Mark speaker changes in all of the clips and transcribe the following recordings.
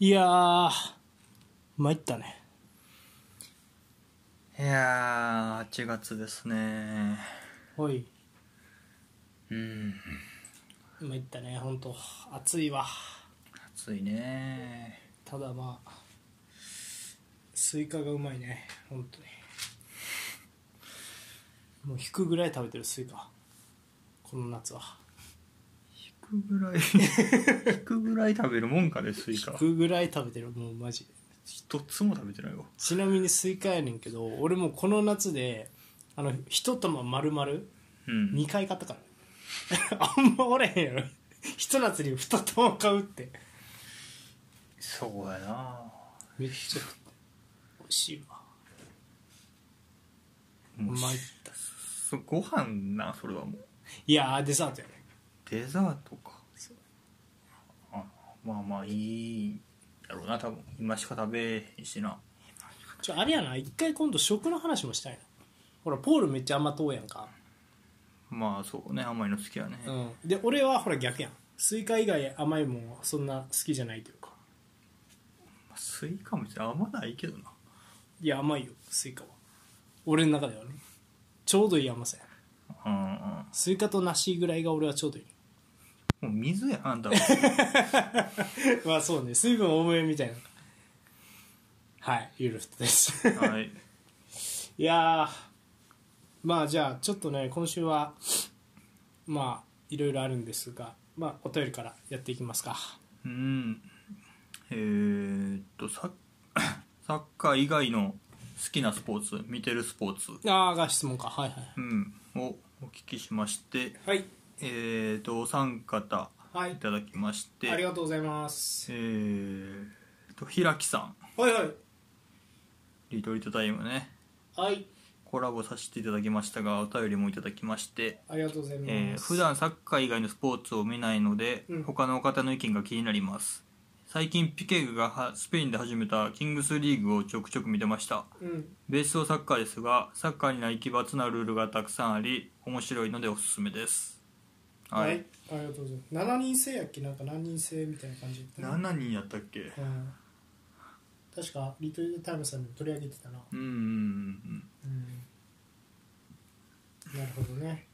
Speaker 1: いやー、参ったね。
Speaker 2: いやー、8月ですね。
Speaker 1: おい、
Speaker 2: うん、
Speaker 1: 参ったね、ほんと。暑いわ。
Speaker 2: 暑いね。
Speaker 1: ただまあ、スイカがうまいね、ほんとに。もう引くぐらい食べてるスイカ。この夏は。
Speaker 2: 引くぐ らい、引くぐらい食べるもんかね、スイ
Speaker 1: 引
Speaker 2: カ。
Speaker 1: くぐらい食べてる、もうマジ。
Speaker 2: 一つも食べてないわ。
Speaker 1: ちなみにスイカやねんけど、俺もうこの夏で、あの、一玉丸々、
Speaker 2: うん。
Speaker 1: 2回買ったから。 あんまおれへんやろ。一夏に2玉買うって。
Speaker 2: そうやな。
Speaker 1: めっちゃ美味しいわ
Speaker 2: もう
Speaker 1: 参っ
Speaker 2: し、
Speaker 1: た
Speaker 2: そご飯な、それはもう。
Speaker 1: いやーデザートやね
Speaker 2: デザートか。あまあまあ、いいやろうな、多分。今しか食べへんしな。
Speaker 1: ちょあれやな一回今度食の話もしたいなほらポールめっちゃ甘党やんか、
Speaker 2: まあ、そうね、甘いの好きやね。
Speaker 1: うん、で俺はほら逆やんスイカ以外甘いもんそんな好きじゃないというか
Speaker 2: まあスイカも別に甘ないけどな。
Speaker 1: いや甘いよスイカは俺の中ではねちょうどいい甘さや
Speaker 2: うんうん。
Speaker 1: スイカと梨ぐらいが俺はちょうどいい
Speaker 2: もう水やん、あんた は。
Speaker 1: まあそうね水分多めみたいなはいゆるふとです
Speaker 2: はい。
Speaker 1: いやーまあじゃあちょっとね今週はまあいろいろあるんですがまあお便りからやっていきますか
Speaker 2: うんえー、っとサッ サッカー以外の好きなスポーツ見てるスポーツ、
Speaker 1: ああが質問かはいはい
Speaker 2: うん、をお聞きしまして、
Speaker 1: はい、
Speaker 2: えー、っとお三方
Speaker 1: はい
Speaker 2: いただきまして、
Speaker 1: ありがとうございます
Speaker 2: えー、っと平木さん
Speaker 1: はいはい
Speaker 2: リトリートタイムね
Speaker 1: はい
Speaker 2: コラボさせていただきましたがお便りもいただきまして、
Speaker 1: ありがとうございます、
Speaker 2: えー普段サッカー以外のスポーツを見ないので、
Speaker 1: うん
Speaker 2: 他の方の意見が気になります最近ピケがはスペインで始めたキングスリーグをちょくちょく見てました
Speaker 1: うん
Speaker 2: ベースはサッカーですがサッカーにない奇抜なルールがたくさんあり面白いのでおすすめです
Speaker 1: は、
Speaker 2: はいい、
Speaker 1: ありがとうございます7人制やっけなんか何人制みたいな感じだったね
Speaker 2: 7人やったっけ
Speaker 1: うん確かリトルタイムさんでも取り上げてたな
Speaker 2: うんうんうん
Speaker 1: うんなるほどね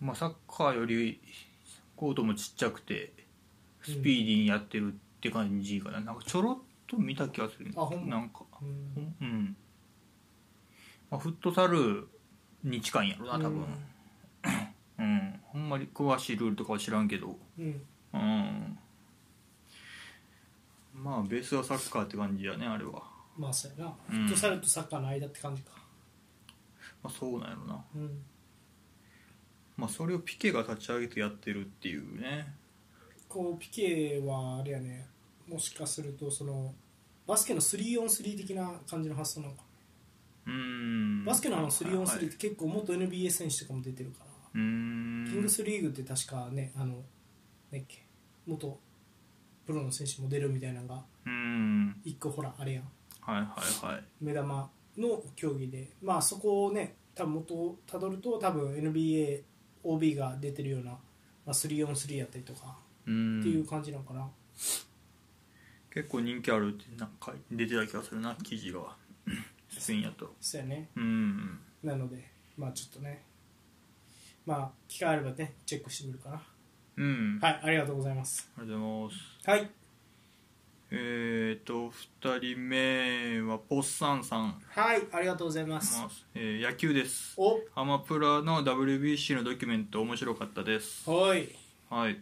Speaker 2: うんまあサッカーよりコートもちっちゃくてスピーディーにやってるって感じかななんかちょろっと見た気がする
Speaker 1: あほんま
Speaker 2: なんか
Speaker 1: うん
Speaker 2: うん、まあ、フットサルに近いんやろな多分うん、ほんまに詳しいルールとかは知らんけど
Speaker 1: うん
Speaker 2: うんまあベースはサッカーって感じやねあれは、ま
Speaker 1: まあそうやな、
Speaker 2: うん
Speaker 1: フットサルとサッカーの間って感じか
Speaker 2: あ、そうなんやろな、
Speaker 1: うん
Speaker 2: まあ、それをピケが立ち上げてやってるっていうね
Speaker 1: こうピケはあれやねもしかするとそのバスケの 3on3 的な感じの発想なのか
Speaker 2: うん
Speaker 1: バスケのあの
Speaker 2: はい
Speaker 1: 3on3
Speaker 2: は
Speaker 1: っ
Speaker 2: い
Speaker 1: て結構元 NBA 選手とかも出てるから、
Speaker 2: う
Speaker 1: キン
Speaker 2: ん
Speaker 1: グスリーグって確かねあのねっけ元プロの選手も出るみたいなのが
Speaker 2: うん
Speaker 1: 一個ほらあれやん
Speaker 2: はいはいはい
Speaker 1: 目玉の競技でまあそこをね多分元をたどると多分 NBAOB が出てるような、まあ、3on3 やったりとか
Speaker 2: うん
Speaker 1: っていう感じなのかな、
Speaker 2: 結構人気あるってなんか出てた気がするな記事が スペインやと
Speaker 1: そうやね
Speaker 2: うん
Speaker 1: なのでまあちょっとねまあ機会あればねチェックしてみるかな
Speaker 2: うんあ
Speaker 1: はいありがとうございます
Speaker 2: りがとうございます
Speaker 1: はい
Speaker 2: えーと2人目はポッサンさん
Speaker 1: はいありがとうございます
Speaker 2: えー野球です
Speaker 1: お
Speaker 2: アマプラの WBC のドキュメント面白かったです
Speaker 1: おい
Speaker 2: はい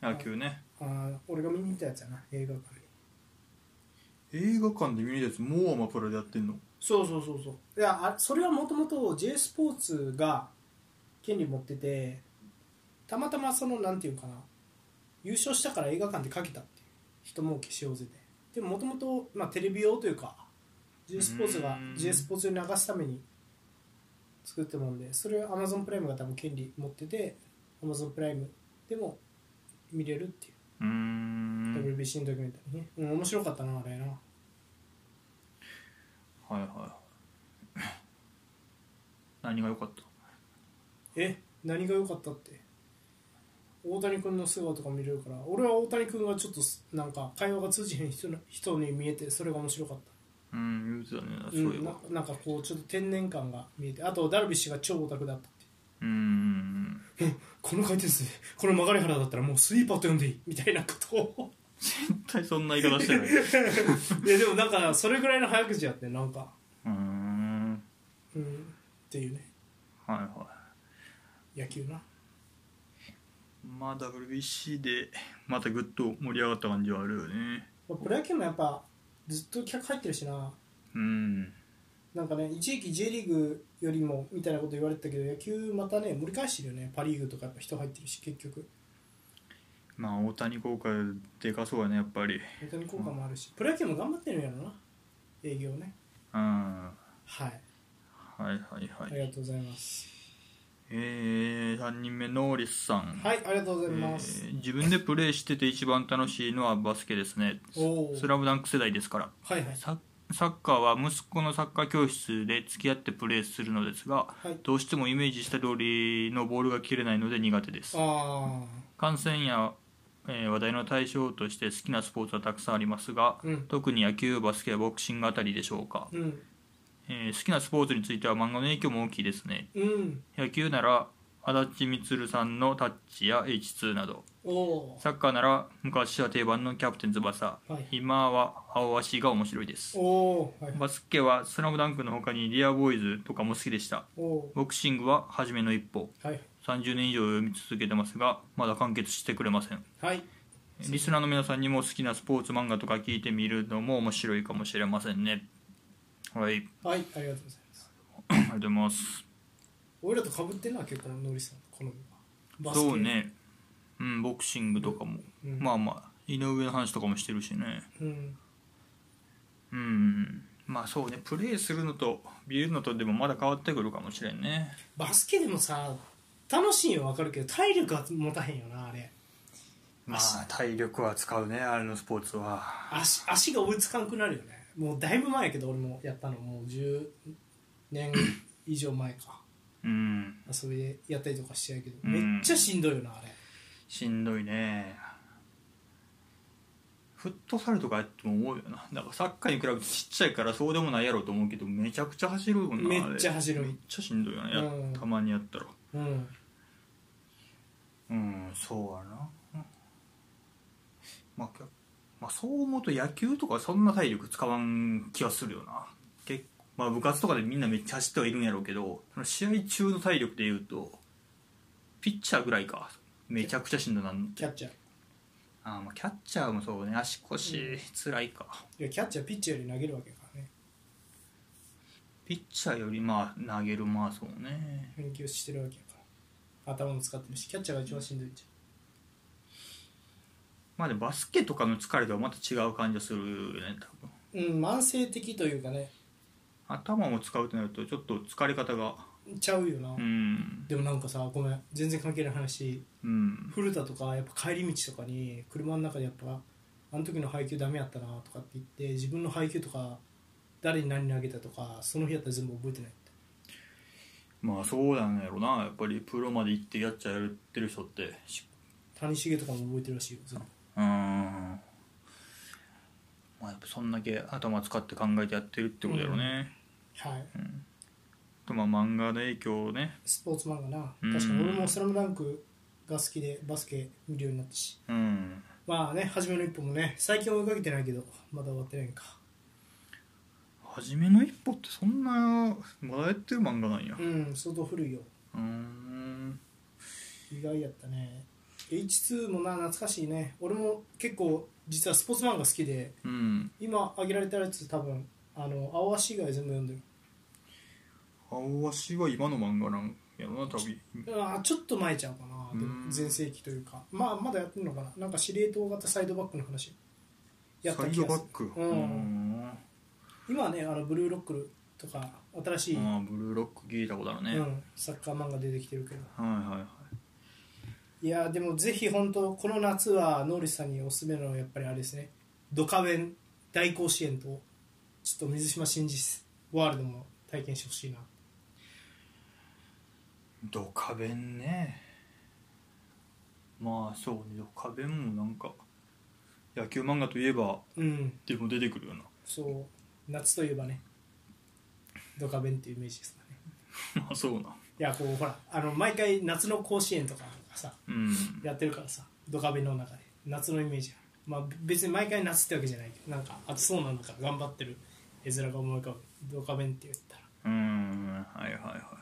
Speaker 2: 野球ね
Speaker 1: あー俺が見に行ったやつやな映画館に
Speaker 2: 映画館で見るやつもうアマプラでやってんの
Speaker 1: そうそうそうそういやあそれはもともと J スポーツが権利持っててたまたまそのなんていうかな優勝したから映画館でかけたっていう人儲けしようぜででももともとまあテレビ用というか J スポーツが
Speaker 2: うーん
Speaker 1: J スポーツを流すために作ったもんでそれを Amazon プライムが多分権利持ってて Amazon プライムでも見れるっていう
Speaker 2: うーん
Speaker 1: WBC のドキュメンタリーね、うん、面白かったなあれな
Speaker 2: はいはい 何が良かった
Speaker 1: え何が良かったって大谷君の素顔とか見れるから俺は大谷君がちょっとすなんか会話が通じへん人な人に見えてそれが面白かった
Speaker 2: うん言うてたねそうういえ
Speaker 1: ん、な
Speaker 2: ば
Speaker 1: なんかこうちょっと天然感が見えてあとダルビッシュが超オタクだったって
Speaker 2: うんうん
Speaker 1: この回転数この曲がり腹だったらもうスイーパーと呼んでいいみたいなことを
Speaker 2: 絶対そんな言い方して ない
Speaker 1: いやでもなんかそれぐらいの早口やってなんか
Speaker 2: うん
Speaker 1: うんっていうね
Speaker 2: はいはい
Speaker 1: 野球な
Speaker 2: まあ WBC でまたぐっと盛り上がった感じはあるよね
Speaker 1: まあプロ野球もやっぱずっと客入ってるしな
Speaker 2: うん
Speaker 1: なんかね一時期 J リーグよりもみたいなこと言われてたけど野球またね盛り返してるよねパ・リーグとかやっぱ人入ってるし結局
Speaker 2: まあ大谷効果でかそうやねやっぱり
Speaker 1: 本当に効果もあるしプロ野球も頑張ってるんやろな営業ね
Speaker 2: うんは
Speaker 1: はい
Speaker 2: いはいは
Speaker 1: あ
Speaker 2: い
Speaker 1: りがとうございます
Speaker 2: えー、3人目ノーリスさん
Speaker 1: はいありがとうござい
Speaker 2: え
Speaker 1: ます、
Speaker 2: ー自分でプレーしてて一番楽しいのはバスケですね
Speaker 1: おお
Speaker 2: スラムダンク世代ですから
Speaker 1: はいはい
Speaker 2: ササッカーは息子のサッカー教室で付き合ってプレーするのですが、
Speaker 1: はい
Speaker 2: どうしてもイメージした通りのボールが切れないので苦手です
Speaker 1: あ
Speaker 2: 観戦や、えー話題の対象として好きなスポーツはたくさんありますが、
Speaker 1: うん
Speaker 2: 特に野球バスケボクシングあたりでしょうか、
Speaker 1: あうん
Speaker 2: えー好きなスポーツについては漫画の影響も大きいですね
Speaker 1: うん
Speaker 2: 野球なら足立満さんの「タッチ」や H2 など
Speaker 1: おお
Speaker 2: サッカーなら昔は定番の「キャプテン翼」
Speaker 1: はい
Speaker 2: 今は「青足」が面白いです
Speaker 1: おおはい
Speaker 2: バスケは「スラムダンクの他に「ディアボーイズ」とかも好きでした
Speaker 1: おお
Speaker 2: ボクシングは初めの一歩
Speaker 1: ーはい
Speaker 2: 30年以上読み続けてますがまだ完結してくれません
Speaker 1: はい
Speaker 2: リスナーの皆さんにも好きなスポーツ漫画とか聞いてみるのも面白いかもしれませんねはいあり
Speaker 1: はいありがとうございます
Speaker 2: がとうございます
Speaker 1: 俺らとかぶってんな結構ノリさん好みはバ
Speaker 2: そうねうんボクシングとかも、
Speaker 1: うん
Speaker 2: まあまあ井上の話とかもしてるしね
Speaker 1: うん
Speaker 2: うんまあそうねプレーするのと見るのとでもまだ変わってくるかもしれんね
Speaker 1: バスケでもさ楽しいのは分かるけど体力は持たへんよなあれ
Speaker 2: まあ体力は使うねあれのスポーツは
Speaker 1: 足足が追いつかんくなるよねもうだいぶ前やけど俺もやったのもう10年以上前か
Speaker 2: うん
Speaker 1: 遊びでやったりとかしてやけど
Speaker 2: うん
Speaker 1: めっちゃしんどいよなあれ
Speaker 2: しんどいねフットサルとかやっても思うよななんかサッカーに比べてちっちゃいからそうでもないやろうと思うけどめちゃくちゃ走るもんな
Speaker 1: め
Speaker 2: あれ
Speaker 1: っちゃ走る
Speaker 2: めっちゃしんどいよねや
Speaker 1: うん
Speaker 2: たまにやったら
Speaker 1: うん
Speaker 2: うんそうやなまあ、きゃまあ、そう思うと野球とかそんな体力使わん気がするよな結構まあ部活とかでみんなめっちゃ走ってはいるんやろうけどその試合中の体力でいうとピッチャーぐらいかめちゃくちゃしんどなんの
Speaker 1: キャッチャー
Speaker 2: あーまあキャッチャーもそうね足腰つらいか、
Speaker 1: いやキャッチャーピッチャーより投げるわけやからね
Speaker 2: ピッチャーよりまあ投げるまあそうね
Speaker 1: 研究してるわけやから頭も使ってるしキャッチャーが一番しんどいじ
Speaker 2: まあでもバスケとかの疲れとはまた違う感じがするよね多分
Speaker 1: ゃんうん慢性的というかね
Speaker 2: 頭を使うとなるとちょっと疲れ方が
Speaker 1: ちゃうよな、
Speaker 2: うん
Speaker 1: でもなんかさごめん全然関係ない話
Speaker 2: うん
Speaker 1: 古田とかやっぱ帰り道とかに車の中でやっぱあの時の配球ダメやったなとかって言って自分の配球とか誰に何投げたとかその日やったら全部覚えてないって
Speaker 2: まあそうなんやろなやっぱりプロまで行ってやっちゃやってる人ってし
Speaker 1: 谷繁とかも覚えてるらしいよ全部
Speaker 2: うんまあやっぱそんだけ頭使って考えてやってるってことやろね、
Speaker 1: はい
Speaker 2: とまあ漫画の影響をね
Speaker 1: スポーツ漫画な
Speaker 2: うん
Speaker 1: 確かに俺も「スラムダンクが好きでバスケ見るようになったし
Speaker 2: うん
Speaker 1: まあね初めの一歩もね最近追いかけてないけどまだ終わってないんか
Speaker 2: 初めの一歩ってそんなまだやってる漫画なんや
Speaker 1: うん相当古いよ
Speaker 2: うーん
Speaker 1: 意外やったね H2 もな懐かしいね俺も結構実はスポーツ漫画好きで
Speaker 2: うん
Speaker 1: 今挙げられたやつ多分あの青足以外全部読んでる
Speaker 2: 青足は今の漫画なんやろな多分
Speaker 1: あーちょっと前ちゃうかなで
Speaker 2: う
Speaker 1: も
Speaker 2: ん
Speaker 1: 全盛期というかまあまだやってるのかななんか司令塔型サイドバックの話やった
Speaker 2: サイ
Speaker 1: 気
Speaker 2: ド
Speaker 1: が
Speaker 2: バ
Speaker 1: す
Speaker 2: ック
Speaker 1: うん
Speaker 2: うんあ
Speaker 1: る今はねあのブルーロックルとか新しい、
Speaker 2: あブルーロック聞いたことあるね、
Speaker 1: う
Speaker 2: はい
Speaker 1: ん、サッカー漫画出てきてるけど
Speaker 2: はいはい
Speaker 1: いやーでもぜひ本当この夏はノーリスさんにおすすめなのはやっぱりあれですねドカベン大甲子園とちょっと水島新司ワールドも体験してほしいな
Speaker 2: ドカベンねまあそうね壁もなんか野球漫画といえばっ
Speaker 1: うん
Speaker 2: ていうのも出てくるよな
Speaker 1: そう夏といえばねドカベンっていうイメージですかね
Speaker 2: まあそうない
Speaker 1: やこうほらあの毎回夏の甲子園とかさ
Speaker 2: うん
Speaker 1: やってるからさドカベンの中で夏のイメージがまあ別に毎回夏ってわけじゃないけどなんか暑そうなんだから頑張ってる絵面が思い浮かぶドカベンって言ったら
Speaker 2: うんはいはいは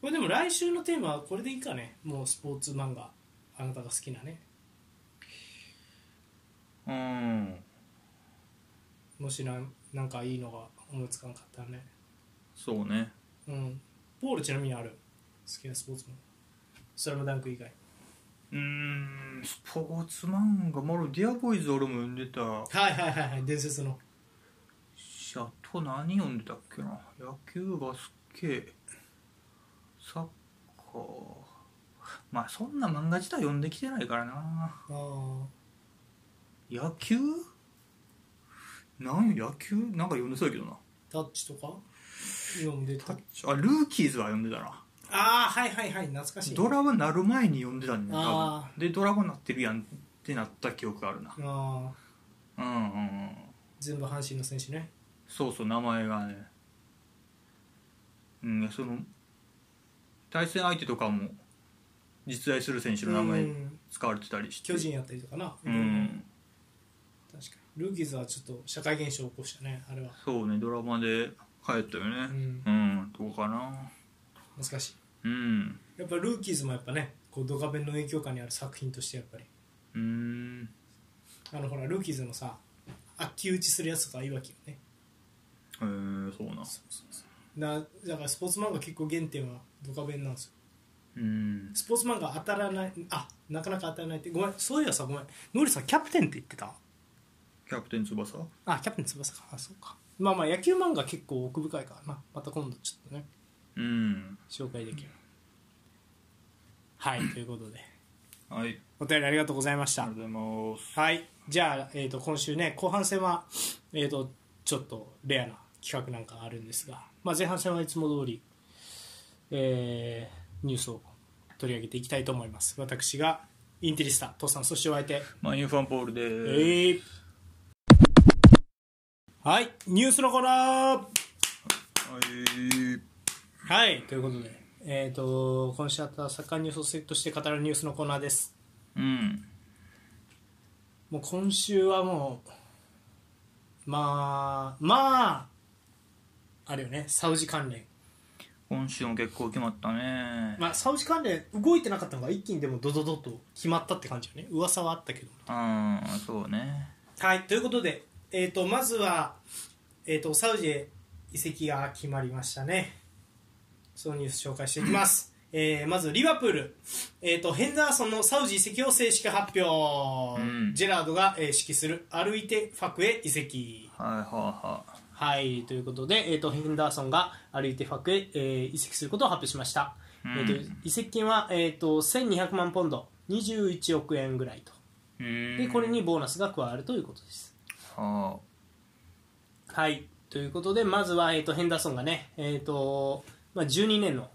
Speaker 1: これでも来週のテーマはこれでいいかねもうスポーツ漫画あなたが好きなね
Speaker 2: いうん
Speaker 1: もしなんなんかいいのが思いつかんかったらね
Speaker 2: そうね
Speaker 1: うんポールちなみにある好きなスポーツ漫画スラムダンク以外
Speaker 2: うーんスポーツ漫画まあディアボーイズ俺も読んでた
Speaker 1: はいはいはいはい伝説の
Speaker 2: しあと何読んでたっけな野球バスケサッカーまあそんな漫画自体読んできてないからな
Speaker 1: ああ
Speaker 2: 野球なん野球なんか読んでそうやけどな
Speaker 1: タッチとか読んでた
Speaker 2: タッチあルーキーズは読んでたな
Speaker 1: ああはいはいはい懐かしいね
Speaker 2: ドラマなる前に読んでたんだよ多
Speaker 1: あ
Speaker 2: 分でドラマなってるやんってなった記憶があるな
Speaker 1: ああ
Speaker 2: うんうんうん
Speaker 1: 全部阪神の選手ね
Speaker 2: そうそう名前がねうんその対戦相手とかも実在する選手の名
Speaker 1: う
Speaker 2: 前
Speaker 1: ん
Speaker 2: 使われてたりして
Speaker 1: 巨人やったりとかな、
Speaker 2: うん
Speaker 1: 確かにルーキーズはちょっと社会現象を起こしたねあれは、
Speaker 2: そうねドラマで帰ったよ
Speaker 1: う
Speaker 2: ね
Speaker 1: ん、
Speaker 2: うんどうかな
Speaker 1: 難しい
Speaker 2: うん
Speaker 1: やっぱルーキーズもやっぱねこうドカベンの影響下にある作品としてやっぱり
Speaker 2: うーん
Speaker 1: あのほらルーキーズのさ悪球打ちするやつとかいわけよね
Speaker 2: えー、そうな
Speaker 1: なだからスポーツ漫画結構原点はドカベンなんですよ
Speaker 2: うん
Speaker 1: スポーツ漫画当たらないあなかなか当たらないってごめんそういえばさごめんノリさんキャプテンって言ってた
Speaker 2: キャプテン翼
Speaker 1: あキャプテン翼かあそうかまあまあ野球漫画結構奥深いからなまた今度ちょっとね
Speaker 2: うん
Speaker 1: 紹介できるはいということで
Speaker 2: はいあり
Speaker 1: お便りありがとうございまし
Speaker 2: が
Speaker 1: た
Speaker 2: とうございます
Speaker 1: はいじゃあ、えー、と今週ね後半戦は、えー、とちょっとレアな企画なんかがあるんですが、まあ、前半戦はいつも通り、えーニュースを取り上げていきたいと思います私がインテリスタ父さんそしてお相手
Speaker 2: マインファンポールで
Speaker 1: え
Speaker 2: ーす
Speaker 1: ーはいニュースのコーナー
Speaker 2: はい
Speaker 1: はいということで、えー、と今週あったサッカーニュースをセットして語るニュースのコーナーです
Speaker 2: うん
Speaker 1: もう今週はもうまあまああれよねサウジ関連
Speaker 2: 今週も結構決まったね
Speaker 1: まあサウジ関連動いてなかったのが一気にでもドドドと決まったって感じよね噂はあったけど
Speaker 2: ああそうね
Speaker 1: はいということで、えー、とまずは、えー、とサウジへ移籍が決まりましたねそのニュース紹介していき ます、えーまずリバプール、えー、とヘンダーソンのサウジ移籍を正式発表、
Speaker 2: うん
Speaker 1: ジェラードが、えー指揮するアルイテファクへ移籍
Speaker 2: はいは
Speaker 1: はいということで、えー、とヘンダーソンが歩いてファクへ、えー移籍することを発表しました、
Speaker 2: うん
Speaker 1: えー、と移籍金は、えー、と1200万ポンド21億円ぐらいと
Speaker 2: いはい
Speaker 1: でこれにボーナスが加わるということです
Speaker 2: は
Speaker 1: はいということでまずは、えー、とヘンダーソンがね、えーとまあ、12年の、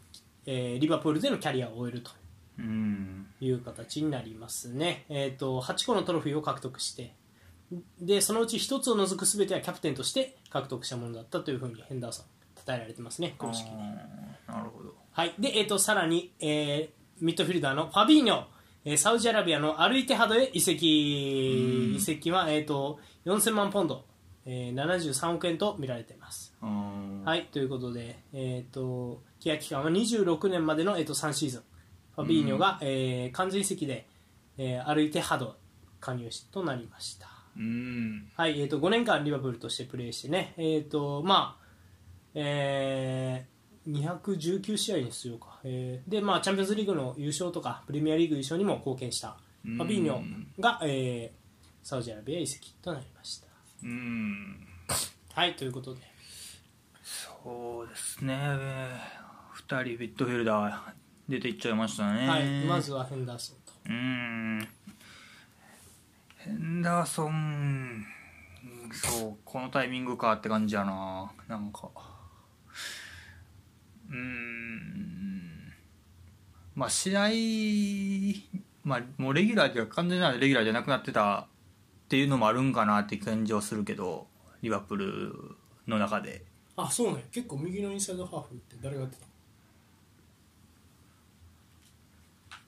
Speaker 1: えーリバプールでのキャリアを終えると
Speaker 2: あうん
Speaker 1: いう形になりますね、えー、と8個のトロフィーを獲得してでそのうち1つを除く全てはキャプテンとして獲得したものだったというふうにヘンダーソン称えられてますね公式に
Speaker 2: あーなるほど
Speaker 1: はい、で、えー、とさらに、えーミッドフィルダーのファビーニョ、えーサウジアラビアのアルイテハドへ移籍
Speaker 2: うん
Speaker 1: 移籍は、えー、と4000万ポンド、えー73億円と見られています。
Speaker 2: あー
Speaker 1: はいということで、えー、と契約期間は26年までの、えー、と3シーズンファビーニョが、えー完全移籍で、えーアルイテハド加入しとなりました。
Speaker 2: うん
Speaker 1: はい、えー、と5年間リバプールとしてプレーしてね、えーとまあえー、219試合に出場か、えーでまあ、チャンピオンズリーグの優勝とかプレミアリーグ優勝にも貢献した
Speaker 2: う
Speaker 1: フ
Speaker 2: ん
Speaker 1: ァビーニョが、えーサウジアラビアへ移籍となりました。
Speaker 2: うん
Speaker 1: はいということで、
Speaker 2: そうですね二人ミッドフィルダー出ていっちゃいましたね
Speaker 1: はい、まずはヘンダーソンと。
Speaker 2: うんヘンダーソンそうこのタイミングかって感じやななんかうーんまあ試合まあ、もうレギュラーじゃ完全なレギュラーじゃなくなってたっていうのもあるんかなって感じはするけどリバプールの中で
Speaker 1: あそうね結構右のインサイドハーフって誰がやってた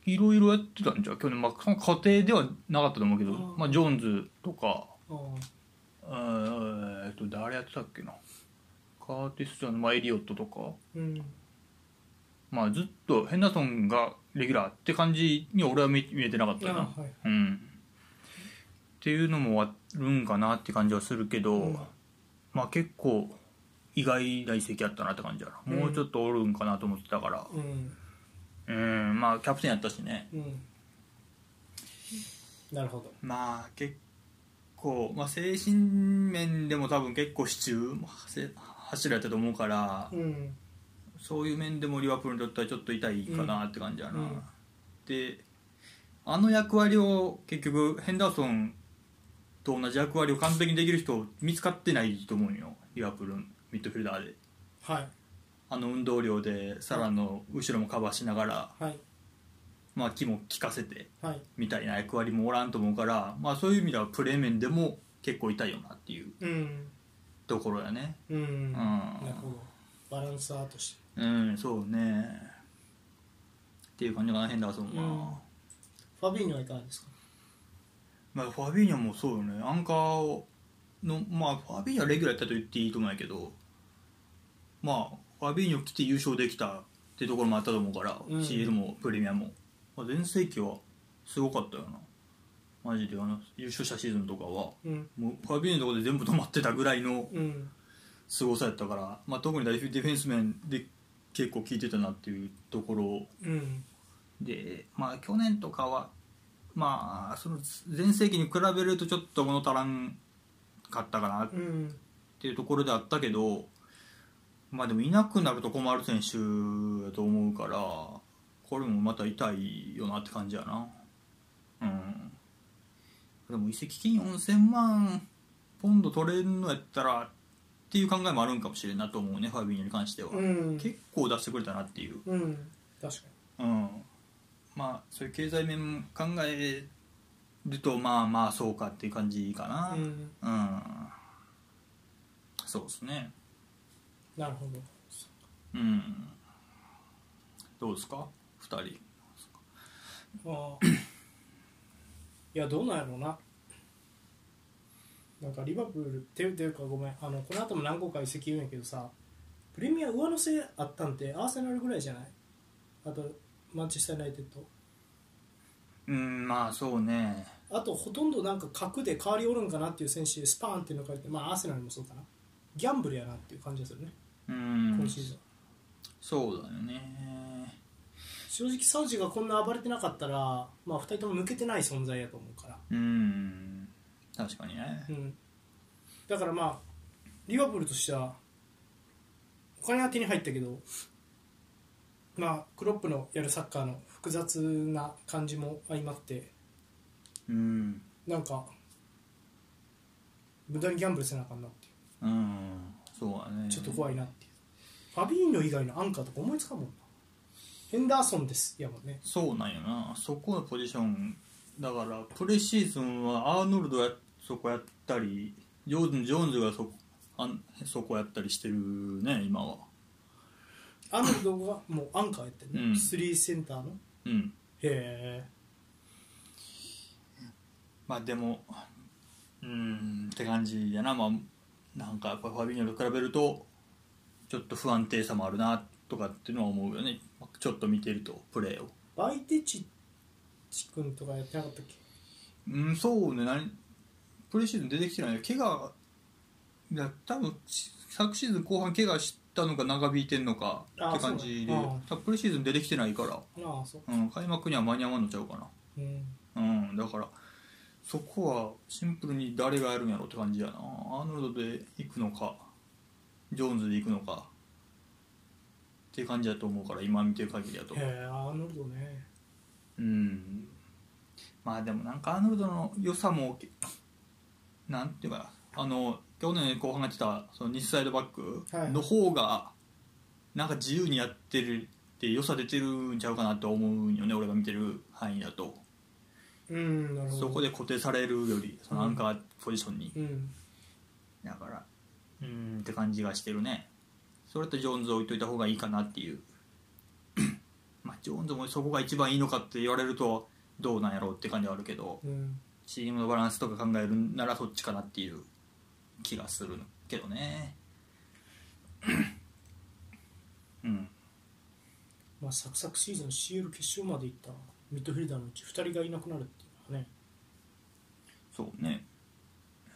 Speaker 2: いろいろやってたんじゃう去年、まあ、その家庭ではなかったと思うけど、
Speaker 1: うん
Speaker 2: まあ、ジョーンズとか
Speaker 1: の
Speaker 2: うーんえーっと誰やってたっけなカーティス・ジョーンズ、まあ、エリオットとか、
Speaker 1: うん
Speaker 2: まあ、ずっとヘンダーソンがレギュラーって感じには俺は見見えてなかっ
Speaker 1: あ
Speaker 2: たよな、
Speaker 1: はい
Speaker 2: うん、っていうのもあるんかなって感じはするけど、
Speaker 1: うん
Speaker 2: まあ結構意外な移籍やったなって感じやな、
Speaker 1: うん
Speaker 2: もうちょっとおるんかなと思ってたから
Speaker 1: うん
Speaker 2: うんまあキャプテンやったしね
Speaker 1: うんなるほど
Speaker 2: まあ結構、まあ、精神面でも多分結構支柱せ柱やったと思うから、
Speaker 1: うん
Speaker 2: そういう面でもリバプールにとってはちょっと痛いかなって感じやな、
Speaker 1: うんうん
Speaker 2: であの役割を結局ヘンダーソンと同じ役割を完璧にできる人見つかってないと思うんよリバプールのミッドフィルダーで
Speaker 1: はい
Speaker 2: あの運動量でサラの後ろもカバーしながら、
Speaker 1: はい
Speaker 2: まあ、気も利かせて
Speaker 1: はい
Speaker 2: みたいな役割もおらんと思うから、まあ、そういう意味ではプレー面でも結構痛いよなっていう
Speaker 1: うん
Speaker 2: ところやね
Speaker 1: うん、
Speaker 2: うん
Speaker 1: なるほどバランサーとして
Speaker 2: うんそうねっていう感じかなヘンダーソンは。
Speaker 1: うんファビーニョはいかがですか
Speaker 2: まあ、ファビーニャもそうよねアンカーのまあファビーニャレギュラーやったと言っていいと思うんやけどまあファビーニャ来て優勝できたってところもあったと思うから、
Speaker 1: うん
Speaker 2: CL もプレミアもまあ全盛期はすごかったよなマジであの優勝したシーズンとかは
Speaker 1: うん
Speaker 2: もうファビーニャのところで全部止まってたぐらいの
Speaker 1: うん
Speaker 2: 凄さやったから、まあ、特にディフェンス面で結構効いてたなっていうところ
Speaker 1: うん
Speaker 2: でまあ去年とかはまあその全盛期に比べるとちょっと物足らんかったかなっ
Speaker 1: うん
Speaker 2: ていうところであったけどまあでもいなくなると困る選手だと思うからこれもまた痛いよなって感じやなうんでも移籍金4000万ポンド取れるのやったらっていう考えもあるんかもしれんなと思うねファビーニョに関しては、
Speaker 1: うん
Speaker 2: 結構出してくれたなっていう
Speaker 1: うん確か
Speaker 2: うん、まあそういう経済面も考えるとまあまあそうかっていう感じかな
Speaker 1: にうん
Speaker 2: うん、そうですね
Speaker 1: なるほど
Speaker 2: うんどうですか2人
Speaker 1: ああいやどうなんやろうななんかリバプールっていうていうかごめんあのこの後も何個か移籍言うんやけどさプレミア上乗せあったんってアーセナルぐらいじゃないあとマンチェスター・ユナイテッド
Speaker 2: うんまあそうね
Speaker 1: あとほとんどなんか格で代わりおるんかなっていう選手でスパーンっていうのがいてまあアーセナルもそうかなギャンブルやなっていう感じがするね
Speaker 2: う
Speaker 1: 今
Speaker 2: ん
Speaker 1: シーズン、
Speaker 2: そうだよね
Speaker 1: 正直サウジがこんな暴れてなかったらまあ2人とも抜けてない存在やと思うから
Speaker 2: うん確かにね
Speaker 1: うん、だからまあリバプールとしてはお金は手に入ったけどまあクロップのやるサッカーの複雑な感じも相まって
Speaker 2: うん
Speaker 1: なんか無駄にギャンブルせなあかんなってい
Speaker 2: うんそうだね
Speaker 1: うちょっと怖いなっていう、ファビーニョ以外のアンカーとか思いつかんもんなヘンダーソンですいやもんね
Speaker 2: そうなんよなそこのポジションだからプレシーズンはアーノルドやそこやったりジョーンジョーンズがそこあんそこやったりしてるね今は
Speaker 1: アーノルドがもうアンカーやってるね、
Speaker 2: うん
Speaker 1: 3センターの
Speaker 2: うん
Speaker 1: へえ
Speaker 2: まあでもうーんって感じやなまあなんかやっぱファビーニョと比べるとちょっと不安定さもあるなとかっていうのは思うよねちょっと見てるとプレーを
Speaker 1: バイテチッチ君とかやってなかったっけ
Speaker 2: うん、そうね、何プレシーズン出てきてないね怪我だ多分し昨シーズン後半怪我したのか長引いてんのか
Speaker 1: あ
Speaker 2: って感じで
Speaker 1: そうなんだ
Speaker 2: 多分プレシーズン出てきてないか
Speaker 1: ああそう
Speaker 2: ら、うん、開幕には間に合わんのちゃうか
Speaker 1: うん
Speaker 2: な、うん、だからそこはシンプルに誰がやるんやろって感じやなアーノルドで行くのかジョーンズで行くのかっていう感じだと思うから今見てる限りだと
Speaker 1: へえアーノルドね
Speaker 2: うんまあでもなんかアーノルドの良さもけなんていうかなあの去年後半がやってたその西サイドバック
Speaker 1: はい
Speaker 2: の方がなんか自由にやってるって良さ出てるんちゃうかなと思うんよね俺が見てる範囲だと
Speaker 1: うんなるほど
Speaker 2: そこで固定されるよりそのアンカーポジションに、
Speaker 1: うん
Speaker 2: だからうーんって感じがしてるねそれとジョーンズ置いといた方がいいかなっていう まあジョーンズもそこが一番いいのかって言われるとどうなんやろうって感じはあるけど
Speaker 1: うん
Speaker 2: チームのバランスとか考えるならそっちかなっていう気がするけどねうん
Speaker 1: まあサクサクシーズン CL 決勝まで行ったミッドフィルダーのうち2人がいなくなるっていうのはね
Speaker 2: そうね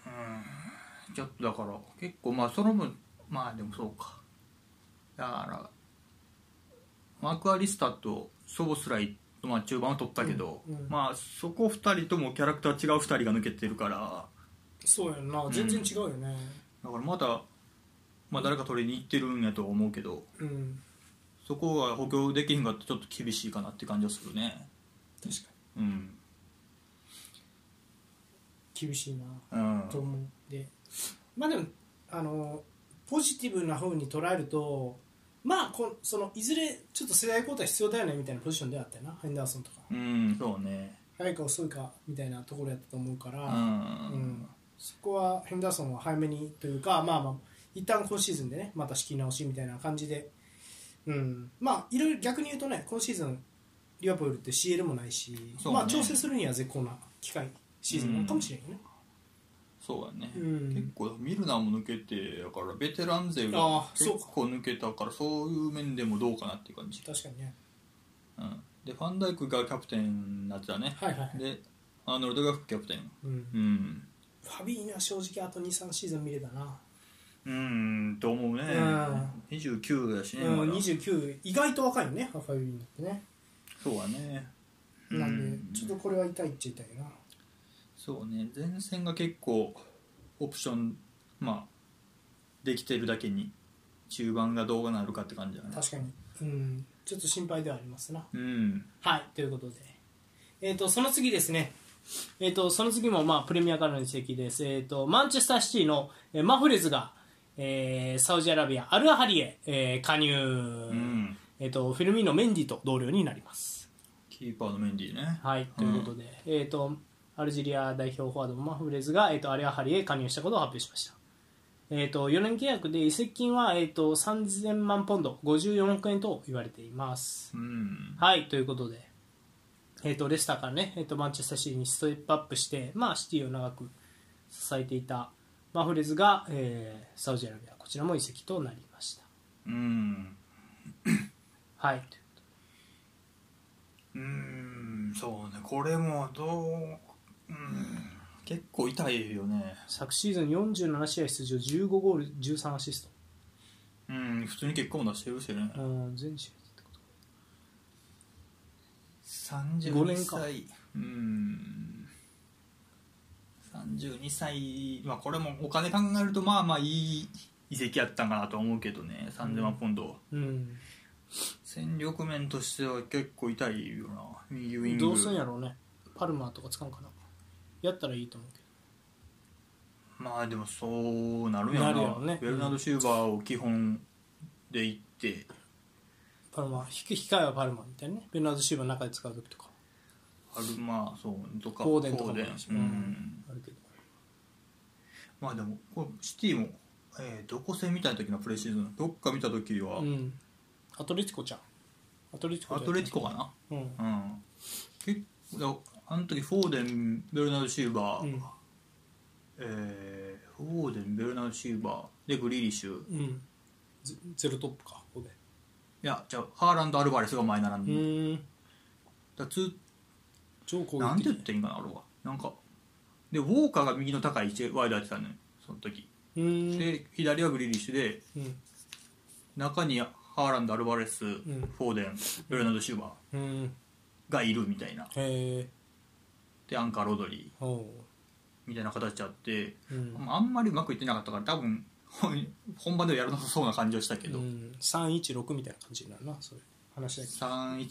Speaker 2: うんちょっとだから結構まあその分まあでもそうかだからマーク・アリスタとソボスライとまあ中盤は取ったけど、
Speaker 1: うんうん
Speaker 2: まあそこ2人ともキャラクター違う2人が抜けてるから
Speaker 1: そうやんな全然違うよね
Speaker 2: だからまた、まあ、誰か取りに行ってるんやとは思うけど
Speaker 1: うん、
Speaker 2: そこが補強できへんかってちょっと厳しいかなって感じはするね
Speaker 1: 確か
Speaker 2: うん
Speaker 1: に厳しいな
Speaker 2: うん
Speaker 1: と思うでまあでもあのポジティブな方に捉えるとまあこそのいずれちょっと世代交代必要だよねみたいなポジションではあったよなヘンダーソンとか
Speaker 2: うんそうね
Speaker 1: 早いか遅いかみたいなところやったと思うか
Speaker 2: う
Speaker 1: ら、うんん、そこはヘンダーソンは早めにというか、まあまあ、一旦今シーズンでね、また仕切り直しみたいな感じで、うん、まあ、いろいろ逆に言うとね、今シーズン、リアプールって CL もないし、
Speaker 2: そうね
Speaker 1: まあ、調整するには絶好な機会、シーズンなのかもしれないね。
Speaker 2: そうやね、
Speaker 1: うん
Speaker 2: 結構ミルナーも抜けてだからベテラン勢が
Speaker 1: あー
Speaker 2: 結
Speaker 1: そうか
Speaker 2: 構抜けたからそういう面でもどうかなっていう感じ、
Speaker 1: 確かにね。
Speaker 2: うん、でファンダイクがキャプテンになってたね
Speaker 1: はいはいはい。
Speaker 2: でアーノルドが副キャプテン
Speaker 1: うん
Speaker 2: う、ん
Speaker 1: ファビーニは正直、あと2、3シーズン見れたな。
Speaker 2: うんと思うね
Speaker 1: うん
Speaker 2: 29だしね、
Speaker 1: うん
Speaker 2: まだ、
Speaker 1: 29、意外と若いよね、ファビーニってね。
Speaker 2: そうやね
Speaker 1: なんで、ちょっと
Speaker 2: と
Speaker 1: これは痛いっちゃ痛いな。
Speaker 2: そうね前線が結構オプションまあできてるだけに中盤がどうなるかって感じだね
Speaker 1: 確かに、うん、ちょっと心配ではありますな。
Speaker 2: うん
Speaker 1: はい、ということで、えー、とその次ですね、えー、とその次も、まあ、プレミアからの移籍です、えー、とマンチェスターシティの、えーマフレズが、えーサウジアラビアアルアハリへ、えー加入、
Speaker 2: うん
Speaker 1: えー、とフィルミーノ・メンディと同僚になります。
Speaker 2: キーパーのメンディーね
Speaker 1: はい、ということで、えー、とアルジェリア代表フォワードのマフレズが、えー、とアルアハリへ加入したことを発表しました。えー、と4年契約で移籍金は、えー、と3000万ポンド54億円と言われています。
Speaker 2: うん
Speaker 1: はい、ということで、えー、とレスターからね、えー、とマンチェスターシティにストップアップして、まあ、シティを長く支えていたマフレズが、えーサウジアラビア、こちらも移籍となりました。
Speaker 2: うん
Speaker 1: はい、というこ
Speaker 2: うんそうねこれもどう、うん、結構痛いよね
Speaker 1: とで昨シーズン47試合出場、15ゴール、13アシス
Speaker 2: うん普通に結果も出してるしね
Speaker 1: ト、うん、全試合ってこ五
Speaker 2: 32
Speaker 1: 年か
Speaker 2: 歳うん32歳まあこれもお金考えるとまあまあいい移籍やったんかなとは思うけどね3000万ポンド、
Speaker 1: と、うん、
Speaker 2: 戦力面としては結構痛いよな右ウィング
Speaker 1: どうすんやろうね、パルマーとか使うかな、やったらいいと思うけ
Speaker 2: まあでもそうなるんや
Speaker 1: な
Speaker 2: ろ
Speaker 1: るやろね
Speaker 2: ベルナード・シューバーを基本でいって
Speaker 1: ど、パルマ、ひ控えはパルマみたいなね、ベルナード・シーバーの中で使うときとか、
Speaker 2: アルマーソンとか
Speaker 1: コーデンとかも
Speaker 2: フォーデン
Speaker 1: あるし
Speaker 2: うん、
Speaker 1: あるけど、
Speaker 2: まあでもこうシティも、えーどこ戦みたいな時のプレシーズンどっか見た時は、
Speaker 1: うん、アトレティコちゃん、アトレティコ
Speaker 2: ア
Speaker 1: だ
Speaker 2: ト
Speaker 1: よね
Speaker 2: レティコか
Speaker 1: うん
Speaker 2: な、うん、結構あの時フォーデンベルナード・シューバ
Speaker 1: う
Speaker 2: ー、
Speaker 1: ん
Speaker 2: えーフォーデンベルナード・シューバーでグリーリッシュ
Speaker 1: うん、ゼゼロトップかここで
Speaker 2: いやじゃあハーランド・アルバレスが前並ん
Speaker 1: う
Speaker 2: で、だ
Speaker 1: ん
Speaker 2: からツー
Speaker 1: 超攻
Speaker 2: なんて
Speaker 1: 撃
Speaker 2: 言っていいんかなあれはなんかでウォーカーが右の高い位置でワイドやってたのよその時
Speaker 1: うーん
Speaker 2: で左はグリーリッシュで
Speaker 1: うん
Speaker 2: 中にハーランド・アルバレス、
Speaker 1: ん
Speaker 2: フォーデンベルナード・シューバ
Speaker 1: うんへ
Speaker 2: ーがいるみたいな
Speaker 1: え
Speaker 2: でアンカー・ロドリー
Speaker 1: おう
Speaker 2: みたいな形あって、
Speaker 1: うん
Speaker 2: あんまりうまくいってなかったから多分本本番ではやらなさそうな感じはしたけ
Speaker 1: う
Speaker 2: ど、
Speaker 1: ん316みたいな感じになるなそれ話だけ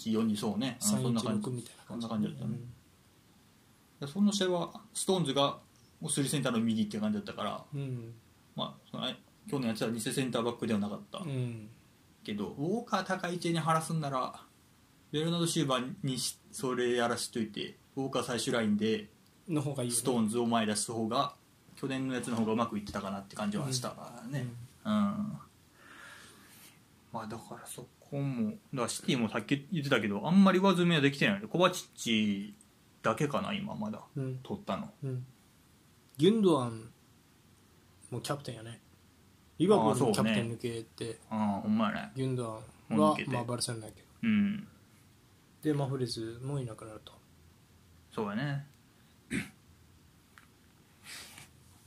Speaker 2: 314にそうねうんそんな感
Speaker 1: 316
Speaker 2: じ
Speaker 1: みたいな
Speaker 2: そんな感じだった
Speaker 1: う
Speaker 2: ね、
Speaker 1: ん
Speaker 2: でその試合はストーンズがもうスリーセンターの右って感じだったから、
Speaker 1: うん
Speaker 2: まあ、その去年やってた偽センターバックではなかった、
Speaker 1: うん
Speaker 2: けどウォーカー高い位置に晴らすんならベルナード・シューバーにしそれやらしといてウォーカー最終ラインで
Speaker 1: の方がいいよね
Speaker 2: ストーンズを前出した方が去年のやつの方がうまくいってたかなって感じはしたからねうん、まあだからそこもだからシティもさっき言ってたけどあんまり上積みはできてないのでコバチッチだけかな今まだ
Speaker 1: うん
Speaker 2: 取ったの
Speaker 1: うんギュンドアンもキャプテンやねリバプール
Speaker 2: あ
Speaker 1: も
Speaker 2: ー
Speaker 1: キャ
Speaker 2: そうね
Speaker 1: プテン抜けて
Speaker 2: ああほんまやね
Speaker 1: ギュンドアン
Speaker 2: もう
Speaker 1: は
Speaker 2: 抜けて
Speaker 1: まあバルセロナやけど
Speaker 2: うん
Speaker 1: でマフレズもいなくなると
Speaker 2: そうやね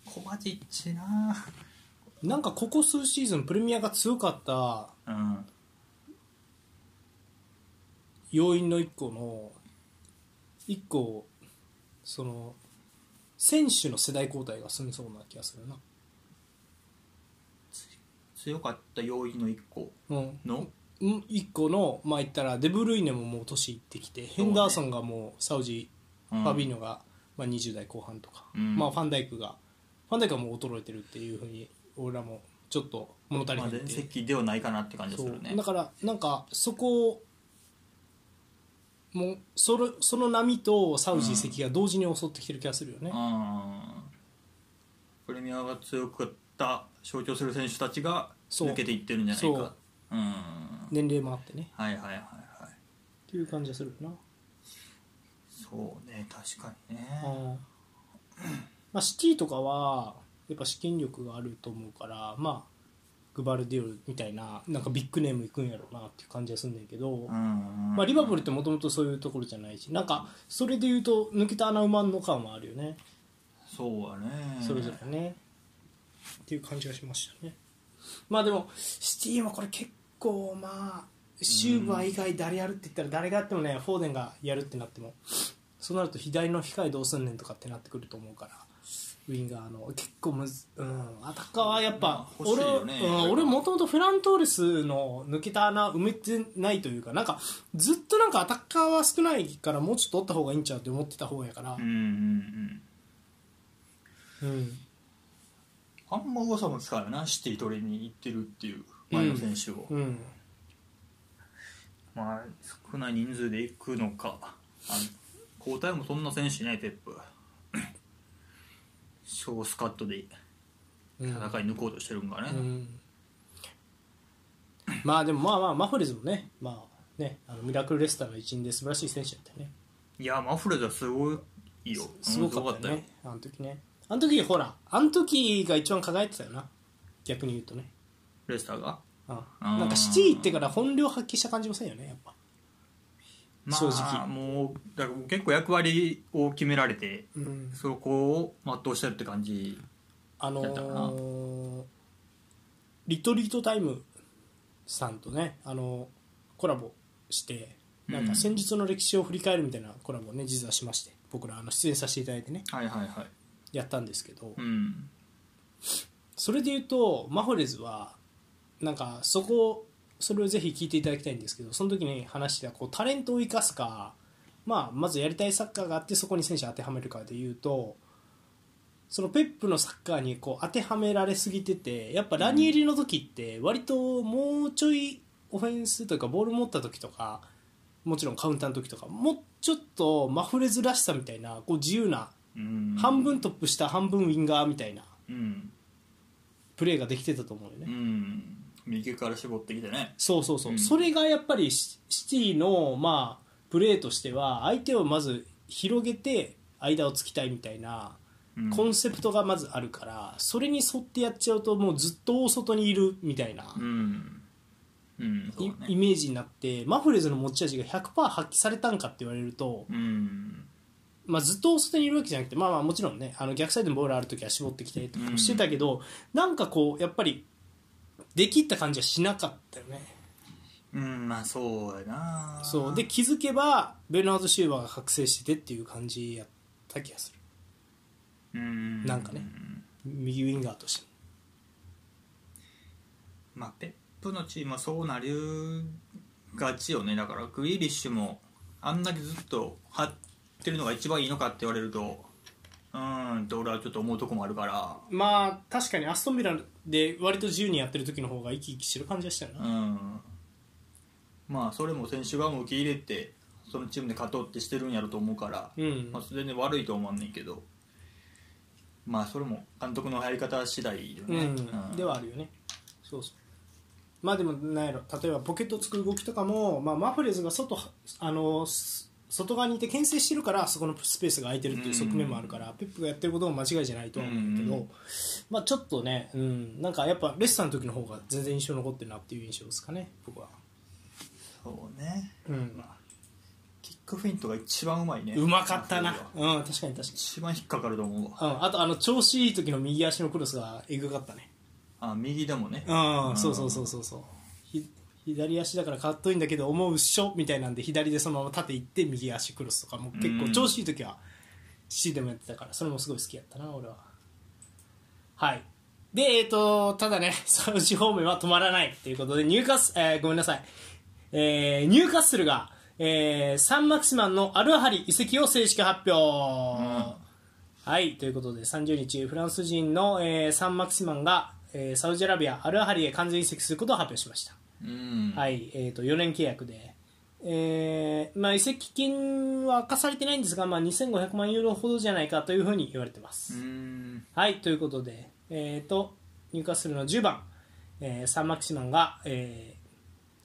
Speaker 2: コバチッチな
Speaker 1: なんかここ数シーズンプレミアが強かった
Speaker 2: うん
Speaker 1: 要因の一個の一個その選手の世代交代が進みそうな気がするな
Speaker 2: 強かった要因の一個
Speaker 1: うん
Speaker 2: の
Speaker 1: うん一個のまあ言ったらデブルイネももう年いってきてヘンダーソンがもうサウジ
Speaker 2: うん
Speaker 1: ファビーニョが、まあ、20代後半とか、
Speaker 2: うん
Speaker 1: まあ、ファンダイクがファンダイクはもう衰えてるっていうふうに俺らもちょっと物足り
Speaker 2: ま
Speaker 1: な
Speaker 2: あ
Speaker 1: くて、
Speaker 2: 全席ではないかなって感じが
Speaker 1: そ
Speaker 2: す
Speaker 1: う
Speaker 2: るね
Speaker 1: だからなんかそこをもうそれその波とサウジ移籍が同時に襲ってきてる気がするよね、
Speaker 2: うんプレミアが強かった象徴する選手たちが
Speaker 1: そう
Speaker 2: 抜けていってるんじゃない
Speaker 1: そ
Speaker 2: か
Speaker 1: う
Speaker 2: うん
Speaker 1: 年齢もあってね
Speaker 2: はいはいはいはい
Speaker 1: っていう感じがするよな、
Speaker 2: そうね確かにね
Speaker 1: うんまあ、シティとかはやっぱ資金力があると思うからまあグバルディオルみたいななんかビッグネームいくんやろうなっていう感じがするんだけど、
Speaker 2: うん
Speaker 1: まあ、リバプールってもともとそういうところじゃないしなんかそれで言うと抜けた穴埋まんの感はあるよね
Speaker 2: そうはね
Speaker 1: それぞれねっていう感じがしましたねまあでもシティはこれ結構まあシューバー以外誰やるって言ったら誰がやってもねフォーデンがやるってなってもそうなると左の控えどうすんねんとかってなってくると思うからウィンガーの結構むずうんアタッカーはやっぱ
Speaker 2: まあ欲しいよね
Speaker 1: 俺,、うん、俺もともとフェラントーレスの抜けた穴埋めてないというかなんかずっとなんかアタッカーは少ないからもうちょっとおった方がいいんちゃうって思ってた方やから
Speaker 2: うんうんうん
Speaker 1: うん
Speaker 2: あんま噂も聞かないなシティ取りに行ってるっていう前の選手を、
Speaker 1: うん
Speaker 2: まあ少ない人数で行くのかあの交代もそんな選手いないペップ 小スカットで
Speaker 1: うん
Speaker 2: 戦い抜こうとしてるんがね、
Speaker 1: うんまあでもまあまあマフレズもね,、まあ、ねあのミラクルレスターの一員で素晴らしい選手だったよね
Speaker 2: いやマフレーズはすごいよ
Speaker 1: すごかったよねあの時ねあの時ほらあの時が一番輝いてたよな逆に言うとね
Speaker 2: レスターが、
Speaker 1: うんなんかシティ行ってから本領発揮した感じもせんよねやっぱ
Speaker 2: まあ、
Speaker 1: 正直
Speaker 2: もうだから結構役割を決められて
Speaker 1: うん
Speaker 2: そこを全うしてるって感じ
Speaker 1: あの
Speaker 2: やったかな
Speaker 1: ーリトリートタイムさんとね、あのーコラボしてなんか
Speaker 2: うん
Speaker 1: 戦術の歴史を振り返るみたいなコラボをね実はしまして僕らあの出演させていただいてね
Speaker 2: はいはいはい
Speaker 1: やったんですけど、
Speaker 2: うん
Speaker 1: それで言うとマホレズはなんかそこをそれをぜひ聞いていただきたいんですけどその時に話してたこうタレントを生かすか、まあ、まずやりたいサッカーがあってそこに選手当てはめるかで言うとそのペップのサッカーにこう当てはめられすぎててやっぱラニエリの時って割ともうちょいオフェンスというかボール持った時とかもちろんカウンターの時とかもうちょっとマフレズらしさみたいなこう自由な
Speaker 2: うん
Speaker 1: 半分トップ下半分ウィンガーみたいな
Speaker 2: うん
Speaker 1: プレーができてたと思うよね。
Speaker 2: うん右から絞ってきてね
Speaker 1: そうそうそう、
Speaker 2: うん
Speaker 1: それがやっぱりシシティの、まあ、プレーとしては相手をまず広げて間をつきたいみたいな
Speaker 2: うん
Speaker 1: コンセプトがまずあるから、それに沿ってやっちゃうともうずっと大外にいるみたいな、
Speaker 2: うんうんそう
Speaker 1: い
Speaker 2: だ
Speaker 1: イ
Speaker 2: ね
Speaker 1: メージになってマフレーズの持ち味が100%発揮されたんかって言われると、
Speaker 2: うん
Speaker 1: まあ、ずっと大外にいるわけじゃなくて、まあ、まあもちろんねあの逆サイドにボールある時は絞ってきてとかもしてたけど、なんかこうやっぱり出切った感じはしなかったよね。
Speaker 2: うんまあそうやな
Speaker 1: そうで気づけばベルナード・シューバーが覚醒しててっていう感じやった気がする
Speaker 2: うん
Speaker 1: なんかね右ウィンガーとして
Speaker 2: まあ、ペップのチームはそうなりがちよねだからグリーリッシュもあんだけずっと張ってるのが一番いいのかって言われるとうーんって俺はちょっと思うとこもあるから
Speaker 1: まあ確かにアストンビラで割と自由にやってる時の方が生き生きしてる感じがしたよ
Speaker 2: う
Speaker 1: な、
Speaker 2: んまあそれも選手がもう受け入れてそのチームで勝とうってしてるんやろと思うから、
Speaker 1: うん
Speaker 2: まあ、全然悪いとは思わんねんけどまあそれも監督のやり方次第よ
Speaker 1: う
Speaker 2: ね、
Speaker 1: んではあるよねそうそうまあでもなんやろ例えばポケットを作る動きとかも、まあ、マフレーズが外あのす外側にいて牽制してるからそこのスペースが空いてるっていう側面もあるから、ペップがやってることも間違いじゃないとは思うけど、
Speaker 2: うんうん
Speaker 1: まあ、ちょっとね、うん、なんかやっぱレッサーの時の方が全然印象残ってるなっていう印象ですかね僕は、
Speaker 2: そうね
Speaker 1: うん、
Speaker 2: キックフェイントが一番うまいね
Speaker 1: うまかったな
Speaker 2: そういうのは
Speaker 1: うん確かに確か
Speaker 2: 一番引っかかると思うわ
Speaker 1: に、うん、あとあの調子いい時の右足のクロスがえぐかったね
Speaker 2: あ右でもね
Speaker 1: あ
Speaker 2: う
Speaker 1: あ
Speaker 2: ん
Speaker 1: そうそうそうそうそうひ左足だからかっこいいんだけど思うっしょみたいなんで左でそのまま縦行って右足クロスとかも結
Speaker 2: う
Speaker 1: 構
Speaker 2: ん
Speaker 1: 調子いい時は父でもやってたからそれもすごい好きやったな俺ははいでえっ、とただね サウジ方面は止まらないということで入荷す、えーごめんなさいえーニューカッスルが、えーサンマクスマンのアルアハリ移籍を正式発表、はいということで30日フランス人の、えーサンマクスマンが、えーサウジアラビアアルアハリへ完全移籍することを発表しました、
Speaker 2: うん、
Speaker 1: はいえー、と4年契約で、えーまあ、移籍金は明かされてないんですが、まあ、2500万ユーロほどじゃないかというふうに言われてます、
Speaker 2: うん
Speaker 1: はい、ということで、えー、と入荷するの10番、えーサンマキシマンが、えー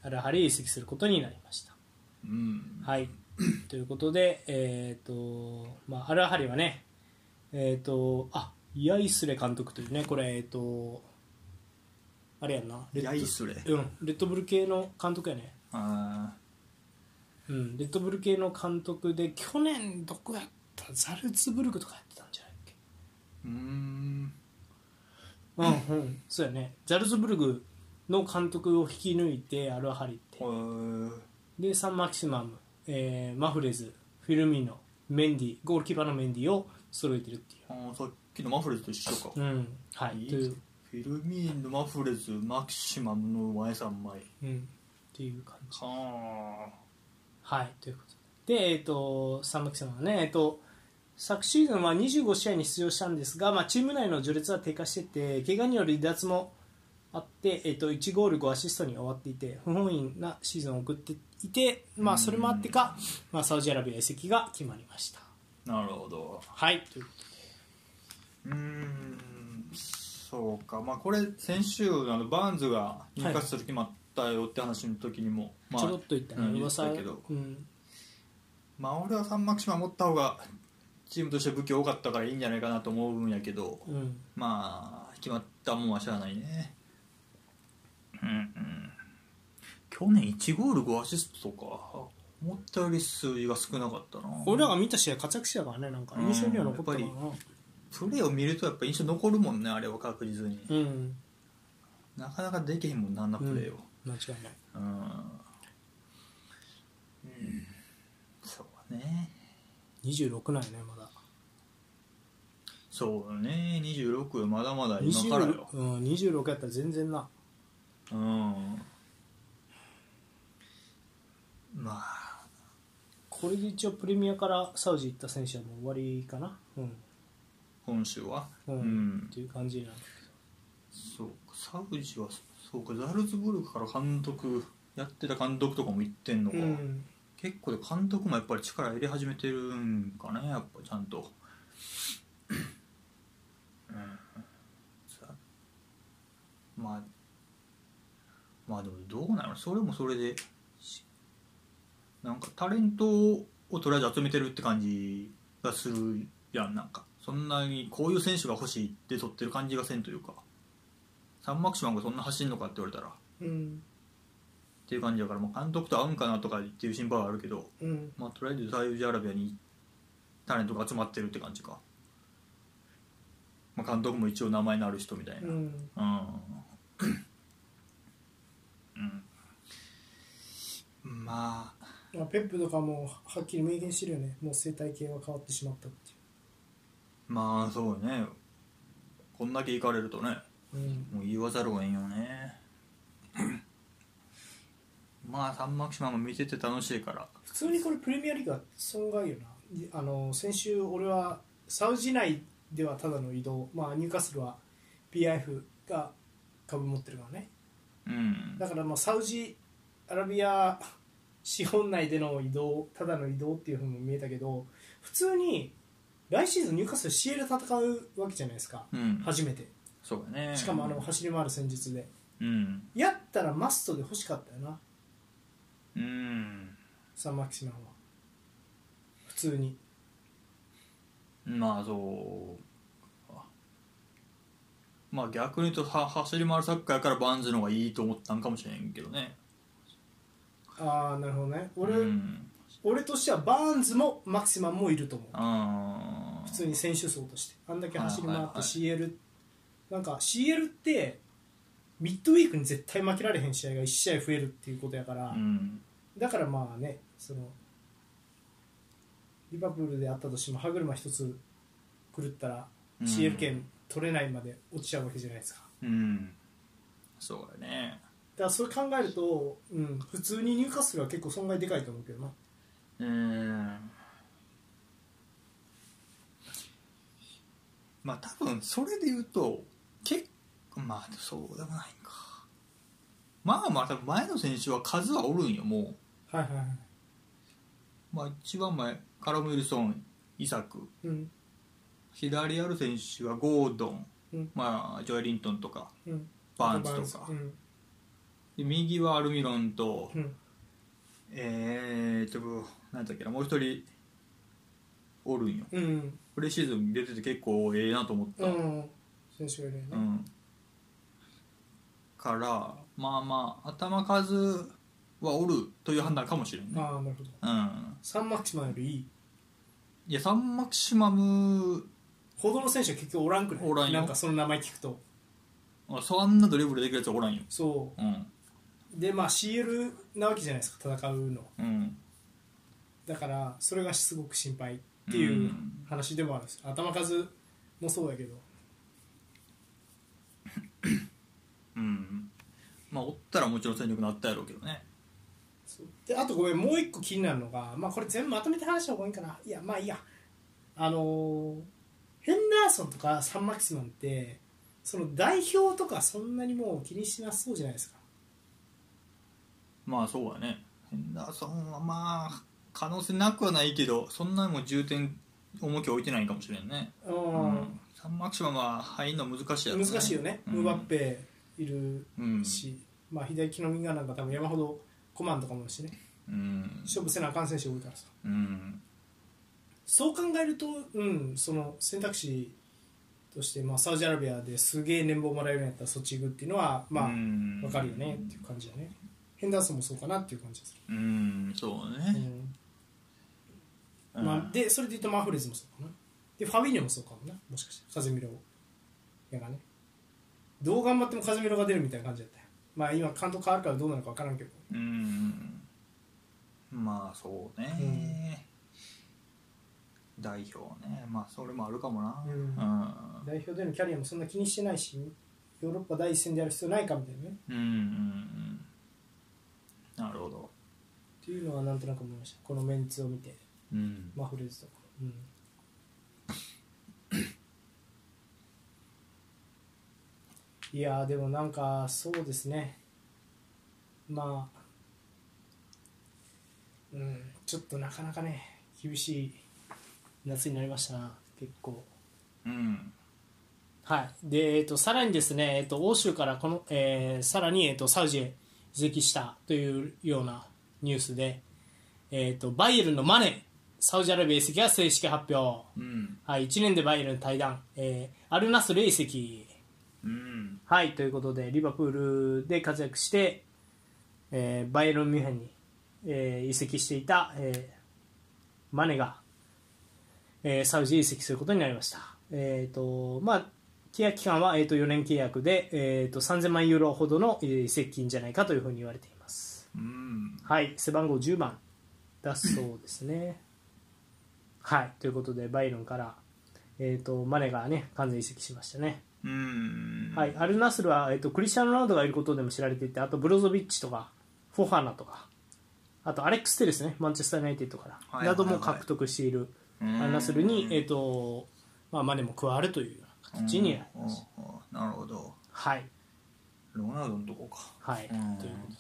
Speaker 1: アルハリへ移籍することになりました。
Speaker 2: うん
Speaker 1: はい、ということで、えーとまあ、アルハリはね、えー、とあイアイスレ監督というね、これ、えー、とあれやんな、レッド
Speaker 2: ヤイスレ
Speaker 1: うん、レッドブル系の監督やね。
Speaker 2: あ
Speaker 1: うん、レッドブル系の監督で去年どこやったザルツブルクとかやってたんじゃないっけ
Speaker 2: ーうん
Speaker 1: うんうん、そうやねザルツブルグの監督を引き抜いてアルアハリって
Speaker 2: うん
Speaker 1: でサンマキシマム、えーマフレズフィルミーノメンディゴールキーパーのメンディを揃えてるってい
Speaker 2: あーさっきのマフレズと一緒か
Speaker 1: う、うんはい、
Speaker 2: いい
Speaker 1: という、
Speaker 2: フィルミーヌマフレズマキシマムの前3枚
Speaker 1: うん、っていう感じ
Speaker 2: は
Speaker 1: はいということでで、えー、とサンマキシマムはね、えー、と昨シーズンは25試合に出場したんですが、まあ、チーム内の序列は低下してて怪我による離脱もあって、えっと1ゴール5アシストに終わっていて不本意なシーズンを送っていて、まあ、それもあってか、まあ、サウジアラビア移籍が決まりました。
Speaker 2: あなるほど
Speaker 1: はいというこ
Speaker 2: うーんそうかまあこれ先週あのバーンズが入荷する決まったよって話の時にも、
Speaker 1: とでちょろ
Speaker 2: ま
Speaker 1: っ
Speaker 2: あ
Speaker 1: と、言ったね、
Speaker 2: うん
Speaker 1: 噂
Speaker 2: 言ってたけど
Speaker 1: うん
Speaker 2: まあ俺はサンマキシマ持った方がチームとして武器多かったからいいんじゃないかなと思うんやけど
Speaker 1: うん
Speaker 2: まあ決まったもんはしゃあないねうんうん去年1ゴール5アシストとか思ったより数字が少なかったな
Speaker 1: 俺らが見た試合活躍してたからねなんか
Speaker 2: うん
Speaker 1: 印象には残ったかな
Speaker 2: やっプレーを見るとやっぱ印象残るもんねあれは確実に、
Speaker 1: うん
Speaker 2: なかなかできへんもんなあんなプレーを
Speaker 1: 間違いない
Speaker 2: うん、うんそうね
Speaker 1: 26なんやねまだ
Speaker 2: そうね26まだまだ今からよ
Speaker 1: 20うん、26やったら全然な
Speaker 2: うんまあ
Speaker 1: これで一応プレミアからサウジ行った選手はもう終わりかなうん、
Speaker 2: 本州は
Speaker 1: う
Speaker 2: うんん、
Speaker 1: っていう感じなんだ
Speaker 2: そうかサウジはそうかザルツブルクから監督やってた監督とかも行ってんの
Speaker 1: け
Speaker 2: か、
Speaker 1: ど、
Speaker 2: 結構で監督もやっぱり力入れ始めてるんかねやっぱちゃんとうんさまあまあでもどうなのそれもそれでしなんかタレントをとりあえず集めてるって感じがするやんなんかそんなにこういう選手が欲しいって取ってる感じがせんというかサンマクシマンがそんな走んのかって言われたらっ
Speaker 1: うん
Speaker 2: ていう感じだから、まあ、監督と合うんかなとかっていう心配はあるけど
Speaker 1: うん
Speaker 2: まあ、とりあえずサウジアラビアにタレントが集まってるって感じか、まあ、監督も一応名前のある人みたいな
Speaker 1: う
Speaker 2: うん、
Speaker 1: ん
Speaker 2: うんまあ
Speaker 1: まあペップとかもはっきり明言してるよねもう生態系は変わってしまったってい
Speaker 2: まあそうねこんだけ行かれるとね
Speaker 1: う、うん、
Speaker 2: もう言わざるをえんよ ねまあサンマキシマンも見てて楽しいから
Speaker 1: 普通にこれプレミアリーグは損害よないあの先週俺はサウジ内ではただの移動まあニューカッスルは PIF が株持ってるからね
Speaker 2: うん
Speaker 1: だからもうサウジアラビア資本内での移動ただの移動っていうふうにも見えたけど普通に来シーズン入荷する CL 戦うわけじゃないですか
Speaker 2: うん
Speaker 1: 初めて
Speaker 2: そうだね
Speaker 1: しかもあの走り回る戦術で
Speaker 2: うん
Speaker 1: やったらマストで欲しかったよな
Speaker 2: うん
Speaker 1: サンマキシマンは普通に
Speaker 2: まあそうかまあ逆に言うとは走り回るサッカーやからバンズの方がいいと思ったんかもしれんけどね
Speaker 1: ああなるほどね俺,、
Speaker 2: うん、
Speaker 1: 俺としてはバーンズもマキシマンもいると思う
Speaker 2: あ
Speaker 1: 普通に選手層としてあんだけ走り回っ
Speaker 2: は
Speaker 1: て
Speaker 2: いはいはい
Speaker 1: CL なんか CL ってミッドウィークに絶対負けられへん試合が1試合増えるっていうことやから、
Speaker 2: あうん
Speaker 1: だからまあねそのリバプールであったとしても歯車一つ狂ったら
Speaker 2: うん
Speaker 1: CL 権取れないまで落ちちゃうわけじゃないですか、
Speaker 2: うんそうだね
Speaker 1: だからそれ考えると、うん、普通に入荷するは結構損害でかいと思うけどな
Speaker 2: うんまあ多分それで言うと結構まあそうでもないんかまあまあ多分前の選手は数はおるんよもう
Speaker 1: はいはいはい
Speaker 2: まあ、一番前カラム・ウィルソンイサク
Speaker 1: うん
Speaker 2: 左ある選手はゴードン、
Speaker 1: うん
Speaker 2: まあ、ジョエリントンとか
Speaker 1: うん
Speaker 2: バーンズとか
Speaker 1: うん
Speaker 2: で右はアルミロンと、
Speaker 1: うん
Speaker 2: えーっと何だっけなもう一人おるんよ
Speaker 1: うん
Speaker 2: プレシーズン出てて結構ええなと思った、
Speaker 1: うん、選手がいるよね、
Speaker 2: うんからまあまあ頭数はおるという判断かもしれんね
Speaker 1: ああなるほど
Speaker 2: うん
Speaker 1: サンマキシマンよりいい
Speaker 2: いやサンマキシマム
Speaker 1: ほどの選手は結局おらんくない
Speaker 2: おらんよ
Speaker 1: なんかその名前聞くと
Speaker 2: あそんなドリブルできるやつはおらんよ
Speaker 1: そ
Speaker 2: うん
Speaker 1: うでまあ CL なわけじゃないですか戦うの
Speaker 2: うん
Speaker 1: だからそれがすごく心配っていう
Speaker 2: うん
Speaker 1: 話でもあるんですよ頭数もそうだけど
Speaker 2: うんまあおったらもちろん戦力になったやろうけどね
Speaker 1: そうであとごめんもう一個気になるのが、まあ、これ全部まとめて話した方がいいかないやまあいいやあのーヘンダーソンとかサンマキシマンってその代表とかそんなにもう気にしなそうじゃないですか
Speaker 2: まあそうだねヘンダーソンはまあ可能性なくはないけどそんなにも重点重きを置いてないかもしれんね
Speaker 1: う、
Speaker 2: うんんサンマクシマムは入るの難しいやろうね
Speaker 1: 難しいよね、
Speaker 2: うん
Speaker 1: ムバッペいる
Speaker 2: うん、
Speaker 1: し、まあ、左利きの右側なんか多分山ほどコマンとかもいるしね
Speaker 2: うん
Speaker 1: 勝負せなあかん選手多いからさ
Speaker 2: うん
Speaker 1: そう考えると、うん、その選択肢として、まあ、サウジアラビアですげえ年俸もらえるんやったらそっち行くっていうのはまあ
Speaker 2: うん
Speaker 1: 分かるよねっていう感じだねヘンダーソンもそうかなっていう感じでする、
Speaker 2: うんそうね、
Speaker 1: うんま
Speaker 2: うん
Speaker 1: あ、でそれで言うとマフレーズもそうかなでファビーニョもそうかもなもしかしてカゼミロやがねどう頑張ってもカゼミロが出るみたいな感じだったよまあ今監督変わるからどうなのか分からんけど
Speaker 2: うんまあそうね、代表ねまあそれもあるかもな
Speaker 1: うん
Speaker 2: うん
Speaker 1: 代表でのキャリアもそんな気にしてないしヨーロッパ第一線でやる必要ないかみたいなね
Speaker 2: うんうんうんなるほど、
Speaker 1: っていうのはなんとなく思いましたこのメンツを見て
Speaker 2: うん、
Speaker 1: マフレーズとか、うん、いやーでもなんかそうですねまあうんちょっとなかなかね厳しい夏になりましたな結構
Speaker 2: うん
Speaker 1: はいで、えっとさらにですね、えっと欧州からこの、えーさらに、えっとサウジへ移籍したというようなニュースで、えっとバイエルンのマネーサウジアラビア移籍が正式発表、
Speaker 2: うん
Speaker 1: はい、1年でバイエルン対談、えーアルナスルへ移籍、
Speaker 2: うん
Speaker 1: はい、ということでリバプールで活躍して、えーバイエルン・ミュンヘンに、えー移籍していた、えーマネが、えーサウジへ移籍することになりました、えーとまあ、契約期間は、えー、と4年契約で、えー、と3000万ユーロほどのえー移籍金じゃないかというふうに言われています
Speaker 2: うん
Speaker 1: はい背番号10番だそうですねはいということでバイエルンから、えー、とマネがね完全移籍しましたね
Speaker 2: うん
Speaker 1: はい、アルナスルは、えっと、クリスチャン・ロナウドがいることでも知られていてあとブロゾビッチとかフォファナとかあとアレックス・テレスねマンチェスター・ユナイテッドから、
Speaker 2: はい
Speaker 1: なども獲得している
Speaker 2: うん
Speaker 1: アルナスルに、えっとまあ、マネも加わるというような形になります、
Speaker 2: うんうんなるほど
Speaker 1: はい、
Speaker 2: ロナウドのとこか
Speaker 1: はい
Speaker 2: うん
Speaker 1: ということで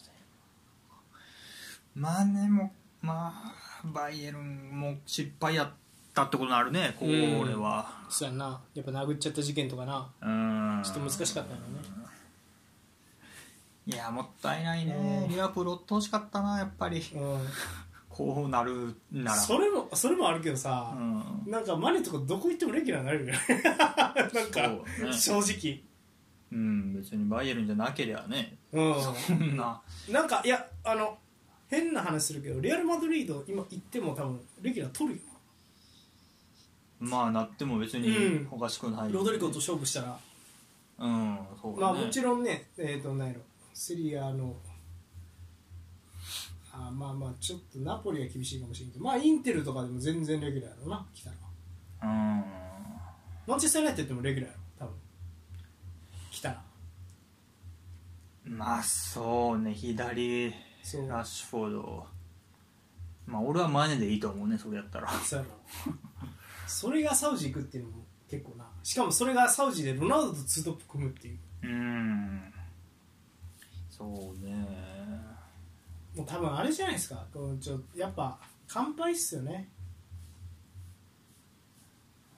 Speaker 2: まあねもうまあバイエルンも失敗やったってことになるねこれは
Speaker 1: そうやんなやっぱ殴っちゃった事件とかな
Speaker 2: うん
Speaker 1: ちょっと難しかったんだよね
Speaker 2: いやもったいないね
Speaker 1: うん
Speaker 2: リバプール追ってほしかったなやっぱり
Speaker 1: う
Speaker 2: こうなるなんら
Speaker 1: それもそれもあるけど
Speaker 2: う
Speaker 1: さ、
Speaker 2: ん
Speaker 1: なんかマネとかどこ行ってもレギュラーになれる よね なんか、正
Speaker 2: そうね
Speaker 1: 直
Speaker 2: うん別にバイエルンじゃなけりゃね
Speaker 1: う
Speaker 2: そんなん
Speaker 1: なんかいやあの変な話するけどレアル・マドリード今行っても多分レギュラー取るよ、
Speaker 2: まあなっても別
Speaker 1: う
Speaker 2: に
Speaker 1: ん
Speaker 2: おかしくない
Speaker 1: ロドリゴと勝負したら
Speaker 2: うんそうだね
Speaker 1: まあもちろんね、えー、となんやろセリアのあーまあまあちょっとナポリは厳しいかもしれんけどまあインテルとかでも全然レギュラーやろうな来たら
Speaker 2: うん
Speaker 1: マンチェスター・ユナイテッドもレギュラーやろ多分来たら
Speaker 2: まあそうね左
Speaker 1: そう
Speaker 2: ラッシュフォードまあ俺はマネでいいと思うねそれやったら
Speaker 1: そうやろそれがサウジ行くっていうのも結構なしかもそれがサウジでロナウドとツートップ組むっていう
Speaker 2: うんそうね
Speaker 1: もう多分あれじゃないですかこのちょやっぱ乾杯っすよね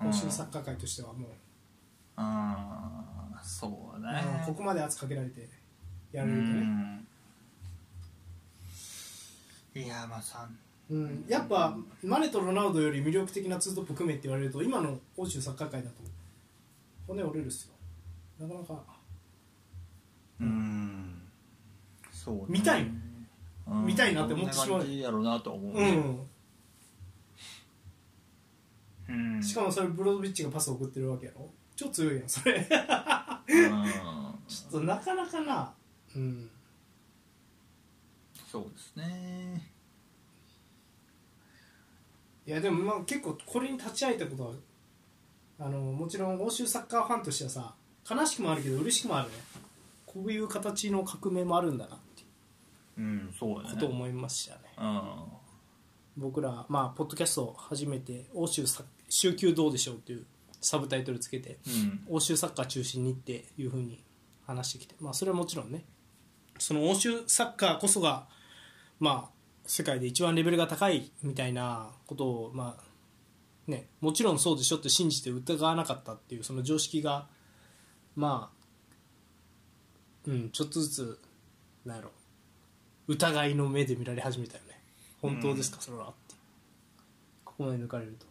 Speaker 2: うん
Speaker 1: 今週のサッカー界としてはもう、
Speaker 2: うんそうね
Speaker 1: うんここまで圧かけられてや
Speaker 2: う
Speaker 1: られるとね、
Speaker 2: んいやまあさん
Speaker 1: うん、やっぱマネとロナウドより魅力的なツートップ組めって言われると今の欧州サッカー界だと骨折れるっすよなかなか
Speaker 2: うんそうね
Speaker 1: 見たい
Speaker 2: うん
Speaker 1: 見たいなって思ってしまう
Speaker 2: こんな感じやろうなとは思う
Speaker 1: う
Speaker 2: ね
Speaker 1: ん、
Speaker 2: うん
Speaker 1: しかもそれブロドビッチがパスを送ってるわけやろ超強いやんそ れ
Speaker 2: うん
Speaker 1: ちょっとなかなかなうん
Speaker 2: そうですね
Speaker 1: いやでもまあ結構これに立ち会えたことはあのもちろん欧州サッカーファンとしてはさ悲しくもあるけど嬉しくもあるねこういう形の革命もあるんだなってい
Speaker 2: うんそう
Speaker 1: う
Speaker 2: だ
Speaker 1: こ
Speaker 2: ね
Speaker 1: とを思いましたね
Speaker 2: うん
Speaker 1: 僕ら、まあ、ポッドキャストを初めて「欧州サッ週休どうでしょう」というサブタイトルつけて
Speaker 2: うん
Speaker 1: 欧州サッカー中心にっていうふうに話してきて、まあ、それはもちろんねその欧州サッカーこそが、まあ、世界で一番レベルが高いみたいなことを、まあね、もちろんそうでしょって信じて疑わなかったっていうその常識がまあ、うん、ちょっとずつなんやろ疑いの目で見られ始めたよね本当ですか、それはってここまで抜かれると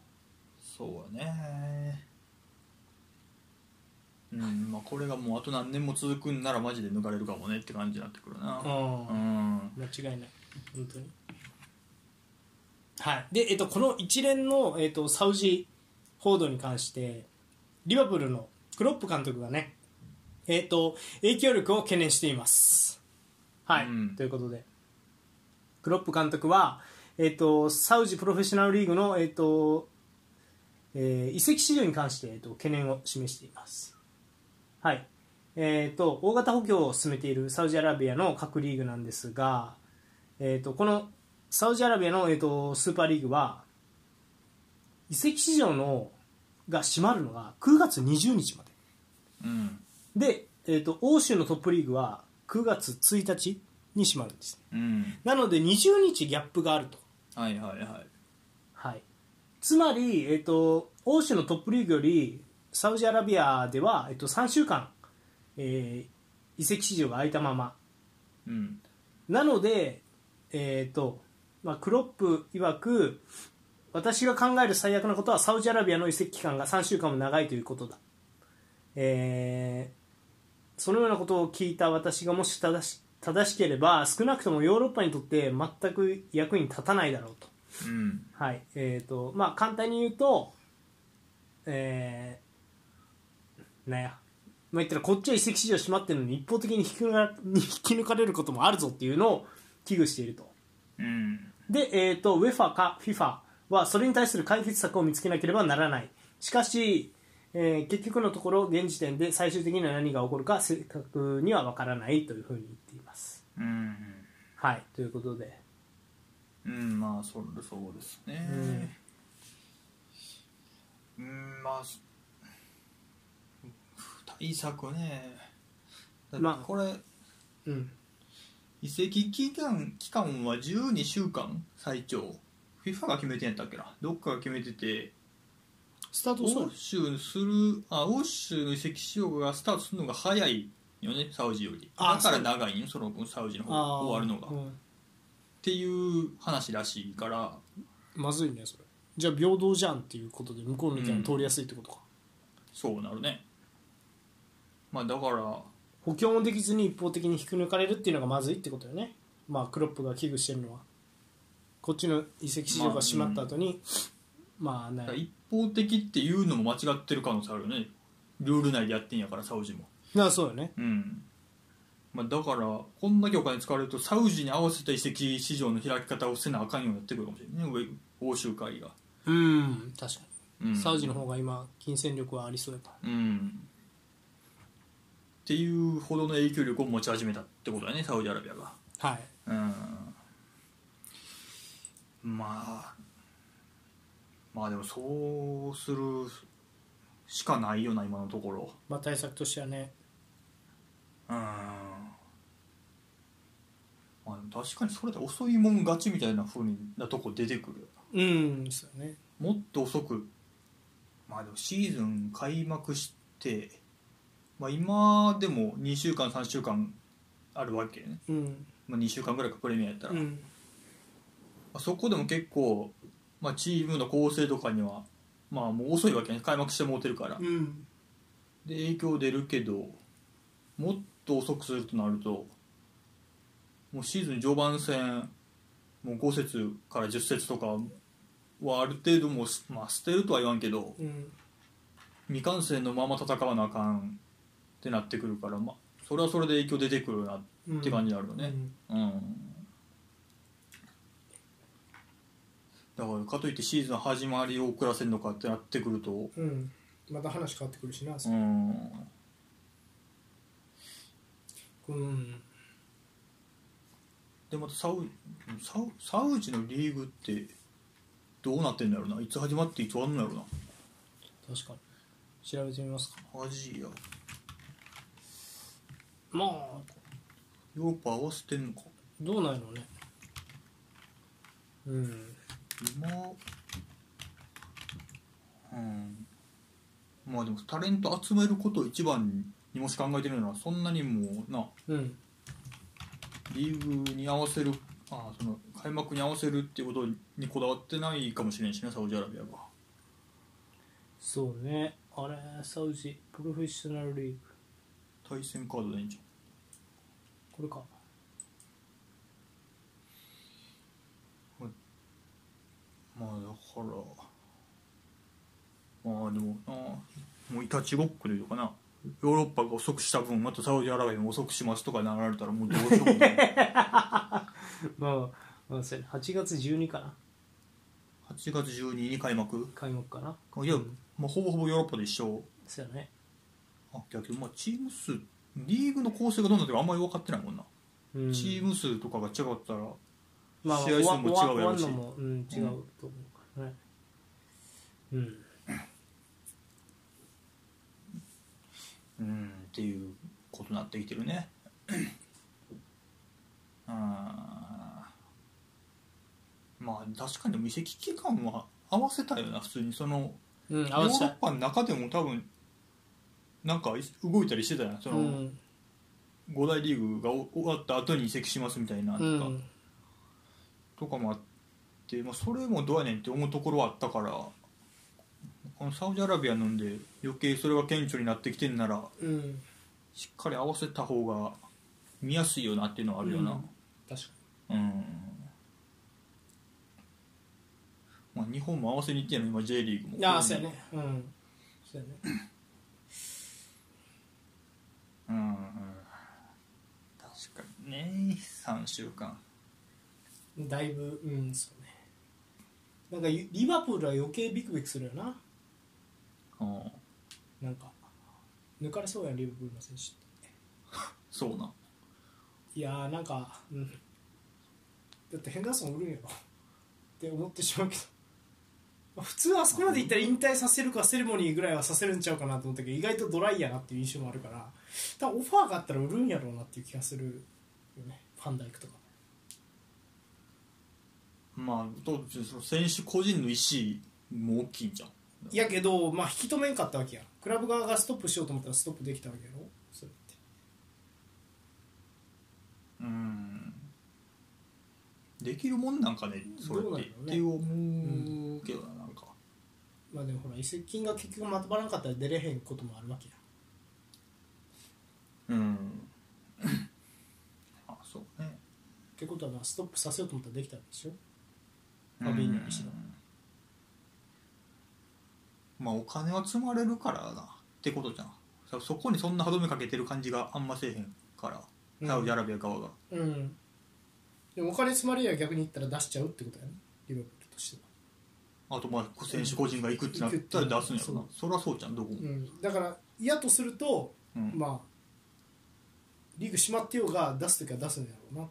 Speaker 2: そうだねうんまあこれがもうあと何年も続くんならマジで抜かれるかもねって感じになってくるなう
Speaker 1: うん
Speaker 2: ん
Speaker 1: 間違いない本当にはいで、えっと、この一連の、えっと、サウジ報道に関してリバプールのクロップ監督がねえっと影響力を懸念していますはい、
Speaker 2: うん
Speaker 1: ということでクロップ監督は、えっと、サウジプロフェッショナルリーグの、えっとえー移籍市場に関して、えっと、懸念を示していますはいえー、と大型補強を進めているサウジアラビアの各リーグなんですが、えー、とこのサウジアラビアの、えー、とスーパーリーグは移籍市場のが閉まるのが9月20日ま
Speaker 2: うん
Speaker 1: でで、えー、と欧州のトップリーグは9月1日に閉まるんです
Speaker 2: うん
Speaker 1: なので20日ギャップがあると、
Speaker 2: はいはいはい
Speaker 1: はい、つまり、えー、と欧州のトップリーグよりサウジアラビアでは、えー、と3週間、えー移籍市場が空いたまま
Speaker 2: うん
Speaker 1: なので、えーとまあ、クロップ曰く私が考える最悪なことはサウジアラビアの移籍期間が3週間も長いということだ、えーそのようなことを聞いた私がもし正し正しければ少なくともヨーロッパにとって全く役に立たないだろうと,、
Speaker 2: うん
Speaker 1: はいえーとまあ、簡単に言うと、えーなんや、まあ、言ったらこっちは移籍市場閉まってるのに一方的に引き抜か 引き抜かれることもあるぞっていうのを危惧していると。
Speaker 2: うん
Speaker 1: で、えー、と UEFA か FIFA はそれに対する解決策を見つけなければならないしかし、えー結局のところ現時点で最終的には何が起こるか正確には分からないというふうに言っています
Speaker 2: うん
Speaker 1: はいということで
Speaker 2: うんまあそそうですねうんまあす対策ねだって
Speaker 1: まあ
Speaker 2: これ
Speaker 1: うん
Speaker 2: 移籍期間期間は12週間最長 FIFA が決めてんやったっけなどっかが決めてて
Speaker 1: スタート遅
Speaker 2: 欧
Speaker 1: い
Speaker 2: 州するあ欧州の移籍しようがスタートするのが早いよねサウジより
Speaker 1: あ
Speaker 2: だから長いんよその分サウジの方が
Speaker 1: ー
Speaker 2: 終わるのが、
Speaker 1: う
Speaker 2: っ
Speaker 1: ん
Speaker 2: ていう話らしいから
Speaker 1: まずいねそれじゃあ平等じゃんっていうことで向こうの意見が通りやすいってことか、
Speaker 2: そうなるねまあだから
Speaker 1: 補強もできずに一方的に引き抜かれるっていうのがまずいってことよねまあクロップが危惧してるのはこっちの移籍市場が閉まった後にまあ、ね
Speaker 2: だから一方的っていうのも間違ってる可能性あるよねルール内でやってんやからサウジも
Speaker 1: なあそうよね
Speaker 2: うん、まあ、だからこんだけお金使われるとサウジに合わせた移籍市場の開き方をせなあかんようになってくるかもしれないね上欧州会が、
Speaker 1: うん確か
Speaker 2: うん、
Speaker 1: にサウジの方が今金銭力はありそうやから
Speaker 2: うんっていうほどの影響力を持ち始めたってことだねサウジアラビアが
Speaker 1: はい
Speaker 2: うんまあまあでもそうするしかないよな今のところ
Speaker 1: まあ対策としてはね
Speaker 2: うんまあ、でも確かにそれで遅いもん勝ちみたいな風になとこ出てくるよ
Speaker 1: うんそうよね
Speaker 2: なもっと遅くまあでもシーズン開幕して、まあ、今でも2週間3週間あるわけね、
Speaker 1: うん
Speaker 2: まあ、2週間ぐらいかプレミアやったら、
Speaker 1: う
Speaker 2: ま
Speaker 1: ん
Speaker 2: あ、そこでも結構、まあ、チームの構成とかにはまあもう遅いわけね開幕してもうてるから
Speaker 1: うん
Speaker 2: で影響出るけどもっと遅くするとなるともうシーズン序盤戦もう5節から10節とかはある程度もうす、まあ、捨てるとは言わんけど
Speaker 1: うん
Speaker 2: 未完成のまま戦わなあかんってなってくるから、まあ、それはそれで影響出てくるな
Speaker 1: うん
Speaker 2: って感じあるよね。
Speaker 1: うん
Speaker 2: うんだからかといってシーズン始まりを遅らせるのかってなってくると
Speaker 1: うんまた話変わってくるしな
Speaker 2: うん
Speaker 1: うん
Speaker 2: でまたサウサウサウジのリーグってどうなってんだろうないつ始まっていつ終わるんだろうな
Speaker 1: 確かに調べてみますか
Speaker 2: アジアヨ
Speaker 1: まあ
Speaker 2: ーロッパ合わせてんのか
Speaker 1: どうなんやろうねうん
Speaker 2: 今うんまあでもタレント集めることを一番にもし考えてるならそんなにもうな
Speaker 1: うん
Speaker 2: リーグに合わせるあその開幕に合わせるっていうことにこだわってないかもしれんしねサウジアラビアが
Speaker 1: そうねあれサウジプロフェッショナルリーグ
Speaker 2: 対戦カードでいいんじゃん
Speaker 1: これか
Speaker 2: まあだからまあでもなもういたちごっこでいうかなヨーロッパが遅くした分またサウジアラビアも遅くしますとかなられたらもうどうしようもない
Speaker 1: まあ、まあ、それ8月12かな
Speaker 2: 8月12日に開幕
Speaker 1: 開幕かない
Speaker 2: や、まあ、ほぼほぼヨーロッパで一緒
Speaker 1: そうやね
Speaker 2: あだけどまあチーム数リーグの構成がどうなってるかあんまり分かってないもんな、
Speaker 1: うん
Speaker 2: チーム数とかが違ったら
Speaker 1: まあ、
Speaker 2: 試合数も違うやろう
Speaker 1: 終わ終わん
Speaker 2: し
Speaker 1: のも、うん、違うと思うからねうん
Speaker 2: うんっていうことになってきてるね あーまあ確かにでも移籍期間は合わせたよな普通にその
Speaker 1: うん、
Speaker 2: ヨ
Speaker 1: 合
Speaker 2: ーロ
Speaker 1: わせた
Speaker 2: ッ
Speaker 1: い
Speaker 2: パの中でも多分なんかい動いたりしてたよなそうの
Speaker 1: ん、
Speaker 2: 5大リーグが終わった後に移籍しますみたいな
Speaker 1: う
Speaker 2: とか,、
Speaker 1: ん、
Speaker 2: とかもあって、まあ、それもどうやねんって思うところはあったからこのサウジアラビアなんで余計それが顕著になってきてんなら
Speaker 1: うん、
Speaker 2: しっかり合わせた方が見やすいよなっていうのはあるよな
Speaker 1: 確か
Speaker 2: うん、まあ、日本も合わせにいってんの今 J リーグ
Speaker 1: に
Speaker 2: も
Speaker 1: ああそうやねうんそうやね
Speaker 2: うんうん確かにね3週間
Speaker 1: だいぶうんそうねなんかゆリバプールは余計ビクビクするよな
Speaker 2: うん
Speaker 1: なんか抜かれそうやんリバプールの選手って
Speaker 2: そうない
Speaker 1: やーなんか、うん、だってヘンダーソン売るんやろって思ってしまうけどまあ普通あそこまでいったら引退させるかセレモニーぐらいはさせるんちゃうかなと思ったけど意外とドライやなっていう印象もあるから多分オファーがあったら売るんやろうなっていう気がするよねファンダイクとか
Speaker 2: まあどうでしょうその選手個人の意思も大きいんじゃん
Speaker 1: いやけど、まあ、引き止めんかったわけやクラブ側がストップしようと思ったらストップできたわけやろそれって
Speaker 2: うんできるもんなんかねそれっ
Speaker 1: どう
Speaker 2: て、
Speaker 1: なんだろう
Speaker 2: っ
Speaker 1: ね
Speaker 2: ていう思うけどななんか
Speaker 1: まあでもほら移籍金が結局まとまらなかったら出れへんこともあるわけや
Speaker 2: うん あそうね
Speaker 1: ってことはまあストップさせようと思ったらできたわけでしょファビーニョにしろ
Speaker 2: うんまあお金は積まれるからなってことじゃんそそこにそんな歯止めかけてる感じがあんませえへんから
Speaker 1: うん
Speaker 2: サウジアラビア側が、
Speaker 1: うんでもお金積まれりゃ逆に言ったら出しちゃうってことやねリバプールとしては、
Speaker 2: あとまあ選手個人が行くってなったら出すんやろな
Speaker 1: うん
Speaker 2: そりゃそうじゃんどこも、
Speaker 1: うん、だから嫌とすると
Speaker 2: うん
Speaker 1: まあリーグ閉まってようが出す時は出すんだろうなっ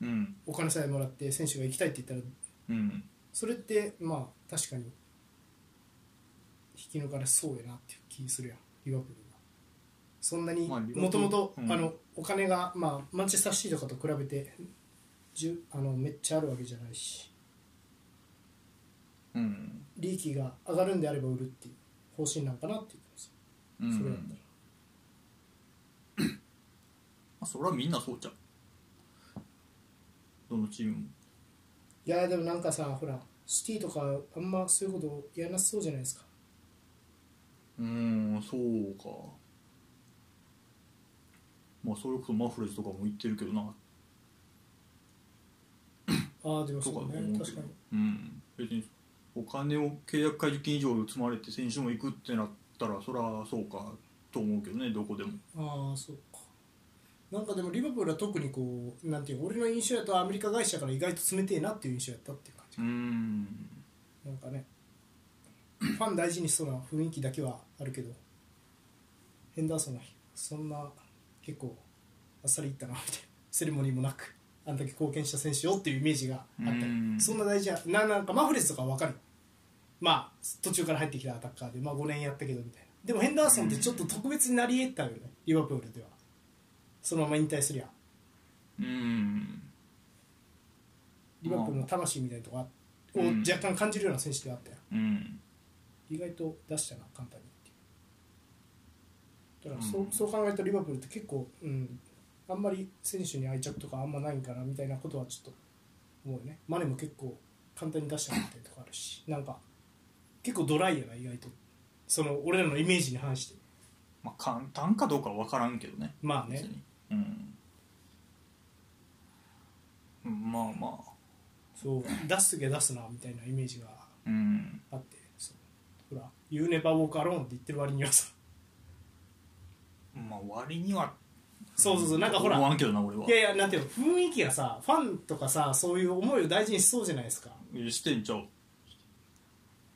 Speaker 1: ていう
Speaker 2: うん
Speaker 1: お金さえもらって選手が行きたいって言ったら
Speaker 2: うん
Speaker 1: それってまあ確かに引き抜かれそうやなっていう気するやんリバプールがそんなに
Speaker 2: まあリバプール
Speaker 1: もともと
Speaker 2: うん
Speaker 1: お金が、まあ、マンチェスターシティとかと比べてじゅあのめっちゃあるわけじゃないし
Speaker 2: うん
Speaker 1: 利益が上がるんであれば売るっていう方針なんかなっていう気がする
Speaker 2: うん
Speaker 1: それだったら、
Speaker 2: まあ、それはみんなそうじゃんどのチームも
Speaker 1: いやでもなんかさほらシティとかあんまそういうことやらなさそうじゃないですか
Speaker 2: うーんそうかまあそれこそマフレスとかも言ってるけどな
Speaker 1: ああでも
Speaker 2: と
Speaker 1: そ
Speaker 2: か
Speaker 1: う
Speaker 2: 思
Speaker 1: だ
Speaker 2: う
Speaker 1: ね
Speaker 2: け
Speaker 1: 確
Speaker 2: ど
Speaker 1: かに
Speaker 2: うん別にお金を契約解除金以上積まれて選手も行くってなったらそりゃそうかと思うけどねどこでも
Speaker 1: ああそうかなんかでもリバプールは特にこうなんていうの俺の印象やとアメリカ会社から意外と冷てえなっていう印象やったっていう感じ
Speaker 2: うーん
Speaker 1: なんかねファン大事にしそうな雰囲気だけはあるけどヘンダーソンはそんな結構あっさりいったなみたいなセレモニーもなくあんだけ貢献した選手をっていうイメージがあったり
Speaker 2: うん
Speaker 1: そんな大事やななんかマフレスとかは分かるまあ途中から入ってきたアタッカーで、まあ、5年やったけどみたいなでもヘンダーソンってちょっと特別になり得たよねリバプールではそのまま引退すりゃ
Speaker 2: うーん
Speaker 1: リバプールの魂みたいなとこはを
Speaker 2: うん
Speaker 1: 若干感じるような選手ではあったよ
Speaker 2: うん
Speaker 1: 意外と出したな簡単にっていうだからそう,、
Speaker 2: うん
Speaker 1: そう考えるとリバプールって結構、うん、あんまり選手に愛着とかあんまないんかなみたいなことはちょっと思うよねマネも結構簡単に出したなみたいなとこあるしなんか結構ドライやな意外とその俺らのイメージに反して
Speaker 2: まあ簡単かどうかは分からんけどね
Speaker 1: まあ
Speaker 2: 別
Speaker 1: ね
Speaker 2: にうんうんまあまあ
Speaker 1: そう出す時は出すなみたいなイメージが
Speaker 2: うん
Speaker 1: あってそうほら「You never walk alone」って言ってる割にはさ
Speaker 2: まあ割には
Speaker 1: そうそうそうなんかほら
Speaker 2: 思わんけどな俺はい
Speaker 1: やいやなんていうの雰囲気がさファンとかさそういう思いを大事にしそうじゃないですか
Speaker 2: いやしてんちゃう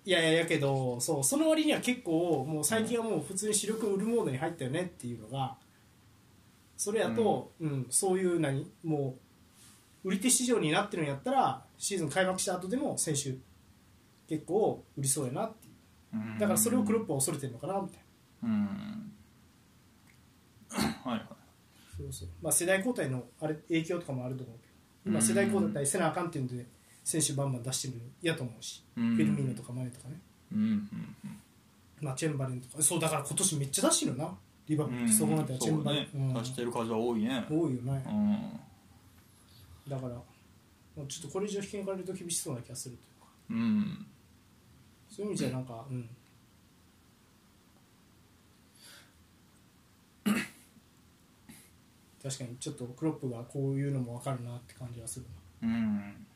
Speaker 1: いやいややけどそうその割には結構もう最近はもう普通に主力売るモードに入ったよねっていうのがそれやと、うんそういう何もう売り手市場になってるんやったらシーズン開幕した後でも選手結構売りそうやなっていう
Speaker 2: うん
Speaker 1: だからそれをクロップは恐れてるのかなみたいな
Speaker 2: うんはいはい
Speaker 1: そうそうまあ、世代交代のあれ影響とかもあると思うけど今世代交代せなあかんっていうんで選手バンバン出してるやと思うし
Speaker 2: う
Speaker 1: フ
Speaker 2: ん
Speaker 1: ィルミーノとかマネとかね
Speaker 2: うんうん
Speaker 1: まあ、チェンバレンとかそうだから今年めっちゃ出してるよなリバプ
Speaker 2: う
Speaker 1: ー
Speaker 2: ん
Speaker 1: ル、
Speaker 2: うん
Speaker 1: そう考えたらチェ
Speaker 2: そ
Speaker 1: ン
Speaker 2: う
Speaker 1: バレン
Speaker 2: ね、
Speaker 1: うん
Speaker 2: 出してる数は多いね
Speaker 1: 多いよね
Speaker 2: う、ん
Speaker 1: だからもうちょっとこれ以上引き抜かれると厳しそうな気がするというか
Speaker 2: うん
Speaker 1: そういう意味じゃなんか うん、確かにちょっとクロップがこういうのも分かるなって感じがするな
Speaker 2: うん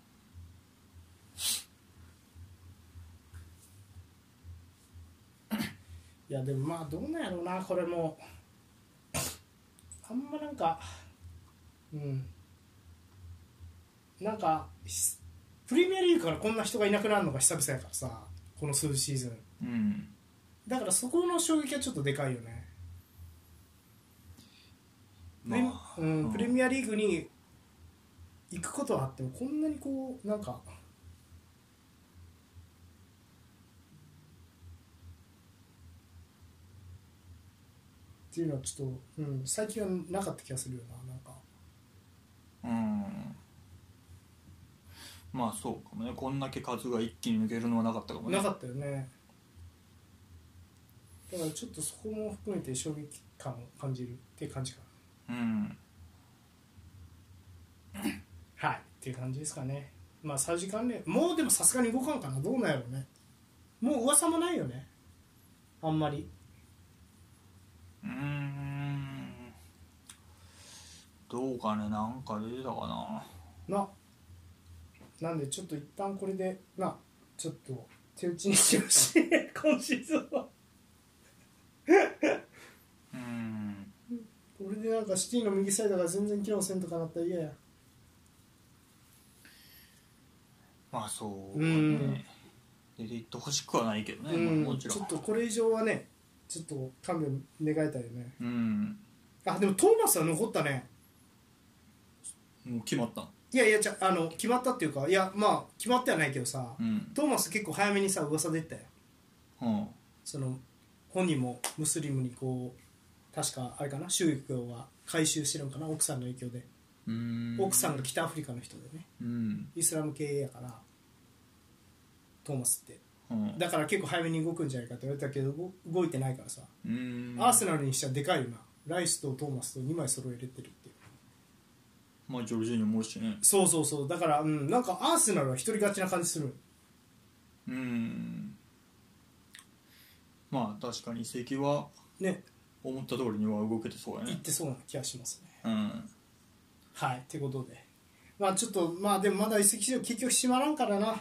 Speaker 1: いやでもまあどうなんやろうなこれもあんまなんかうんなんかひプレミアリーグからこんな人がいなくなるのが久々やからさこの数シーズン
Speaker 2: うん
Speaker 1: だからそこの衝撃はちょっとでかいよね、プレミ
Speaker 2: まあ
Speaker 1: うん
Speaker 2: うん
Speaker 1: プレミアリーグに行くことはあってもこんなにこうなんかっていうのはちょっと、うん、最近はなかった気がするよななんか
Speaker 2: うんまあそうかもねこんだけ数が一気に抜けるのはなかったかもね
Speaker 1: なかったよねだからちょっとそこも含めて衝撃感を感じるっていう感じか
Speaker 2: うん
Speaker 1: なはいっていう感じですかねまあ3時間ねもうでもさすがに動かんかなどうなんやろうねもう噂もないよねあんまり
Speaker 2: うーんどうかねなんか出てたかな
Speaker 1: ななんでちょっと一旦これでなちょっと手打ちにしてほし い今シーズンは
Speaker 2: うん
Speaker 1: これでなんかシティの右サイドが全然機能せんとかなったら嫌や
Speaker 2: まあそう
Speaker 1: う
Speaker 2: か
Speaker 1: ん
Speaker 2: ね出ていってほしくはないけどね、
Speaker 1: うん
Speaker 2: まあも
Speaker 1: ち
Speaker 2: ちろ
Speaker 1: ょ
Speaker 2: ん
Speaker 1: っとこれ以上はねちょっと勘弁願いたいよね
Speaker 2: うん
Speaker 1: あでもトーマスは残ったね
Speaker 2: もう決まったの
Speaker 1: いやいやじゃあの決まったっていうかいやまあ決まってはないけどさ、
Speaker 2: うん
Speaker 1: トーマス結構早めにさ噂出てたよ
Speaker 2: うん
Speaker 1: その本人もムスリムにこう確かあれかな周囲教は回収してるのかな奥さんの影響で
Speaker 2: うーん
Speaker 1: 奥さんが北アフリカの人でね
Speaker 2: うん
Speaker 1: イスラム系やからトーマスって
Speaker 2: うん
Speaker 1: だから結構早めに動くんじゃないかって言われたけど動動いてないからさ、
Speaker 2: うーん
Speaker 1: アーセナルにしてはでかいよなライスとトーマスと2枚揃えれてるっていう
Speaker 2: まあジョルジーニョもおるしね
Speaker 1: そうそうそうだからうんなんかアーセナルは一人勝ちな感じする
Speaker 2: うんまあ確かに移籍は
Speaker 1: ね
Speaker 2: 思った通りには動けてそうや
Speaker 1: いっ
Speaker 2: ね
Speaker 1: てそうな気がしますね
Speaker 2: うん
Speaker 1: はいってことでまあちょっとまあでもまだ移籍市場結局閉まらんからな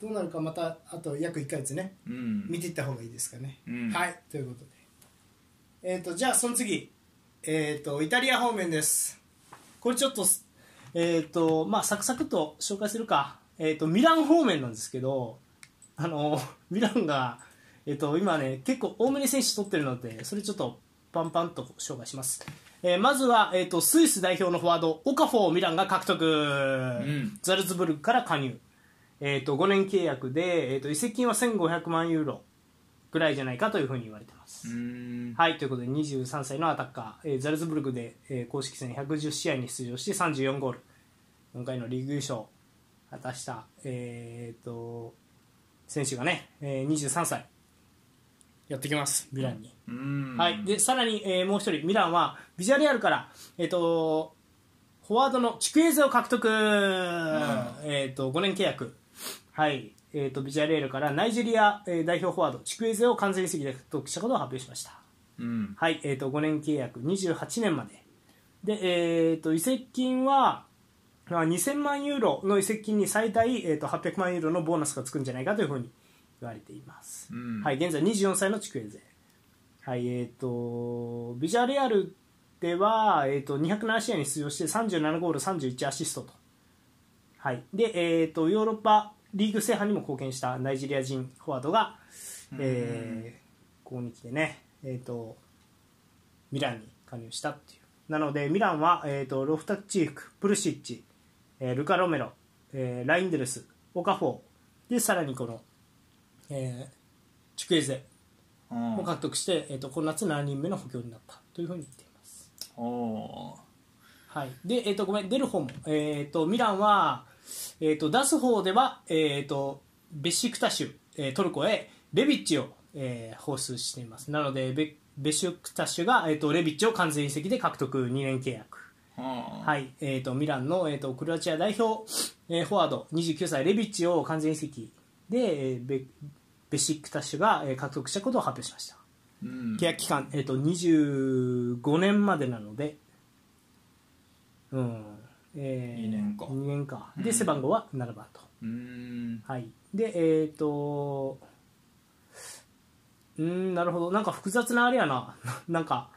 Speaker 1: どうなるかまたあと約1ヶ月ね
Speaker 2: うん
Speaker 1: 見ていった方がいいですかね、
Speaker 2: うん
Speaker 1: はいということでえっ、とじゃあその次えっ、とイタリア方面ですこれちょっとすえっ、とまあサクサクと紹介するかえっ、とミラン方面なんですけどあの ミランがえっ、と今ね結構多めに選手取ってるのでそれちょっとパンパンと紹介しますえーまずは、えー、とスイス代表のフォワードオカフォーをミランが獲得、
Speaker 2: ん
Speaker 1: ザルツブルクから加入、えー、と5年契約で、えー、と移籍金は1500万ユーロぐらいじゃないかというふうに言われてます、
Speaker 2: うん
Speaker 1: はいということで23歳のアタッカー、えーザルツブルクで、えー公式戦110試合に出場して34ゴール4回のリーグ優勝を果たした、えー、と選手がね、えー23歳やってきますミランに、
Speaker 2: うん
Speaker 1: はい、でさらに、えーもう一人ミランはビジャレアルから、えー、とフォワードのチクエゼを獲得、えー、と5年契約、はいえー、とビジャレアルからナイジェリア、えー代表フォワードチクエゼを完全移籍で獲得したことを発表しました、
Speaker 2: うん
Speaker 1: はいえー、と5年契約28年までで、えー、と移籍金はまあ2000万ユーロの移籍金に最大、えー、と800万ユーロのボーナスがつくんじゃないかというふうに言われています
Speaker 2: うん
Speaker 1: はい、現在24歳のチクエゼ、はいえー、とビジャレアルでは、えー、と207試合に出場して37ゴール31アシストと,、はいでえー、とヨーロッパリーグ制覇にも貢献したナイジェリア人フォワードが、えーここに来てね、えー、とミランに加入したっていうなのでミランは、えー、とロフタッチーフプルシッチ、えールカ・ロメロ、えーラインデルスオカフォーでさらにこの、えーチクエゼ
Speaker 2: うん
Speaker 1: も獲得して、えー、とこの夏7人目の補強になったというふうに言っています、
Speaker 2: おー
Speaker 1: はい、で、えー、とごめん出る方も、えー、とミランは、えー、と出す方では、えー、とベシクタシュ、えートルコへレビッチを、えー放出していますなのでベベシクタシュが、えー、とレビッチを完全移籍で獲得2年契約
Speaker 2: うん
Speaker 1: はい、えー、とミランの、えー、とクロアチア代表、えーフォワード29歳レビッチを完全移籍で、えーベベシックタッシュが、えー獲得したことを発表しました
Speaker 2: うん
Speaker 1: 契約期間、えー、と25年までなので、うんえー
Speaker 2: 二年か
Speaker 1: 二年かで、
Speaker 2: うん
Speaker 1: 背番号は7番と、
Speaker 2: うん
Speaker 1: はい、でえっ、とうーんなるほどなんか複雑なあれやな なんか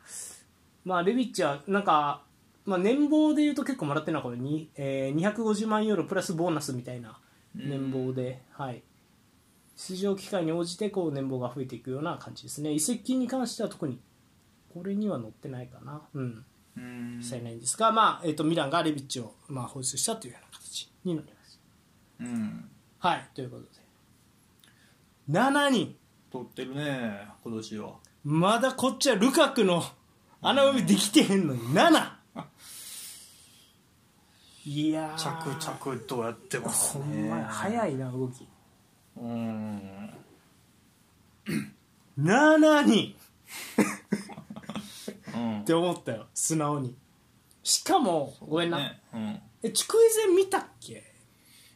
Speaker 1: まあレビッチはなんか、まあ、年俸で言うと結構もらってるのはこれに、えー250万ユーロプラスボーナスみたいな年俸で、はい出場機会に応じてこう年俸が増えていくような感じですね移籍金に関しては特にこれには載ってないかなうん
Speaker 2: うん
Speaker 1: 記載ないんですが、まあえー、とミランがレビッチを、まあ、放出したというような形になります
Speaker 2: うん
Speaker 1: はい、ということで。7人
Speaker 2: 取ってるね今年は
Speaker 1: まだこっちはルカクの穴埋めできてへんのに7いや
Speaker 2: 着々とやってます
Speaker 1: ほ
Speaker 2: ね
Speaker 1: んまや早
Speaker 2: い
Speaker 1: いな動き
Speaker 2: うん
Speaker 1: 7に
Speaker 2: うん
Speaker 1: って思ったよ素直にしかもごめんな、
Speaker 2: ねうん
Speaker 1: え地区イ見たっけ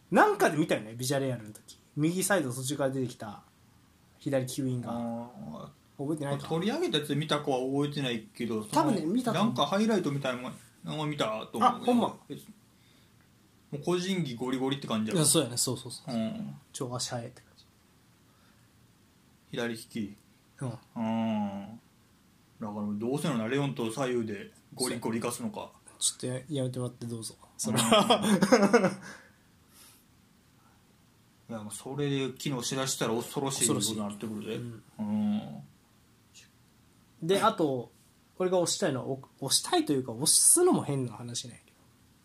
Speaker 1: なんかで見たよねビジャレアルの時右サイド途中から出てきた左キウインが、
Speaker 2: あ
Speaker 1: 覚えてない
Speaker 2: ー
Speaker 1: か
Speaker 2: 取り上げたやつ見たかは覚えてないけどその
Speaker 1: 多分ね見たと
Speaker 2: な
Speaker 1: 思うん
Speaker 2: かハイライトみたいなのも見たと思う
Speaker 1: あほんま
Speaker 2: 別にもう個人技ゴリゴリって感じ
Speaker 1: い
Speaker 2: や
Speaker 1: や
Speaker 2: ろ
Speaker 1: そうやねそうそうそう
Speaker 2: うん
Speaker 1: 超足早いって
Speaker 2: 左利き
Speaker 1: 感じうん
Speaker 2: うんだからどうせのなレオンと左右でゴリゴリ生かすのか
Speaker 1: ちょっとやめてもらってどうぞそ
Speaker 2: そ
Speaker 1: れ
Speaker 2: れはいやもうそれで機能しだしたら恐ろしいことになってくるで
Speaker 1: うん
Speaker 2: うん
Speaker 1: であとこれが押したいのはお押したいというか押すのも変な話なんやけ